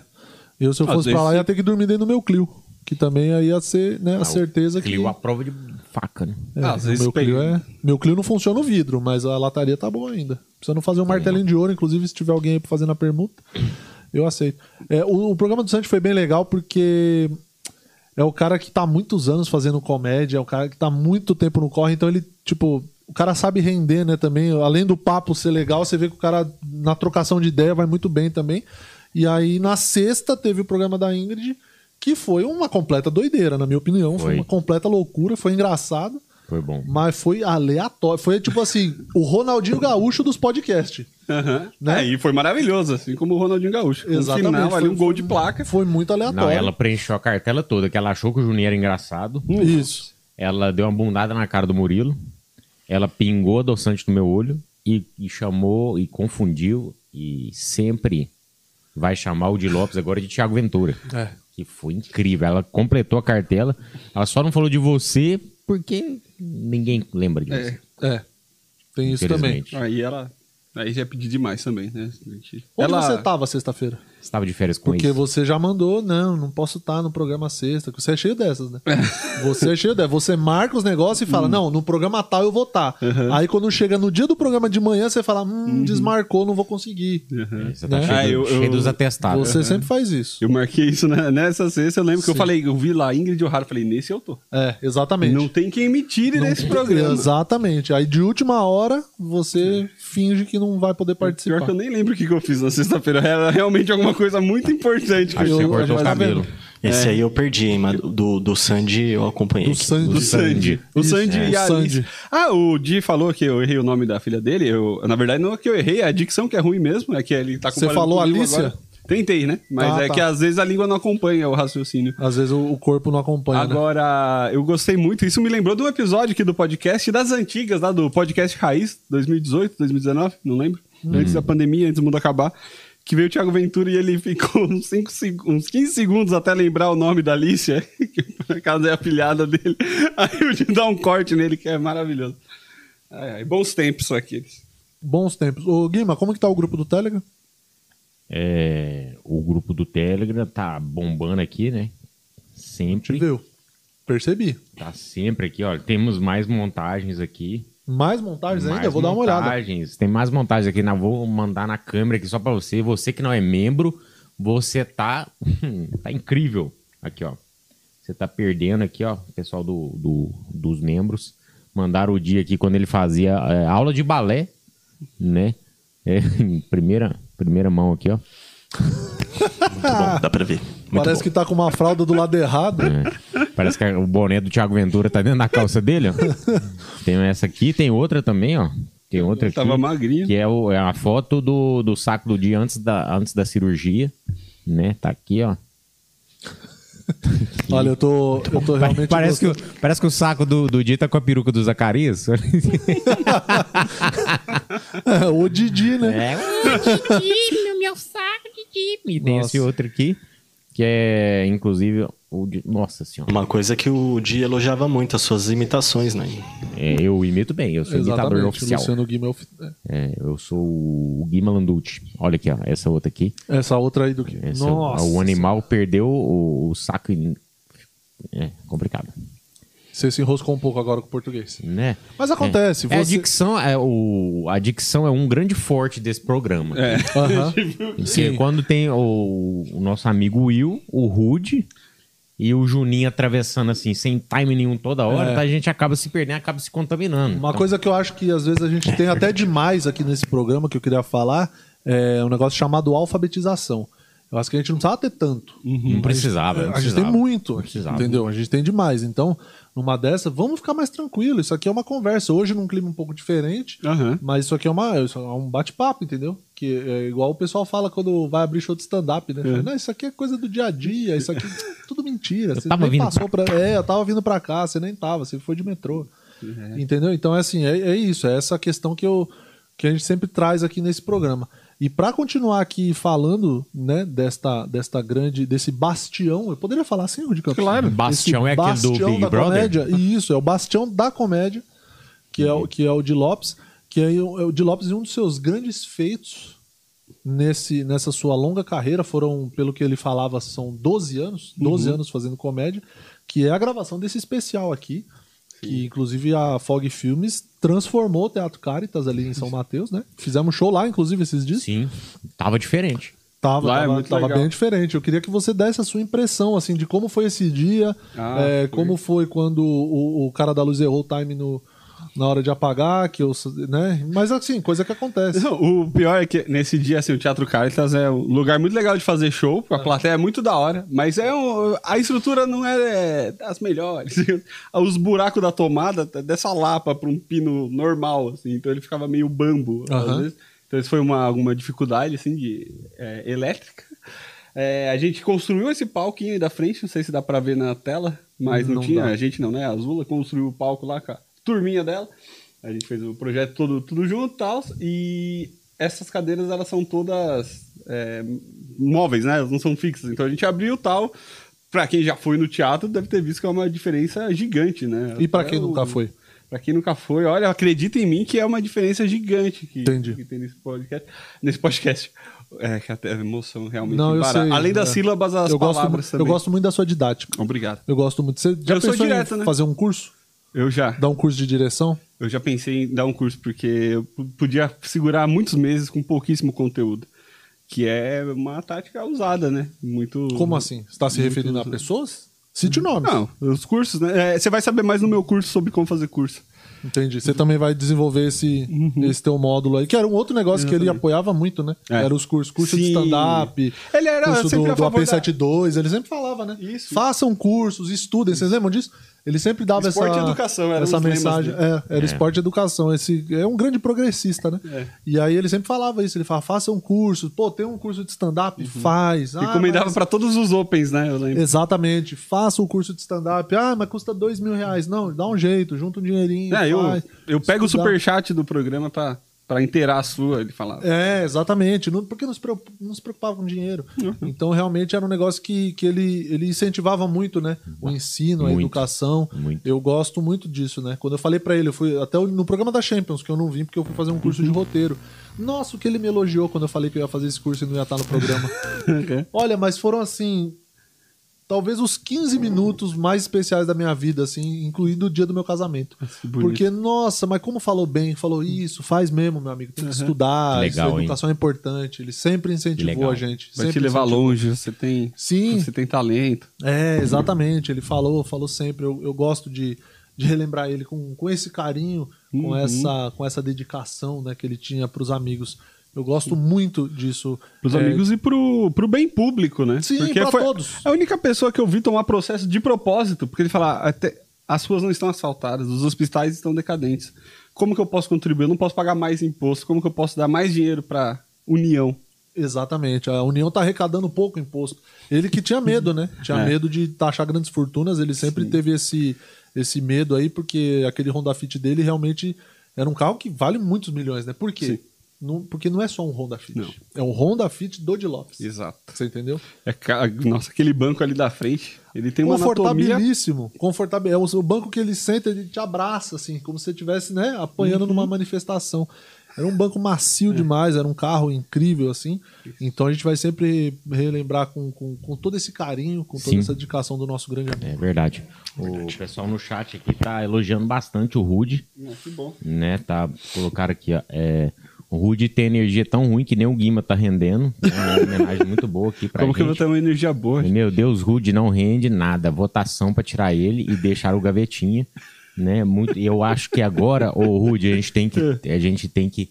[SPEAKER 1] Eu, se eu
[SPEAKER 3] Às
[SPEAKER 1] fosse pra lá,
[SPEAKER 3] vezes-
[SPEAKER 1] ia ter que dormir dentro do meu Clio. Que também aí ia ser né, a certeza que.
[SPEAKER 2] Ah, Clio a prova de faca, né?
[SPEAKER 1] É,
[SPEAKER 3] Ah, às vezes
[SPEAKER 1] meu, Clio
[SPEAKER 3] pega.
[SPEAKER 1] é... meu Clio não funciona o vidro, mas a lataria tá boa ainda. Precisando fazer um martelinho de ouro, inclusive, se tiver alguém aí pra fazer na permuta, eu aceito. É, o, o programa do Santi foi bem legal porque é o cara que tá há muitos anos fazendo comédia, é o cara que tá há muito tempo no corre, então ele, tipo, o cara sabe render, né, também. Além do papo ser legal, você vê que o cara, na trocação de ideia, vai muito bem também. E aí, na sexta, teve o programa da Ingrid, que foi uma completa doideira, na minha opinião. Foi,
[SPEAKER 2] Foi.
[SPEAKER 1] uma completa loucura, foi engraçado.
[SPEAKER 2] Foi bom.
[SPEAKER 1] Mas foi aleatório. Foi tipo assim, o Ronaldinho Gaúcho dos podcasts.
[SPEAKER 3] Aham.
[SPEAKER 1] Né?
[SPEAKER 3] É, e foi maravilhoso, assim como o Ronaldinho Gaúcho. No
[SPEAKER 1] Exatamente,
[SPEAKER 3] final, ali
[SPEAKER 1] foi-
[SPEAKER 3] um gol de placa.
[SPEAKER 1] Foi muito aleatório.
[SPEAKER 2] Não, ela preencheu a cartela toda, que ela achou que o Juninho era engraçado.
[SPEAKER 1] Isso.
[SPEAKER 2] Ela deu uma bundada na cara do Murilo. Ela pingou adoçante no meu olho e, e chamou e confundiu e sempre vai chamar o de Lopes agora de Thiago Ventura.
[SPEAKER 1] É.
[SPEAKER 3] É,
[SPEAKER 2] Que foi incrível. Ela completou a cartela. Ela só não falou de você porque ninguém lembra de você.
[SPEAKER 1] É. Tem isso também.
[SPEAKER 2] infelizmente.
[SPEAKER 3] Aí ela. Aí já pedi demais também, né? gente?
[SPEAKER 1] Onde tá?
[SPEAKER 3] ela...
[SPEAKER 1] você tava sexta-feira?
[SPEAKER 2] estava de férias com
[SPEAKER 1] Porque
[SPEAKER 2] eles.
[SPEAKER 1] você já mandou, não, não posso estar no programa sexta, que você é cheio dessas,
[SPEAKER 3] [LAUGHS]
[SPEAKER 1] né? você é cheio dessas. Você marca os negócios e
[SPEAKER 3] Hum.
[SPEAKER 1] fala, não, no programa tal eu vou estar. Aí quando chega no dia do programa de manhã, você fala,
[SPEAKER 3] Uhum.
[SPEAKER 1] hum, desmarcou, não vou conseguir.
[SPEAKER 2] É, Você tá
[SPEAKER 1] né?
[SPEAKER 2] cheio,
[SPEAKER 3] Ah, eu-
[SPEAKER 2] cheio
[SPEAKER 3] eu-
[SPEAKER 2] dos atestados.
[SPEAKER 1] Você sempre faz isso.
[SPEAKER 3] Eu marquei isso na- nessa sexta, eu lembro que eu
[SPEAKER 1] Sim.
[SPEAKER 3] falei, eu vi lá Ingrid O'Hara, falei, nesse eu tô.
[SPEAKER 1] É, exatamente.
[SPEAKER 3] Não tem quem me tire
[SPEAKER 1] Não-
[SPEAKER 3] desse programa.
[SPEAKER 1] Exatamente. Aí de última hora, você finge que não vai poder participar.
[SPEAKER 3] Pior que eu nem lembro o que, que eu fiz na sexta-feira. Era realmente alguma coisa muito importante que
[SPEAKER 2] Acho que você
[SPEAKER 1] eu-
[SPEAKER 2] cortou
[SPEAKER 1] mas tá
[SPEAKER 2] o cabelo.
[SPEAKER 1] vendo?
[SPEAKER 4] Esse aí eu perdi, hein, mas do, do Sandy eu acompanhei.
[SPEAKER 1] Do Sandy.
[SPEAKER 3] Do Sandy. O
[SPEAKER 1] Isso,
[SPEAKER 3] Sandy
[SPEAKER 1] é.
[SPEAKER 3] e a
[SPEAKER 1] O
[SPEAKER 3] Alice.
[SPEAKER 1] Sandy.
[SPEAKER 3] Ah, o Di falou que eu errei o nome da filha dele. Eu, na verdade, não é que eu errei, é a dicção que é ruim mesmo. É que ele tá
[SPEAKER 1] Você
[SPEAKER 3] comparando
[SPEAKER 1] falou
[SPEAKER 3] comigo
[SPEAKER 1] Alicia?
[SPEAKER 3] agora. Tentei, né? Mas
[SPEAKER 1] Ah,
[SPEAKER 3] é
[SPEAKER 1] tá.
[SPEAKER 3] que às vezes a língua não acompanha o raciocínio.
[SPEAKER 1] Às vezes o o corpo não acompanha. né?
[SPEAKER 3] Agora, eu gostei muito. Isso me lembrou de um episódio aqui do podcast das antigas, lá do podcast Raiz, 2018, 2019, não lembro. Antes da pandemia, antes do mundo acabar. Que veio o Thiago Ventura e ele ficou uns, cinco seg- uns 15 segundos até lembrar o nome da Alicia, [LAUGHS] que por acaso é a filhada dele. [LAUGHS] Aí eu te dá um corte nele, que é maravilhoso. Ai, ai, bons tempos aqueles.
[SPEAKER 1] Bons tempos. Ô, Guima, como que tá o grupo do Telegram?
[SPEAKER 2] É, o grupo do Telegram tá bombando aqui, né? Sempre.
[SPEAKER 1] Viu? Percebi.
[SPEAKER 2] Tá sempre aqui, olha. Temos mais montagens aqui.
[SPEAKER 1] Mais montagens
[SPEAKER 2] mais
[SPEAKER 1] ainda? é, Vou dar uma olhada.
[SPEAKER 2] montagens. Tem mais montagens aqui. na Vou mandar na câmera aqui só pra você. Você que não é membro, você tá. [LAUGHS] tá incrível. Aqui, ó. Você tá perdendo aqui, ó. O pessoal do, do- dos membros. Mandaram o dia aqui quando ele fazia é, aula de balé, né? É, [LAUGHS] em primeira, primeira mão aqui, ó.
[SPEAKER 4] Bom, dá pra ver. Muito
[SPEAKER 1] Parece que tá com uma fralda do lado errado.
[SPEAKER 2] É. Parece que o boné do Thiago Ventura tá dentro da
[SPEAKER 1] [LAUGHS]
[SPEAKER 2] calça dele, ó. Tem essa aqui, tem outra também, ó. Tem outra
[SPEAKER 3] Eu
[SPEAKER 2] aqui.
[SPEAKER 3] tava magrinho.
[SPEAKER 2] Que é, o- é a foto do, do saco do dia antes da, antes da cirurgia, né? Tá aqui, ó.
[SPEAKER 1] Olha, eu tô, eu tô realmente.
[SPEAKER 2] [LAUGHS] Parece que,
[SPEAKER 1] gostando.
[SPEAKER 2] o- parece que o saco do, do dia tá com a peruca do Zacarias. [LAUGHS]
[SPEAKER 1] É, [LAUGHS] o Didi, né?
[SPEAKER 2] É.
[SPEAKER 7] Didi, meu, meu saco, Didi.
[SPEAKER 2] E tem
[SPEAKER 1] Nossa.
[SPEAKER 2] esse outro aqui, que é, inclusive, o de... Nossa Senhora.
[SPEAKER 4] Uma coisa que o Di elogiava muito, as suas imitações, né?
[SPEAKER 2] É, eu imito bem, eu sou imitador
[SPEAKER 1] Exatamente.
[SPEAKER 2] oficial.
[SPEAKER 1] Luciano Guima é ofi- é.
[SPEAKER 2] É, eu sou o Guima Landucci. Olha aqui, ó, essa outra aqui.
[SPEAKER 1] Essa outra aí do que.
[SPEAKER 2] Esse é o-
[SPEAKER 1] Nossa.
[SPEAKER 2] O animal perdeu o, o saco. em- É complicado,
[SPEAKER 1] Você se enroscou um pouco agora com o português.
[SPEAKER 2] né?
[SPEAKER 1] Mas acontece,
[SPEAKER 2] É, é a
[SPEAKER 1] você-
[SPEAKER 2] dicção é o a dicção é um grande forte desse programa. É. [LAUGHS]
[SPEAKER 1] Aham.
[SPEAKER 2] Porque quando tem o, o nosso amigo Will, o Rude e o Juninho atravessando assim sem time nenhum toda hora,
[SPEAKER 1] É.
[SPEAKER 2] tá, a gente acaba se perdendo, acaba se contaminando.
[SPEAKER 1] Uma
[SPEAKER 2] Então,
[SPEAKER 1] coisa que eu acho que às vezes a gente tem até demais aqui nesse programa que eu queria falar é um negócio chamado alfabetização. Eu acho que a gente não precisava ter tanto.
[SPEAKER 2] não Uhum. precisava. não
[SPEAKER 1] A gente tem
[SPEAKER 2] precisava.
[SPEAKER 1] muito,
[SPEAKER 2] Não precisava.
[SPEAKER 1] entendeu? A gente tem demais. Então, numa dessa, vamos ficar mais tranquilo. Isso aqui é uma conversa. Hoje num clima um pouco diferente,
[SPEAKER 3] Aham.
[SPEAKER 1] mas isso aqui é, uma, isso é um bate-papo, entendeu? Que é igual o pessoal fala quando vai abrir show de stand-up, né? Fala, Não, isso aqui é coisa do dia a dia, isso aqui é tudo mentira. Você
[SPEAKER 2] tava
[SPEAKER 1] nem
[SPEAKER 2] vindo
[SPEAKER 1] passou pra... É, eu tava vindo pra cá, você nem tava, você foi de metrô. Entendeu? Então é assim, é, é isso, é essa questão que eu que a gente sempre traz aqui nesse programa. E para continuar aqui falando, né, desta, desta grande, desse bastião, eu poderia falar assim, Rudy Campos?
[SPEAKER 2] Claro. Bastião é aquele do
[SPEAKER 1] bastião
[SPEAKER 2] Big
[SPEAKER 1] da
[SPEAKER 2] Brother?
[SPEAKER 1] Comédia, e isso, é o bastião da comédia, que é o, que é o de Lopes, que é, o é o de Lopes e um dos seus grandes feitos nesse, nessa sua longa carreira, foram, pelo que ele falava, são 12 anos,
[SPEAKER 3] Uhum.
[SPEAKER 1] 12 anos fazendo comédia, que é a gravação desse especial aqui, que inclusive a Fog Filmes transformou o Teatro Caritas ali em São Mateus, né? Fizemos show lá, inclusive, esses dias.
[SPEAKER 2] Sim, tava diferente.
[SPEAKER 1] Tava,
[SPEAKER 3] Lá é
[SPEAKER 1] tava,
[SPEAKER 3] muito
[SPEAKER 1] tava
[SPEAKER 3] legal.
[SPEAKER 1] bem diferente. Eu queria que você desse a sua impressão, assim, de como foi esse dia,
[SPEAKER 3] Ah,
[SPEAKER 1] é,
[SPEAKER 3] foi.
[SPEAKER 1] como foi quando o, o cara da luz errou o time no, na hora de apagar, que eu, né? Mas assim, coisa que acontece.
[SPEAKER 3] Não, o pior é que nesse dia, assim, o Teatro Caritas é um lugar muito legal de fazer show, a plateia é muito da hora, mas é um, a estrutura não é, é, das melhores. [LAUGHS] Os buracos da tomada, tá dessa lapa para um pino normal, assim, então ele ficava meio bambo, às
[SPEAKER 1] Aham.
[SPEAKER 3] vezes. Então isso foi uma, alguma dificuldade, assim, de é, elétrica. É, a gente construiu esse palquinho aí da frente, não sei se dá pra ver na tela, mas não,
[SPEAKER 1] Não
[SPEAKER 3] tinha.
[SPEAKER 1] dá.
[SPEAKER 3] A gente não, né? A Azula construiu o palco lá com a turminha dela. A gente fez o projeto todo, tudo junto e tal. E essas cadeiras, elas são todas é, móveis, né? Elas não são fixas. Então a gente abriu e tal. Pra quem já foi no teatro, deve ter visto que é uma diferença gigante, né?
[SPEAKER 1] E pra
[SPEAKER 3] Até
[SPEAKER 1] quem
[SPEAKER 3] o-
[SPEAKER 1] nunca foi?
[SPEAKER 3] Pra quem nunca foi, olha, acredita em mim que é uma diferença gigante que,
[SPEAKER 1] Entendi.
[SPEAKER 3] que tem nesse podcast. Nesse podcast. É, que até a emoção realmente
[SPEAKER 1] Não, eu
[SPEAKER 3] para.
[SPEAKER 1] sei,
[SPEAKER 3] Além das
[SPEAKER 1] é.
[SPEAKER 3] sílabas, as
[SPEAKER 1] eu gosto,
[SPEAKER 3] palavras
[SPEAKER 1] mu- eu
[SPEAKER 3] também.
[SPEAKER 1] gosto muito da sua didática.
[SPEAKER 3] Obrigado.
[SPEAKER 1] Eu gosto muito. Você já
[SPEAKER 3] Eu sou
[SPEAKER 1] pensou
[SPEAKER 3] direto,
[SPEAKER 1] em
[SPEAKER 3] né?
[SPEAKER 1] fazer um curso?
[SPEAKER 3] Eu já.
[SPEAKER 1] Dar um curso de direção?
[SPEAKER 3] Eu já pensei em dar um curso, porque eu p- podia segurar muitos meses com pouquíssimo conteúdo. Que é uma tática usada, né? Muito.
[SPEAKER 1] Como assim? Você está se
[SPEAKER 3] muito
[SPEAKER 1] referindo a
[SPEAKER 3] usada.
[SPEAKER 1] pessoas? Cite nomes.
[SPEAKER 3] Não, os cursos, né? É, Você vai saber mais no meu curso sobre como fazer curso.
[SPEAKER 1] Entendi. Você também vai desenvolver esse,
[SPEAKER 3] Uhum.
[SPEAKER 1] esse teu módulo aí, que era um outro negócio que ele apoiava muito, né?
[SPEAKER 3] É.
[SPEAKER 1] Era os cursos, curso de
[SPEAKER 3] Sim.
[SPEAKER 1] stand-up,
[SPEAKER 3] Ele era
[SPEAKER 1] curso
[SPEAKER 3] sempre
[SPEAKER 1] do,
[SPEAKER 3] a
[SPEAKER 1] do
[SPEAKER 3] favor da-
[SPEAKER 1] AP72, ele sempre falava, né?
[SPEAKER 3] Isso.
[SPEAKER 1] Façam cursos, estudem, vocês lembram disso? Ele sempre dava
[SPEAKER 3] Esporte
[SPEAKER 1] essa,
[SPEAKER 3] e educação, um eram
[SPEAKER 1] essa
[SPEAKER 3] os lemas
[SPEAKER 1] mensagem. É, era esporte e educação. Esse, é um grande progressista, né?
[SPEAKER 3] É.
[SPEAKER 1] E aí ele sempre falava isso, ele falava, façam cursos, pô, tem um curso de stand-up? Faz. Ah,
[SPEAKER 3] Uhum. Recomendava
[SPEAKER 1] mas-
[SPEAKER 3] pra todos os Opens, né? Eu lembro.
[SPEAKER 1] Exatamente. Faça o curso de stand-up. Ah, mas custa dois mil reais. Não, dá um jeito, junta um dinheirinho.
[SPEAKER 3] É, eu,
[SPEAKER 1] faz.
[SPEAKER 3] eu pego o
[SPEAKER 1] Estudar.
[SPEAKER 3] superchat do programa pra, pra inteirar a sua, ele falava.
[SPEAKER 1] É, exatamente. Não, porque não se, preocup- não se preocupava com dinheiro.
[SPEAKER 3] Uhum.
[SPEAKER 1] Então, realmente, era um negócio que, que ele, ele incentivava muito, né? O ensino, a
[SPEAKER 2] Muito.
[SPEAKER 1] educação.
[SPEAKER 2] Muito.
[SPEAKER 1] Eu gosto muito disso, né? Quando eu falei pra ele, eu fui até no programa da Champions, que eu não vim porque eu fui fazer um curso
[SPEAKER 2] Uhum.
[SPEAKER 1] de roteiro. Nossa, o que ele me elogiou quando eu falei que eu ia fazer esse curso e não ia estar no
[SPEAKER 2] [LAUGHS]
[SPEAKER 1] programa. Olha, mas foram assim. Talvez os 15 minutos mais especiais da minha vida, assim, incluindo o dia do meu casamento.
[SPEAKER 3] bonito.
[SPEAKER 1] Porque, nossa, mas como falou bem, falou isso, faz mesmo, meu amigo, tem que estudar,
[SPEAKER 2] Que
[SPEAKER 1] isso,
[SPEAKER 2] legal,
[SPEAKER 1] a educação é importante. Ele sempre incentivou
[SPEAKER 2] Legal.
[SPEAKER 1] a gente.
[SPEAKER 3] [LAUGHS] Vai te
[SPEAKER 1] sempre
[SPEAKER 3] levar
[SPEAKER 1] incentivou.
[SPEAKER 3] longe, você tem,
[SPEAKER 1] Sim.
[SPEAKER 3] você tem talento.
[SPEAKER 1] É, exatamente. Ele falou, falou sempre. Eu, eu gosto de, de relembrar ele com, com esse carinho, com,
[SPEAKER 3] Uhum.
[SPEAKER 1] essa, com essa dedicação né, que ele tinha pros amigos. Eu gosto muito disso.
[SPEAKER 3] Pros
[SPEAKER 1] É,
[SPEAKER 3] amigos e pro, pro bem público, né?
[SPEAKER 1] Sim, pra todos.
[SPEAKER 3] A única pessoa que eu vi tomar processo de propósito, porque ele fala, "Ah, até, as ruas não estão asfaltadas, os hospitais estão decadentes. Como que eu posso contribuir? Eu não posso pagar mais imposto. Como que eu posso dar mais dinheiro pra União?
[SPEAKER 1] Exatamente. A União tá arrecadando pouco imposto. Ele que tinha medo, né? Tinha
[SPEAKER 3] É.
[SPEAKER 1] medo de taxar grandes fortunas. Ele sempre teve esse, esse medo aí, porque aquele Honda Fit dele realmente era um carro que vale muitos milhões, né? Por quê?
[SPEAKER 3] Sim.
[SPEAKER 1] Não- porque não é só um Honda Fit.
[SPEAKER 3] Não.
[SPEAKER 1] É um Honda Fit do de Lopes.
[SPEAKER 3] Exato.
[SPEAKER 1] Você entendeu?
[SPEAKER 3] É ca- Nossa, aquele banco ali da frente, ele tem uma anatomia...
[SPEAKER 1] Confortabilíssimo. Confortabil. É o, o banco que ele senta, ele te abraça, assim, como se você estivesse, né, apanhando numa manifestação. Era um banco macio demais, era um carro incrível, assim. Então a gente vai sempre relembrar com, com, com todo esse carinho, com toda
[SPEAKER 2] Sim.
[SPEAKER 1] essa dedicação do nosso grande amigo.
[SPEAKER 2] É verdade. O pessoal no chat aqui tá elogiando bastante o Rude,
[SPEAKER 3] Que bom.
[SPEAKER 2] né? Tá colocaram aqui, ó. é, o Rude tem energia tão ruim que nem o Guima tá rendendo. É uma homenagem muito boa aqui pra
[SPEAKER 3] Como que eu vou
[SPEAKER 2] gente.
[SPEAKER 3] ter uma energia boa?
[SPEAKER 2] E, Meu Deus, Rude não rende nada. Votação pra tirar ele e deixar o gavetinha, né? Muito. e Eu acho que agora, ô Rude, a gente tem que a gente tem que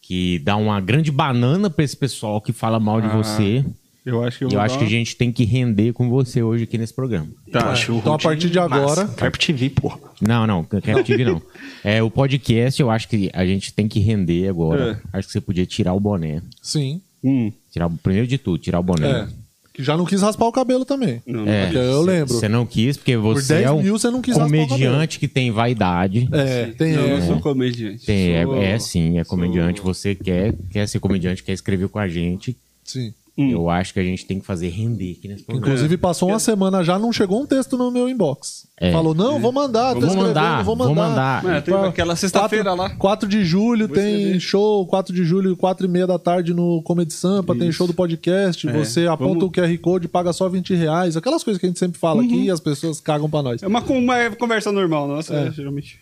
[SPEAKER 2] que dar uma grande banana pra esse pessoal que fala mal de você.
[SPEAKER 3] Eu acho Ah, que eu,
[SPEAKER 2] Eu,
[SPEAKER 3] vou
[SPEAKER 2] acho
[SPEAKER 3] dar
[SPEAKER 2] que a
[SPEAKER 3] uma-
[SPEAKER 2] gente tem que render com você hoje aqui nesse programa.
[SPEAKER 3] Tá,
[SPEAKER 4] Acho
[SPEAKER 1] Então, a
[SPEAKER 4] rude
[SPEAKER 1] partir de agora-
[SPEAKER 4] massa. Carpe TV, porra.
[SPEAKER 2] Não, não, Captive não. É, o podcast eu acho que a gente tem que render agora.
[SPEAKER 1] É.
[SPEAKER 2] Acho que você podia tirar o boné.
[SPEAKER 1] Sim.
[SPEAKER 3] Hum,
[SPEAKER 2] Tirar, o- primeiro de tudo, tirar o boné.
[SPEAKER 1] É. Que já não quis raspar o cabelo também.
[SPEAKER 3] não, não.
[SPEAKER 2] É,
[SPEAKER 1] Porque eu lembro.
[SPEAKER 2] Você não quis, porque você
[SPEAKER 1] 10
[SPEAKER 2] é um
[SPEAKER 1] mil você não quis raspar o
[SPEAKER 2] comediante que tem vaidade.
[SPEAKER 1] É, tem
[SPEAKER 3] Não, eu
[SPEAKER 1] essa.
[SPEAKER 3] sou comediante.
[SPEAKER 2] Tem- é,
[SPEAKER 3] Sou-
[SPEAKER 2] é sim, é
[SPEAKER 3] sou-
[SPEAKER 2] comediante. Você quer, quer ser comediante, quer escrever com a gente.
[SPEAKER 1] Sim.
[SPEAKER 2] Eu acho que a gente tem que fazer render aqui nesse programa.
[SPEAKER 1] Inclusive, passou uma semana já, não chegou um texto no meu inbox.
[SPEAKER 2] É.
[SPEAKER 1] Falou, não, vou mandar, tô
[SPEAKER 2] Vou
[SPEAKER 1] tá escrevendo,
[SPEAKER 2] mandar,
[SPEAKER 1] vou mandar. É.
[SPEAKER 2] vou mandar.
[SPEAKER 3] Mano, tem aquela sexta-feira lá.
[SPEAKER 1] 4 de julho tem
[SPEAKER 3] escrever.
[SPEAKER 1] show, 4 de julho, 4 e meia da tarde no Comedy Sampa, tem show do podcast, você aponta
[SPEAKER 3] É, vamos-
[SPEAKER 1] o QR Code, paga só 20 reais, aquelas coisas que a gente sempre fala aqui e as pessoas cagam pra nós.
[SPEAKER 3] Uhum. É uma, con- uma conversa normal, nossa,
[SPEAKER 1] É.
[SPEAKER 3] é, geralmente.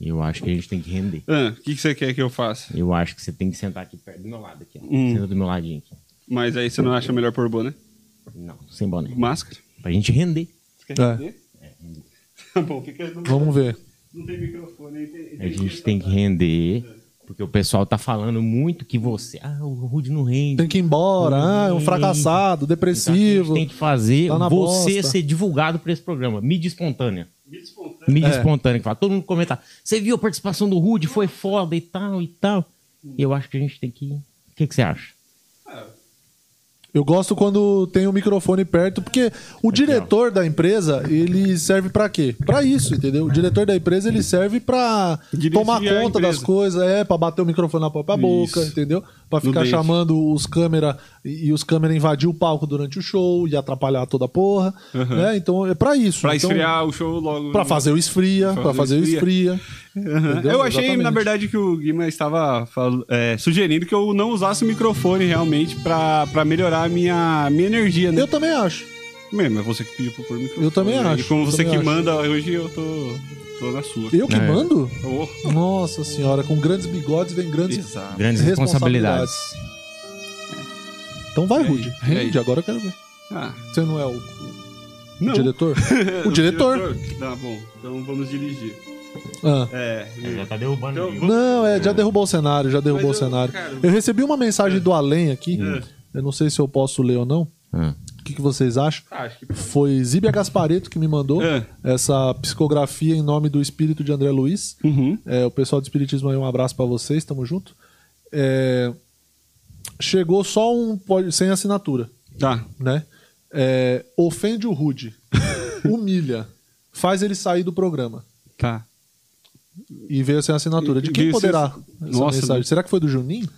[SPEAKER 2] Eu acho que a gente tem que render.
[SPEAKER 3] Ah, O que, que você quer que eu faça?
[SPEAKER 2] Eu acho que você tem que sentar aqui perto do meu lado. Aqui, ó.
[SPEAKER 3] Hum.
[SPEAKER 2] Senta do meu ladinho aqui.
[SPEAKER 3] Mas aí você não acha melhor pôr boné?
[SPEAKER 2] Não, sem boné.
[SPEAKER 3] Máscara?
[SPEAKER 2] Pra gente render.
[SPEAKER 3] Você
[SPEAKER 1] É.
[SPEAKER 3] quer render? Tá [LAUGHS] bom, fica. Não,
[SPEAKER 1] Vamos ver.
[SPEAKER 3] não tem microfone aí. tem-
[SPEAKER 2] A gente tem que render. Porque o pessoal tá falando muito que você. Ah, o Rude não rende.
[SPEAKER 1] Tem que ir embora, ah, é um
[SPEAKER 2] Hum.
[SPEAKER 1] fracassado,
[SPEAKER 2] Então, a gente
[SPEAKER 1] depressivo.
[SPEAKER 2] tem que fazer
[SPEAKER 1] Tá na
[SPEAKER 2] você
[SPEAKER 1] bosta.
[SPEAKER 2] ser divulgado pra esse programa. Mídia espontânea. Mídia
[SPEAKER 1] É.
[SPEAKER 2] espontânea. Que fala, todo mundo comentar. Você viu a participação do Rude? Foi foda e tal e tal. E eu acho que a gente tem que. O que, que você acha?
[SPEAKER 1] Eu gosto quando tem o microfone perto, porque o diretor da empresa, ele serve pra quê? Pra isso, entendeu? O diretor da empresa, ele serve pra
[SPEAKER 3] Dirigir
[SPEAKER 1] tomar
[SPEAKER 3] a
[SPEAKER 1] conta das
[SPEAKER 3] empresa.
[SPEAKER 1] coisas, é, pra bater o microfone na própria boca,
[SPEAKER 3] Isso.
[SPEAKER 1] entendeu? pra ficar
[SPEAKER 3] date.
[SPEAKER 1] chamando os câmera e e os câmera invadir o palco durante o show e atrapalhar toda a porra. né? Então é pra isso.
[SPEAKER 3] Pra
[SPEAKER 1] então,
[SPEAKER 3] esfriar o show logo.
[SPEAKER 1] Pra fazer o esfria,
[SPEAKER 3] Pra
[SPEAKER 1] pra fazer o esfria.
[SPEAKER 3] Aham.
[SPEAKER 1] Entendeu?
[SPEAKER 3] Eu achei, na
[SPEAKER 1] Exatamente.
[SPEAKER 3] verdade, que o Guima estava fal- é, sugerindo que eu não usasse o microfone realmente pra, pra melhorar a minha, minha energia, né?
[SPEAKER 1] Eu também acho.
[SPEAKER 3] Meu, mas você que pediu por microfone.
[SPEAKER 1] Eu também
[SPEAKER 3] né?
[SPEAKER 1] acho,
[SPEAKER 3] E como
[SPEAKER 1] eu
[SPEAKER 3] você
[SPEAKER 1] também
[SPEAKER 3] que
[SPEAKER 1] acho.
[SPEAKER 3] manda hoje, eu tô, tô na sua.
[SPEAKER 1] Eu que
[SPEAKER 2] É.
[SPEAKER 1] mando?
[SPEAKER 3] Oh,
[SPEAKER 1] Nossa senhora, com grandes bigodes vem grandes
[SPEAKER 3] exato.
[SPEAKER 2] Grandes responsabilidades.
[SPEAKER 1] responsabilidades. Então vai,
[SPEAKER 3] aí?
[SPEAKER 1] Rude.
[SPEAKER 3] E aí?
[SPEAKER 1] Rude, agora eu quero ver.
[SPEAKER 3] Ah,
[SPEAKER 1] Você não é o [LAUGHS]
[SPEAKER 3] não.
[SPEAKER 1] diretor? o diretor.
[SPEAKER 3] Tá bom, então vamos dirigir.
[SPEAKER 1] Ah.
[SPEAKER 3] É,
[SPEAKER 2] Já tá derrubando.
[SPEAKER 3] Então,
[SPEAKER 1] Não, é, já derrubou o cenário, já derrubou
[SPEAKER 3] Mas
[SPEAKER 1] o
[SPEAKER 3] eu, É.
[SPEAKER 1] cenário.
[SPEAKER 3] cara-
[SPEAKER 1] eu recebi uma mensagem do além aqui. Eu não sei se eu posso ler ou não.
[SPEAKER 2] Ah.
[SPEAKER 1] O que, que vocês acham?
[SPEAKER 3] Ah, acho que
[SPEAKER 1] Foi Zíbia Gaspareto que me mandou
[SPEAKER 3] É.
[SPEAKER 1] essa psicografia em nome do espírito de André Luiz.
[SPEAKER 3] Uhum.
[SPEAKER 1] É, o pessoal do Espiritismo aí, um abraço pra vocês, tamo junto. É, chegou só um pod- sem assinatura,
[SPEAKER 3] Tá.
[SPEAKER 1] né? É, ofende o Rude, humilha, faz ele sair do programa.
[SPEAKER 3] Tá.
[SPEAKER 1] E veio sem assinatura. De
[SPEAKER 3] E-
[SPEAKER 1] quem
[SPEAKER 3] veio sem-
[SPEAKER 1] poderá essa
[SPEAKER 3] Nossa,
[SPEAKER 1] mensagem?
[SPEAKER 3] não-
[SPEAKER 1] Será que foi do Juninho?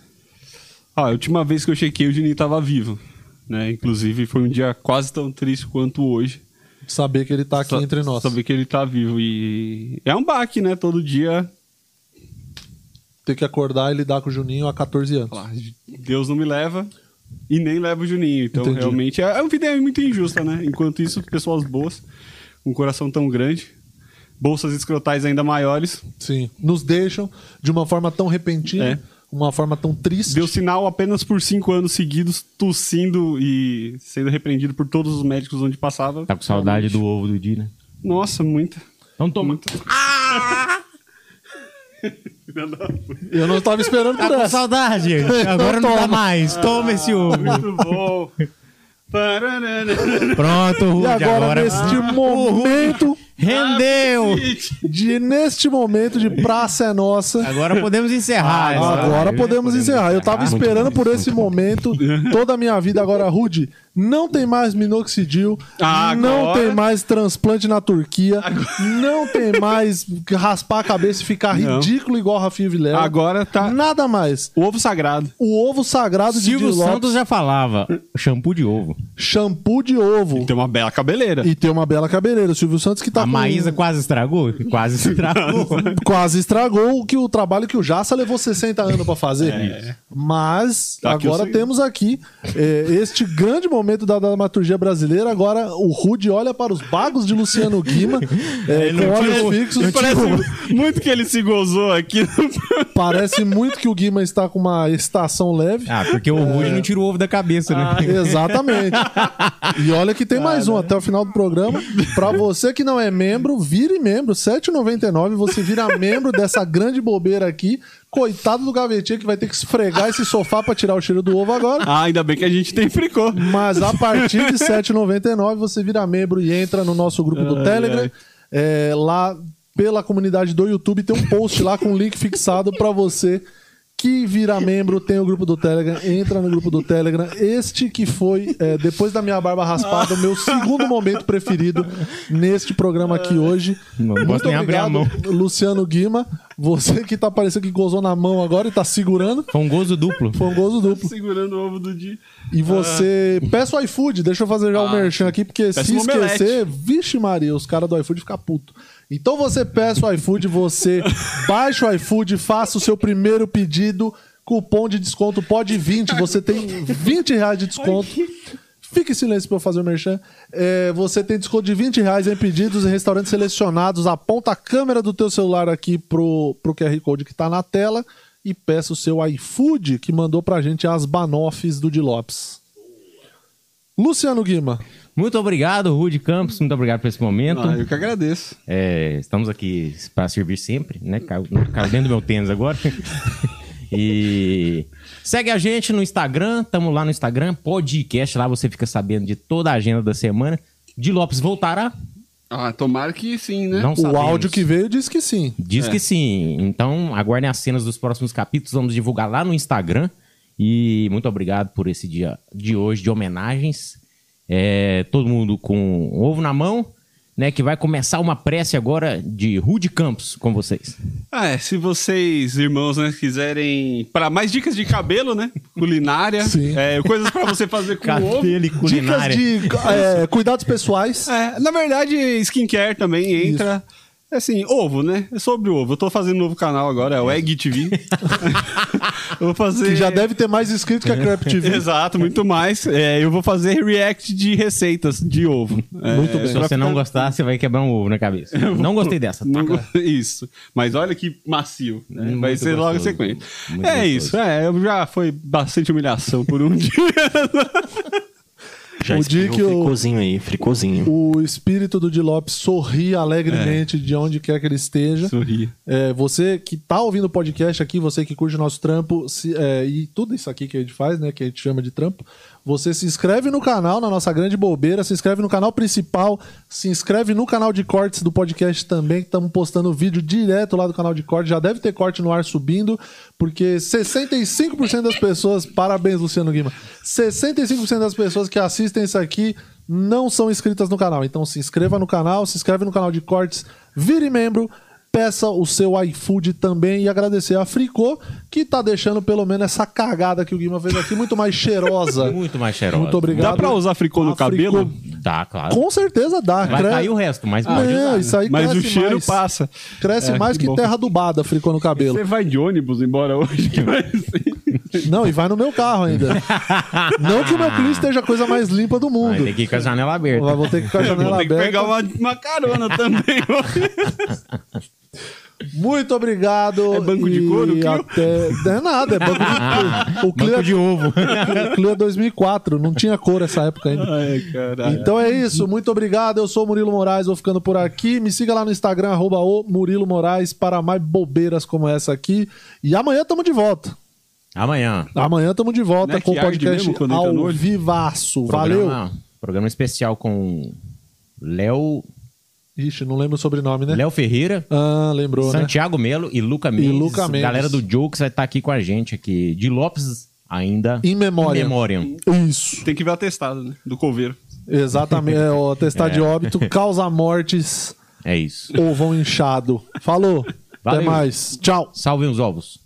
[SPEAKER 3] Ah, a última vez que eu chequei, o Juninho tava vivo. Né? Inclusive, foi um dia quase tão triste quanto hoje.
[SPEAKER 1] saber que ele tá aqui
[SPEAKER 3] Sa-
[SPEAKER 1] entre nós.
[SPEAKER 3] Saber que ele tá vivo. E é um baque, né? Todo dia.
[SPEAKER 1] Ter que acordar e lidar com o Juninho há 14 anos.
[SPEAKER 3] falar, Deus não me leva e nem leva o Juninho. Então,
[SPEAKER 1] Entendi.
[SPEAKER 3] realmente, é é uma vida muito injusta, né? Enquanto isso, pessoas boas, um coração tão grande, bolsas escrotais ainda maiores,
[SPEAKER 1] Sim. Nos deixam de uma forma tão repentina,
[SPEAKER 3] É.
[SPEAKER 1] uma forma tão triste.
[SPEAKER 3] deu sinal apenas por cinco anos seguidos, tossindo e sendo repreendido por todos os médicos onde passava.
[SPEAKER 2] Tá com saudade do ovo do Di, né?
[SPEAKER 3] Nossa, muita.
[SPEAKER 2] Então
[SPEAKER 1] Ah,
[SPEAKER 2] toma.
[SPEAKER 3] Filha da puta.
[SPEAKER 1] Eu não tava esperando
[SPEAKER 3] Tá
[SPEAKER 1] por
[SPEAKER 2] Com
[SPEAKER 1] essa.
[SPEAKER 2] saudade, gente. Agora não dá mais. Toma esse ovo.
[SPEAKER 3] Muito [LAUGHS] bom. Pararana.
[SPEAKER 2] Pronto,
[SPEAKER 1] E
[SPEAKER 2] Rude.
[SPEAKER 1] agora,
[SPEAKER 2] Agora,
[SPEAKER 1] neste momento
[SPEAKER 2] rendeu.
[SPEAKER 1] de neste momento de praça é nossa.
[SPEAKER 2] Agora podemos encerrar. essa
[SPEAKER 1] Ah, Agora
[SPEAKER 2] live, né?
[SPEAKER 1] podemos encerrar. Eu tava
[SPEAKER 2] Muito
[SPEAKER 1] esperando
[SPEAKER 2] bom,
[SPEAKER 1] por
[SPEAKER 2] muito
[SPEAKER 1] esse
[SPEAKER 2] [LAUGHS]
[SPEAKER 1] momento toda a minha vida. Agora, Rude, não tem mais minoxidil,
[SPEAKER 3] Ah,
[SPEAKER 1] não
[SPEAKER 3] agora-
[SPEAKER 1] tem mais transplante na Turquia, não tem mais raspar a cabeça e ficar
[SPEAKER 3] Não.
[SPEAKER 1] ridículo igual Rafinha Vilela.
[SPEAKER 3] Agora tá.
[SPEAKER 1] Nada mais.
[SPEAKER 3] O ovo sagrado.
[SPEAKER 1] O ovo sagrado de
[SPEAKER 2] Silvio
[SPEAKER 1] Di Lopes,
[SPEAKER 2] Santos já falava shampoo de ovo.
[SPEAKER 1] shampoo de ovo.
[SPEAKER 3] Tem uma bela cabeleira.
[SPEAKER 1] E tem uma bela cabeleira. O Silvio Santos que tá
[SPEAKER 2] Então- a
[SPEAKER 1] com-
[SPEAKER 2] Maísa quase estragou? Quase
[SPEAKER 1] [LAUGHS]
[SPEAKER 2] estragou.
[SPEAKER 1] quase estragou o que o trabalho que o Jassa levou 60 anos pra fazer. Mas
[SPEAKER 3] É. Tá aqui
[SPEAKER 1] agora
[SPEAKER 3] o-
[SPEAKER 1] temos aqui é, este grande momento da dramaturgia brasileira. Agora o Rude olha para os bagos de Luciano
[SPEAKER 3] [LAUGHS]
[SPEAKER 1] Guima é, com olhos fixos.
[SPEAKER 3] Parece muito que ele se gozou aqui.
[SPEAKER 1] Parece muito que o Guima está com uma estação leve.
[SPEAKER 2] ah, porque o Rude não tira o ovo da cabeça,
[SPEAKER 1] Ah.
[SPEAKER 2] né?
[SPEAKER 1] Exatamente. E olha que tem mais um até o final do programa. Pra você que não é membro, vire membro. R$ 7,99 você vira membro dessa grande bobeira aqui. Coitado do gavetinha que vai ter que esfregar esse sofá pra tirar o cheiro do ovo agora.
[SPEAKER 3] Ah, ainda bem que a gente tem fricô.
[SPEAKER 1] Mas a partir de R$ 7,99 você vira membro e entra no nosso grupo do
[SPEAKER 3] Ai,
[SPEAKER 1] Telegram.
[SPEAKER 3] ai.
[SPEAKER 1] É, lá pela comunidade do YouTube tem um post lá com um link fixado pra você que vira membro, tem o grupo do Telegram, entra no grupo do Telegram. Este que foi, é, depois da minha barba raspada, o meu segundo momento preferido neste programa aqui hoje.
[SPEAKER 2] Não
[SPEAKER 1] Muito
[SPEAKER 2] posso nem abrir a
[SPEAKER 1] obrigado, Luciano Guima. Você que tá parecendo que gozou na mão agora e tá segurando.
[SPEAKER 2] Foi um gozo duplo.
[SPEAKER 1] Foi um gozo duplo.
[SPEAKER 3] Segurando o ovo do dia.
[SPEAKER 1] E você.
[SPEAKER 3] Ah.
[SPEAKER 1] Peça o iFood, deixa eu fazer já o merchan aqui, porque se
[SPEAKER 3] um omelete.
[SPEAKER 1] esquecer, vixe Maria, os caras do iFood ficam puto. Então você peça o iFood, você baixa o iFood, faça o seu primeiro pedido, cupom de desconto pode 20, você tem 20 reais de desconto. Fique em silêncio pra eu fazer o merchan. É, você tem desconto de 20 reais em pedidos em restaurantes selecionados. Aponta a câmera do teu celular aqui pro, pro QR Code que tá na tela e peça o seu iFood que mandou pra gente as banofes do Di Lopes. Luciano Guima,
[SPEAKER 2] Muito obrigado, Rude Campos. Muito obrigado por esse momento.
[SPEAKER 3] Ah, eu que agradeço.
[SPEAKER 2] É, estamos aqui para servir sempre, né? Caiu, caiu dentro do meu tênis agora. [LAUGHS] e segue a gente no Instagram, estamos lá no Instagram, podcast, lá você fica sabendo de toda a agenda da semana. De Lopes voltará?
[SPEAKER 3] Ah, tomara que sim, né?
[SPEAKER 2] Não
[SPEAKER 1] o
[SPEAKER 2] sabemos.
[SPEAKER 1] áudio que veio diz que sim.
[SPEAKER 2] Diz que sim. Então, aguardem as cenas dos próximos capítulos, vamos divulgar lá no Instagram. E muito obrigado por esse dia de hoje de homenagens. É, todo mundo com ovo na mão. né? Que vai começar uma prece agora de Rude Campos com vocês.
[SPEAKER 3] Ah, é, se vocês, irmãos, né, quiserem para mais dicas de cabelo, né? Culinária,
[SPEAKER 1] Sim.
[SPEAKER 3] é, coisas pra você fazer com
[SPEAKER 2] Cabelo
[SPEAKER 3] ovo.
[SPEAKER 2] e culinária.
[SPEAKER 1] Dicas de é, cuidados pessoais.
[SPEAKER 3] É, na verdade, skincare também entra. Assim, ovo, né? É sobre o ovo. Eu tô fazendo um novo canal agora, é o Egg TV. eu vou fazer.
[SPEAKER 1] Que já deve ter mais inscritos que a Crap
[SPEAKER 3] [LAUGHS]
[SPEAKER 1] TV.
[SPEAKER 3] Exato, muito mais. É, eu vou fazer react de receitas de ovo. É, Muito
[SPEAKER 2] Se você não gostar, você vai quebrar um ovo na [LAUGHS] cabeça. Não gostei dessa.
[SPEAKER 3] Não
[SPEAKER 2] taca.
[SPEAKER 3] go- [LAUGHS] Isso. Mas olha que macio. né?
[SPEAKER 2] Tá Muito
[SPEAKER 3] Vai ser logo
[SPEAKER 2] gostoso.
[SPEAKER 3] sequência.
[SPEAKER 2] Muito
[SPEAKER 3] é
[SPEAKER 2] gostoso.
[SPEAKER 3] isso. É, eu já foi bastante humilhação por um [LAUGHS] dia.
[SPEAKER 4] Já
[SPEAKER 1] O
[SPEAKER 4] espirrou
[SPEAKER 1] dia que eu-
[SPEAKER 4] fricozinho um aí, fricozinho.
[SPEAKER 1] O espírito do Di Lopes sorri alegremente de onde quer que ele esteja.
[SPEAKER 3] Sorri.
[SPEAKER 1] É, você que tá ouvindo o podcast aqui, você que curte o nosso trampo se- é, e tudo isso aqui que a gente faz, né? Que a gente chama de trampo. Você se inscreve no canal, na nossa grande bobeira, se inscreve no canal principal, se inscreve no canal de cortes do podcast também, que estamos postando vídeo direto lá do canal de corte. Já deve ter corte no ar subindo, porque 65% das pessoas, [LAUGHS] parabéns, Luciano Guima, 65% das pessoas que assistem isso aqui não são inscritas no canal. Então se inscreva no canal, se inscreve no canal de cortes, vire membro peça o seu iFood também e agradecer a Fricô, que tá deixando pelo menos essa cagada que o Guima fez aqui muito mais cheirosa.
[SPEAKER 2] [LAUGHS] Muito mais cheirosa.
[SPEAKER 1] Muito obrigado.
[SPEAKER 3] Dá pra usar fricô no
[SPEAKER 1] A Fricô-
[SPEAKER 3] cabelo?
[SPEAKER 2] Tá, claro.
[SPEAKER 1] Com certeza dá.
[SPEAKER 2] Vai
[SPEAKER 1] cre-
[SPEAKER 2] cair o resto, mas
[SPEAKER 1] Não,
[SPEAKER 2] pode usar.
[SPEAKER 1] isso aí
[SPEAKER 3] Mas o
[SPEAKER 1] cresce
[SPEAKER 3] cheiro
[SPEAKER 1] mais-
[SPEAKER 3] passa.
[SPEAKER 1] Cresce
[SPEAKER 3] É,
[SPEAKER 1] mais
[SPEAKER 3] que
[SPEAKER 1] que,
[SPEAKER 3] bom.
[SPEAKER 1] terra adubada, fricô no cabelo.
[SPEAKER 3] Você vai de ônibus embora hoje? que vai ser-
[SPEAKER 1] Não, e vai no meu carro ainda.
[SPEAKER 2] [LAUGHS]
[SPEAKER 1] Não que o meu cliente esteja a coisa mais limpa do mundo.
[SPEAKER 2] Mas tem que ir com a janela aberta.
[SPEAKER 1] Mas Vou ter que ficar a janela
[SPEAKER 3] Vou ter que
[SPEAKER 1] aberta.
[SPEAKER 3] pegar uma, uma carona também hoje.
[SPEAKER 1] Muito obrigado.
[SPEAKER 3] É banco de couro,
[SPEAKER 1] e
[SPEAKER 3] Clio?
[SPEAKER 1] até... Não é nada, é banco de
[SPEAKER 2] [LAUGHS]
[SPEAKER 1] couro. O Clio,
[SPEAKER 2] Banco
[SPEAKER 1] é-
[SPEAKER 2] de ovo.
[SPEAKER 1] o Clio é 2004, não tinha cor essa época ainda.
[SPEAKER 3] Ai, caralho.
[SPEAKER 1] Então é isso, muito obrigado. Eu sou o Murilo Moraes, vou ficando por aqui. Me siga lá no Instagram, arroba o Murilo Moraes, para mais bobeiras como essa aqui. E amanhã tamo de volta.
[SPEAKER 2] Amanhã.
[SPEAKER 1] Amanhã tamo de volta
[SPEAKER 3] Não é
[SPEAKER 1] com o
[SPEAKER 3] que arde
[SPEAKER 1] podcast
[SPEAKER 3] mesmo quando entra no
[SPEAKER 1] ao
[SPEAKER 3] olho?
[SPEAKER 1] vivaço. Valeu.
[SPEAKER 2] Programa, programa especial com Léo
[SPEAKER 1] Ixi, não lembro o sobrenome, né?
[SPEAKER 2] Léo Ferreira,
[SPEAKER 1] Ah, lembrou, né?
[SPEAKER 2] Santiago Melo e Luca Mendes.
[SPEAKER 1] Luca Mendes.
[SPEAKER 2] Galera do Jokes vai estar aqui com a gente aqui. De Lopes ainda.
[SPEAKER 1] In memoriam.
[SPEAKER 2] In memoriam.
[SPEAKER 1] Isso,
[SPEAKER 3] Tem que ver o atestado, né? Do coveiro.
[SPEAKER 1] exatamente. É, o testar
[SPEAKER 3] [LAUGHS]
[SPEAKER 1] de óbito causa mortes
[SPEAKER 2] É isso.
[SPEAKER 1] ou vão inchado. Falou. Até
[SPEAKER 2] Valeu.
[SPEAKER 1] mais. Tchau.
[SPEAKER 2] Salvem os ovos.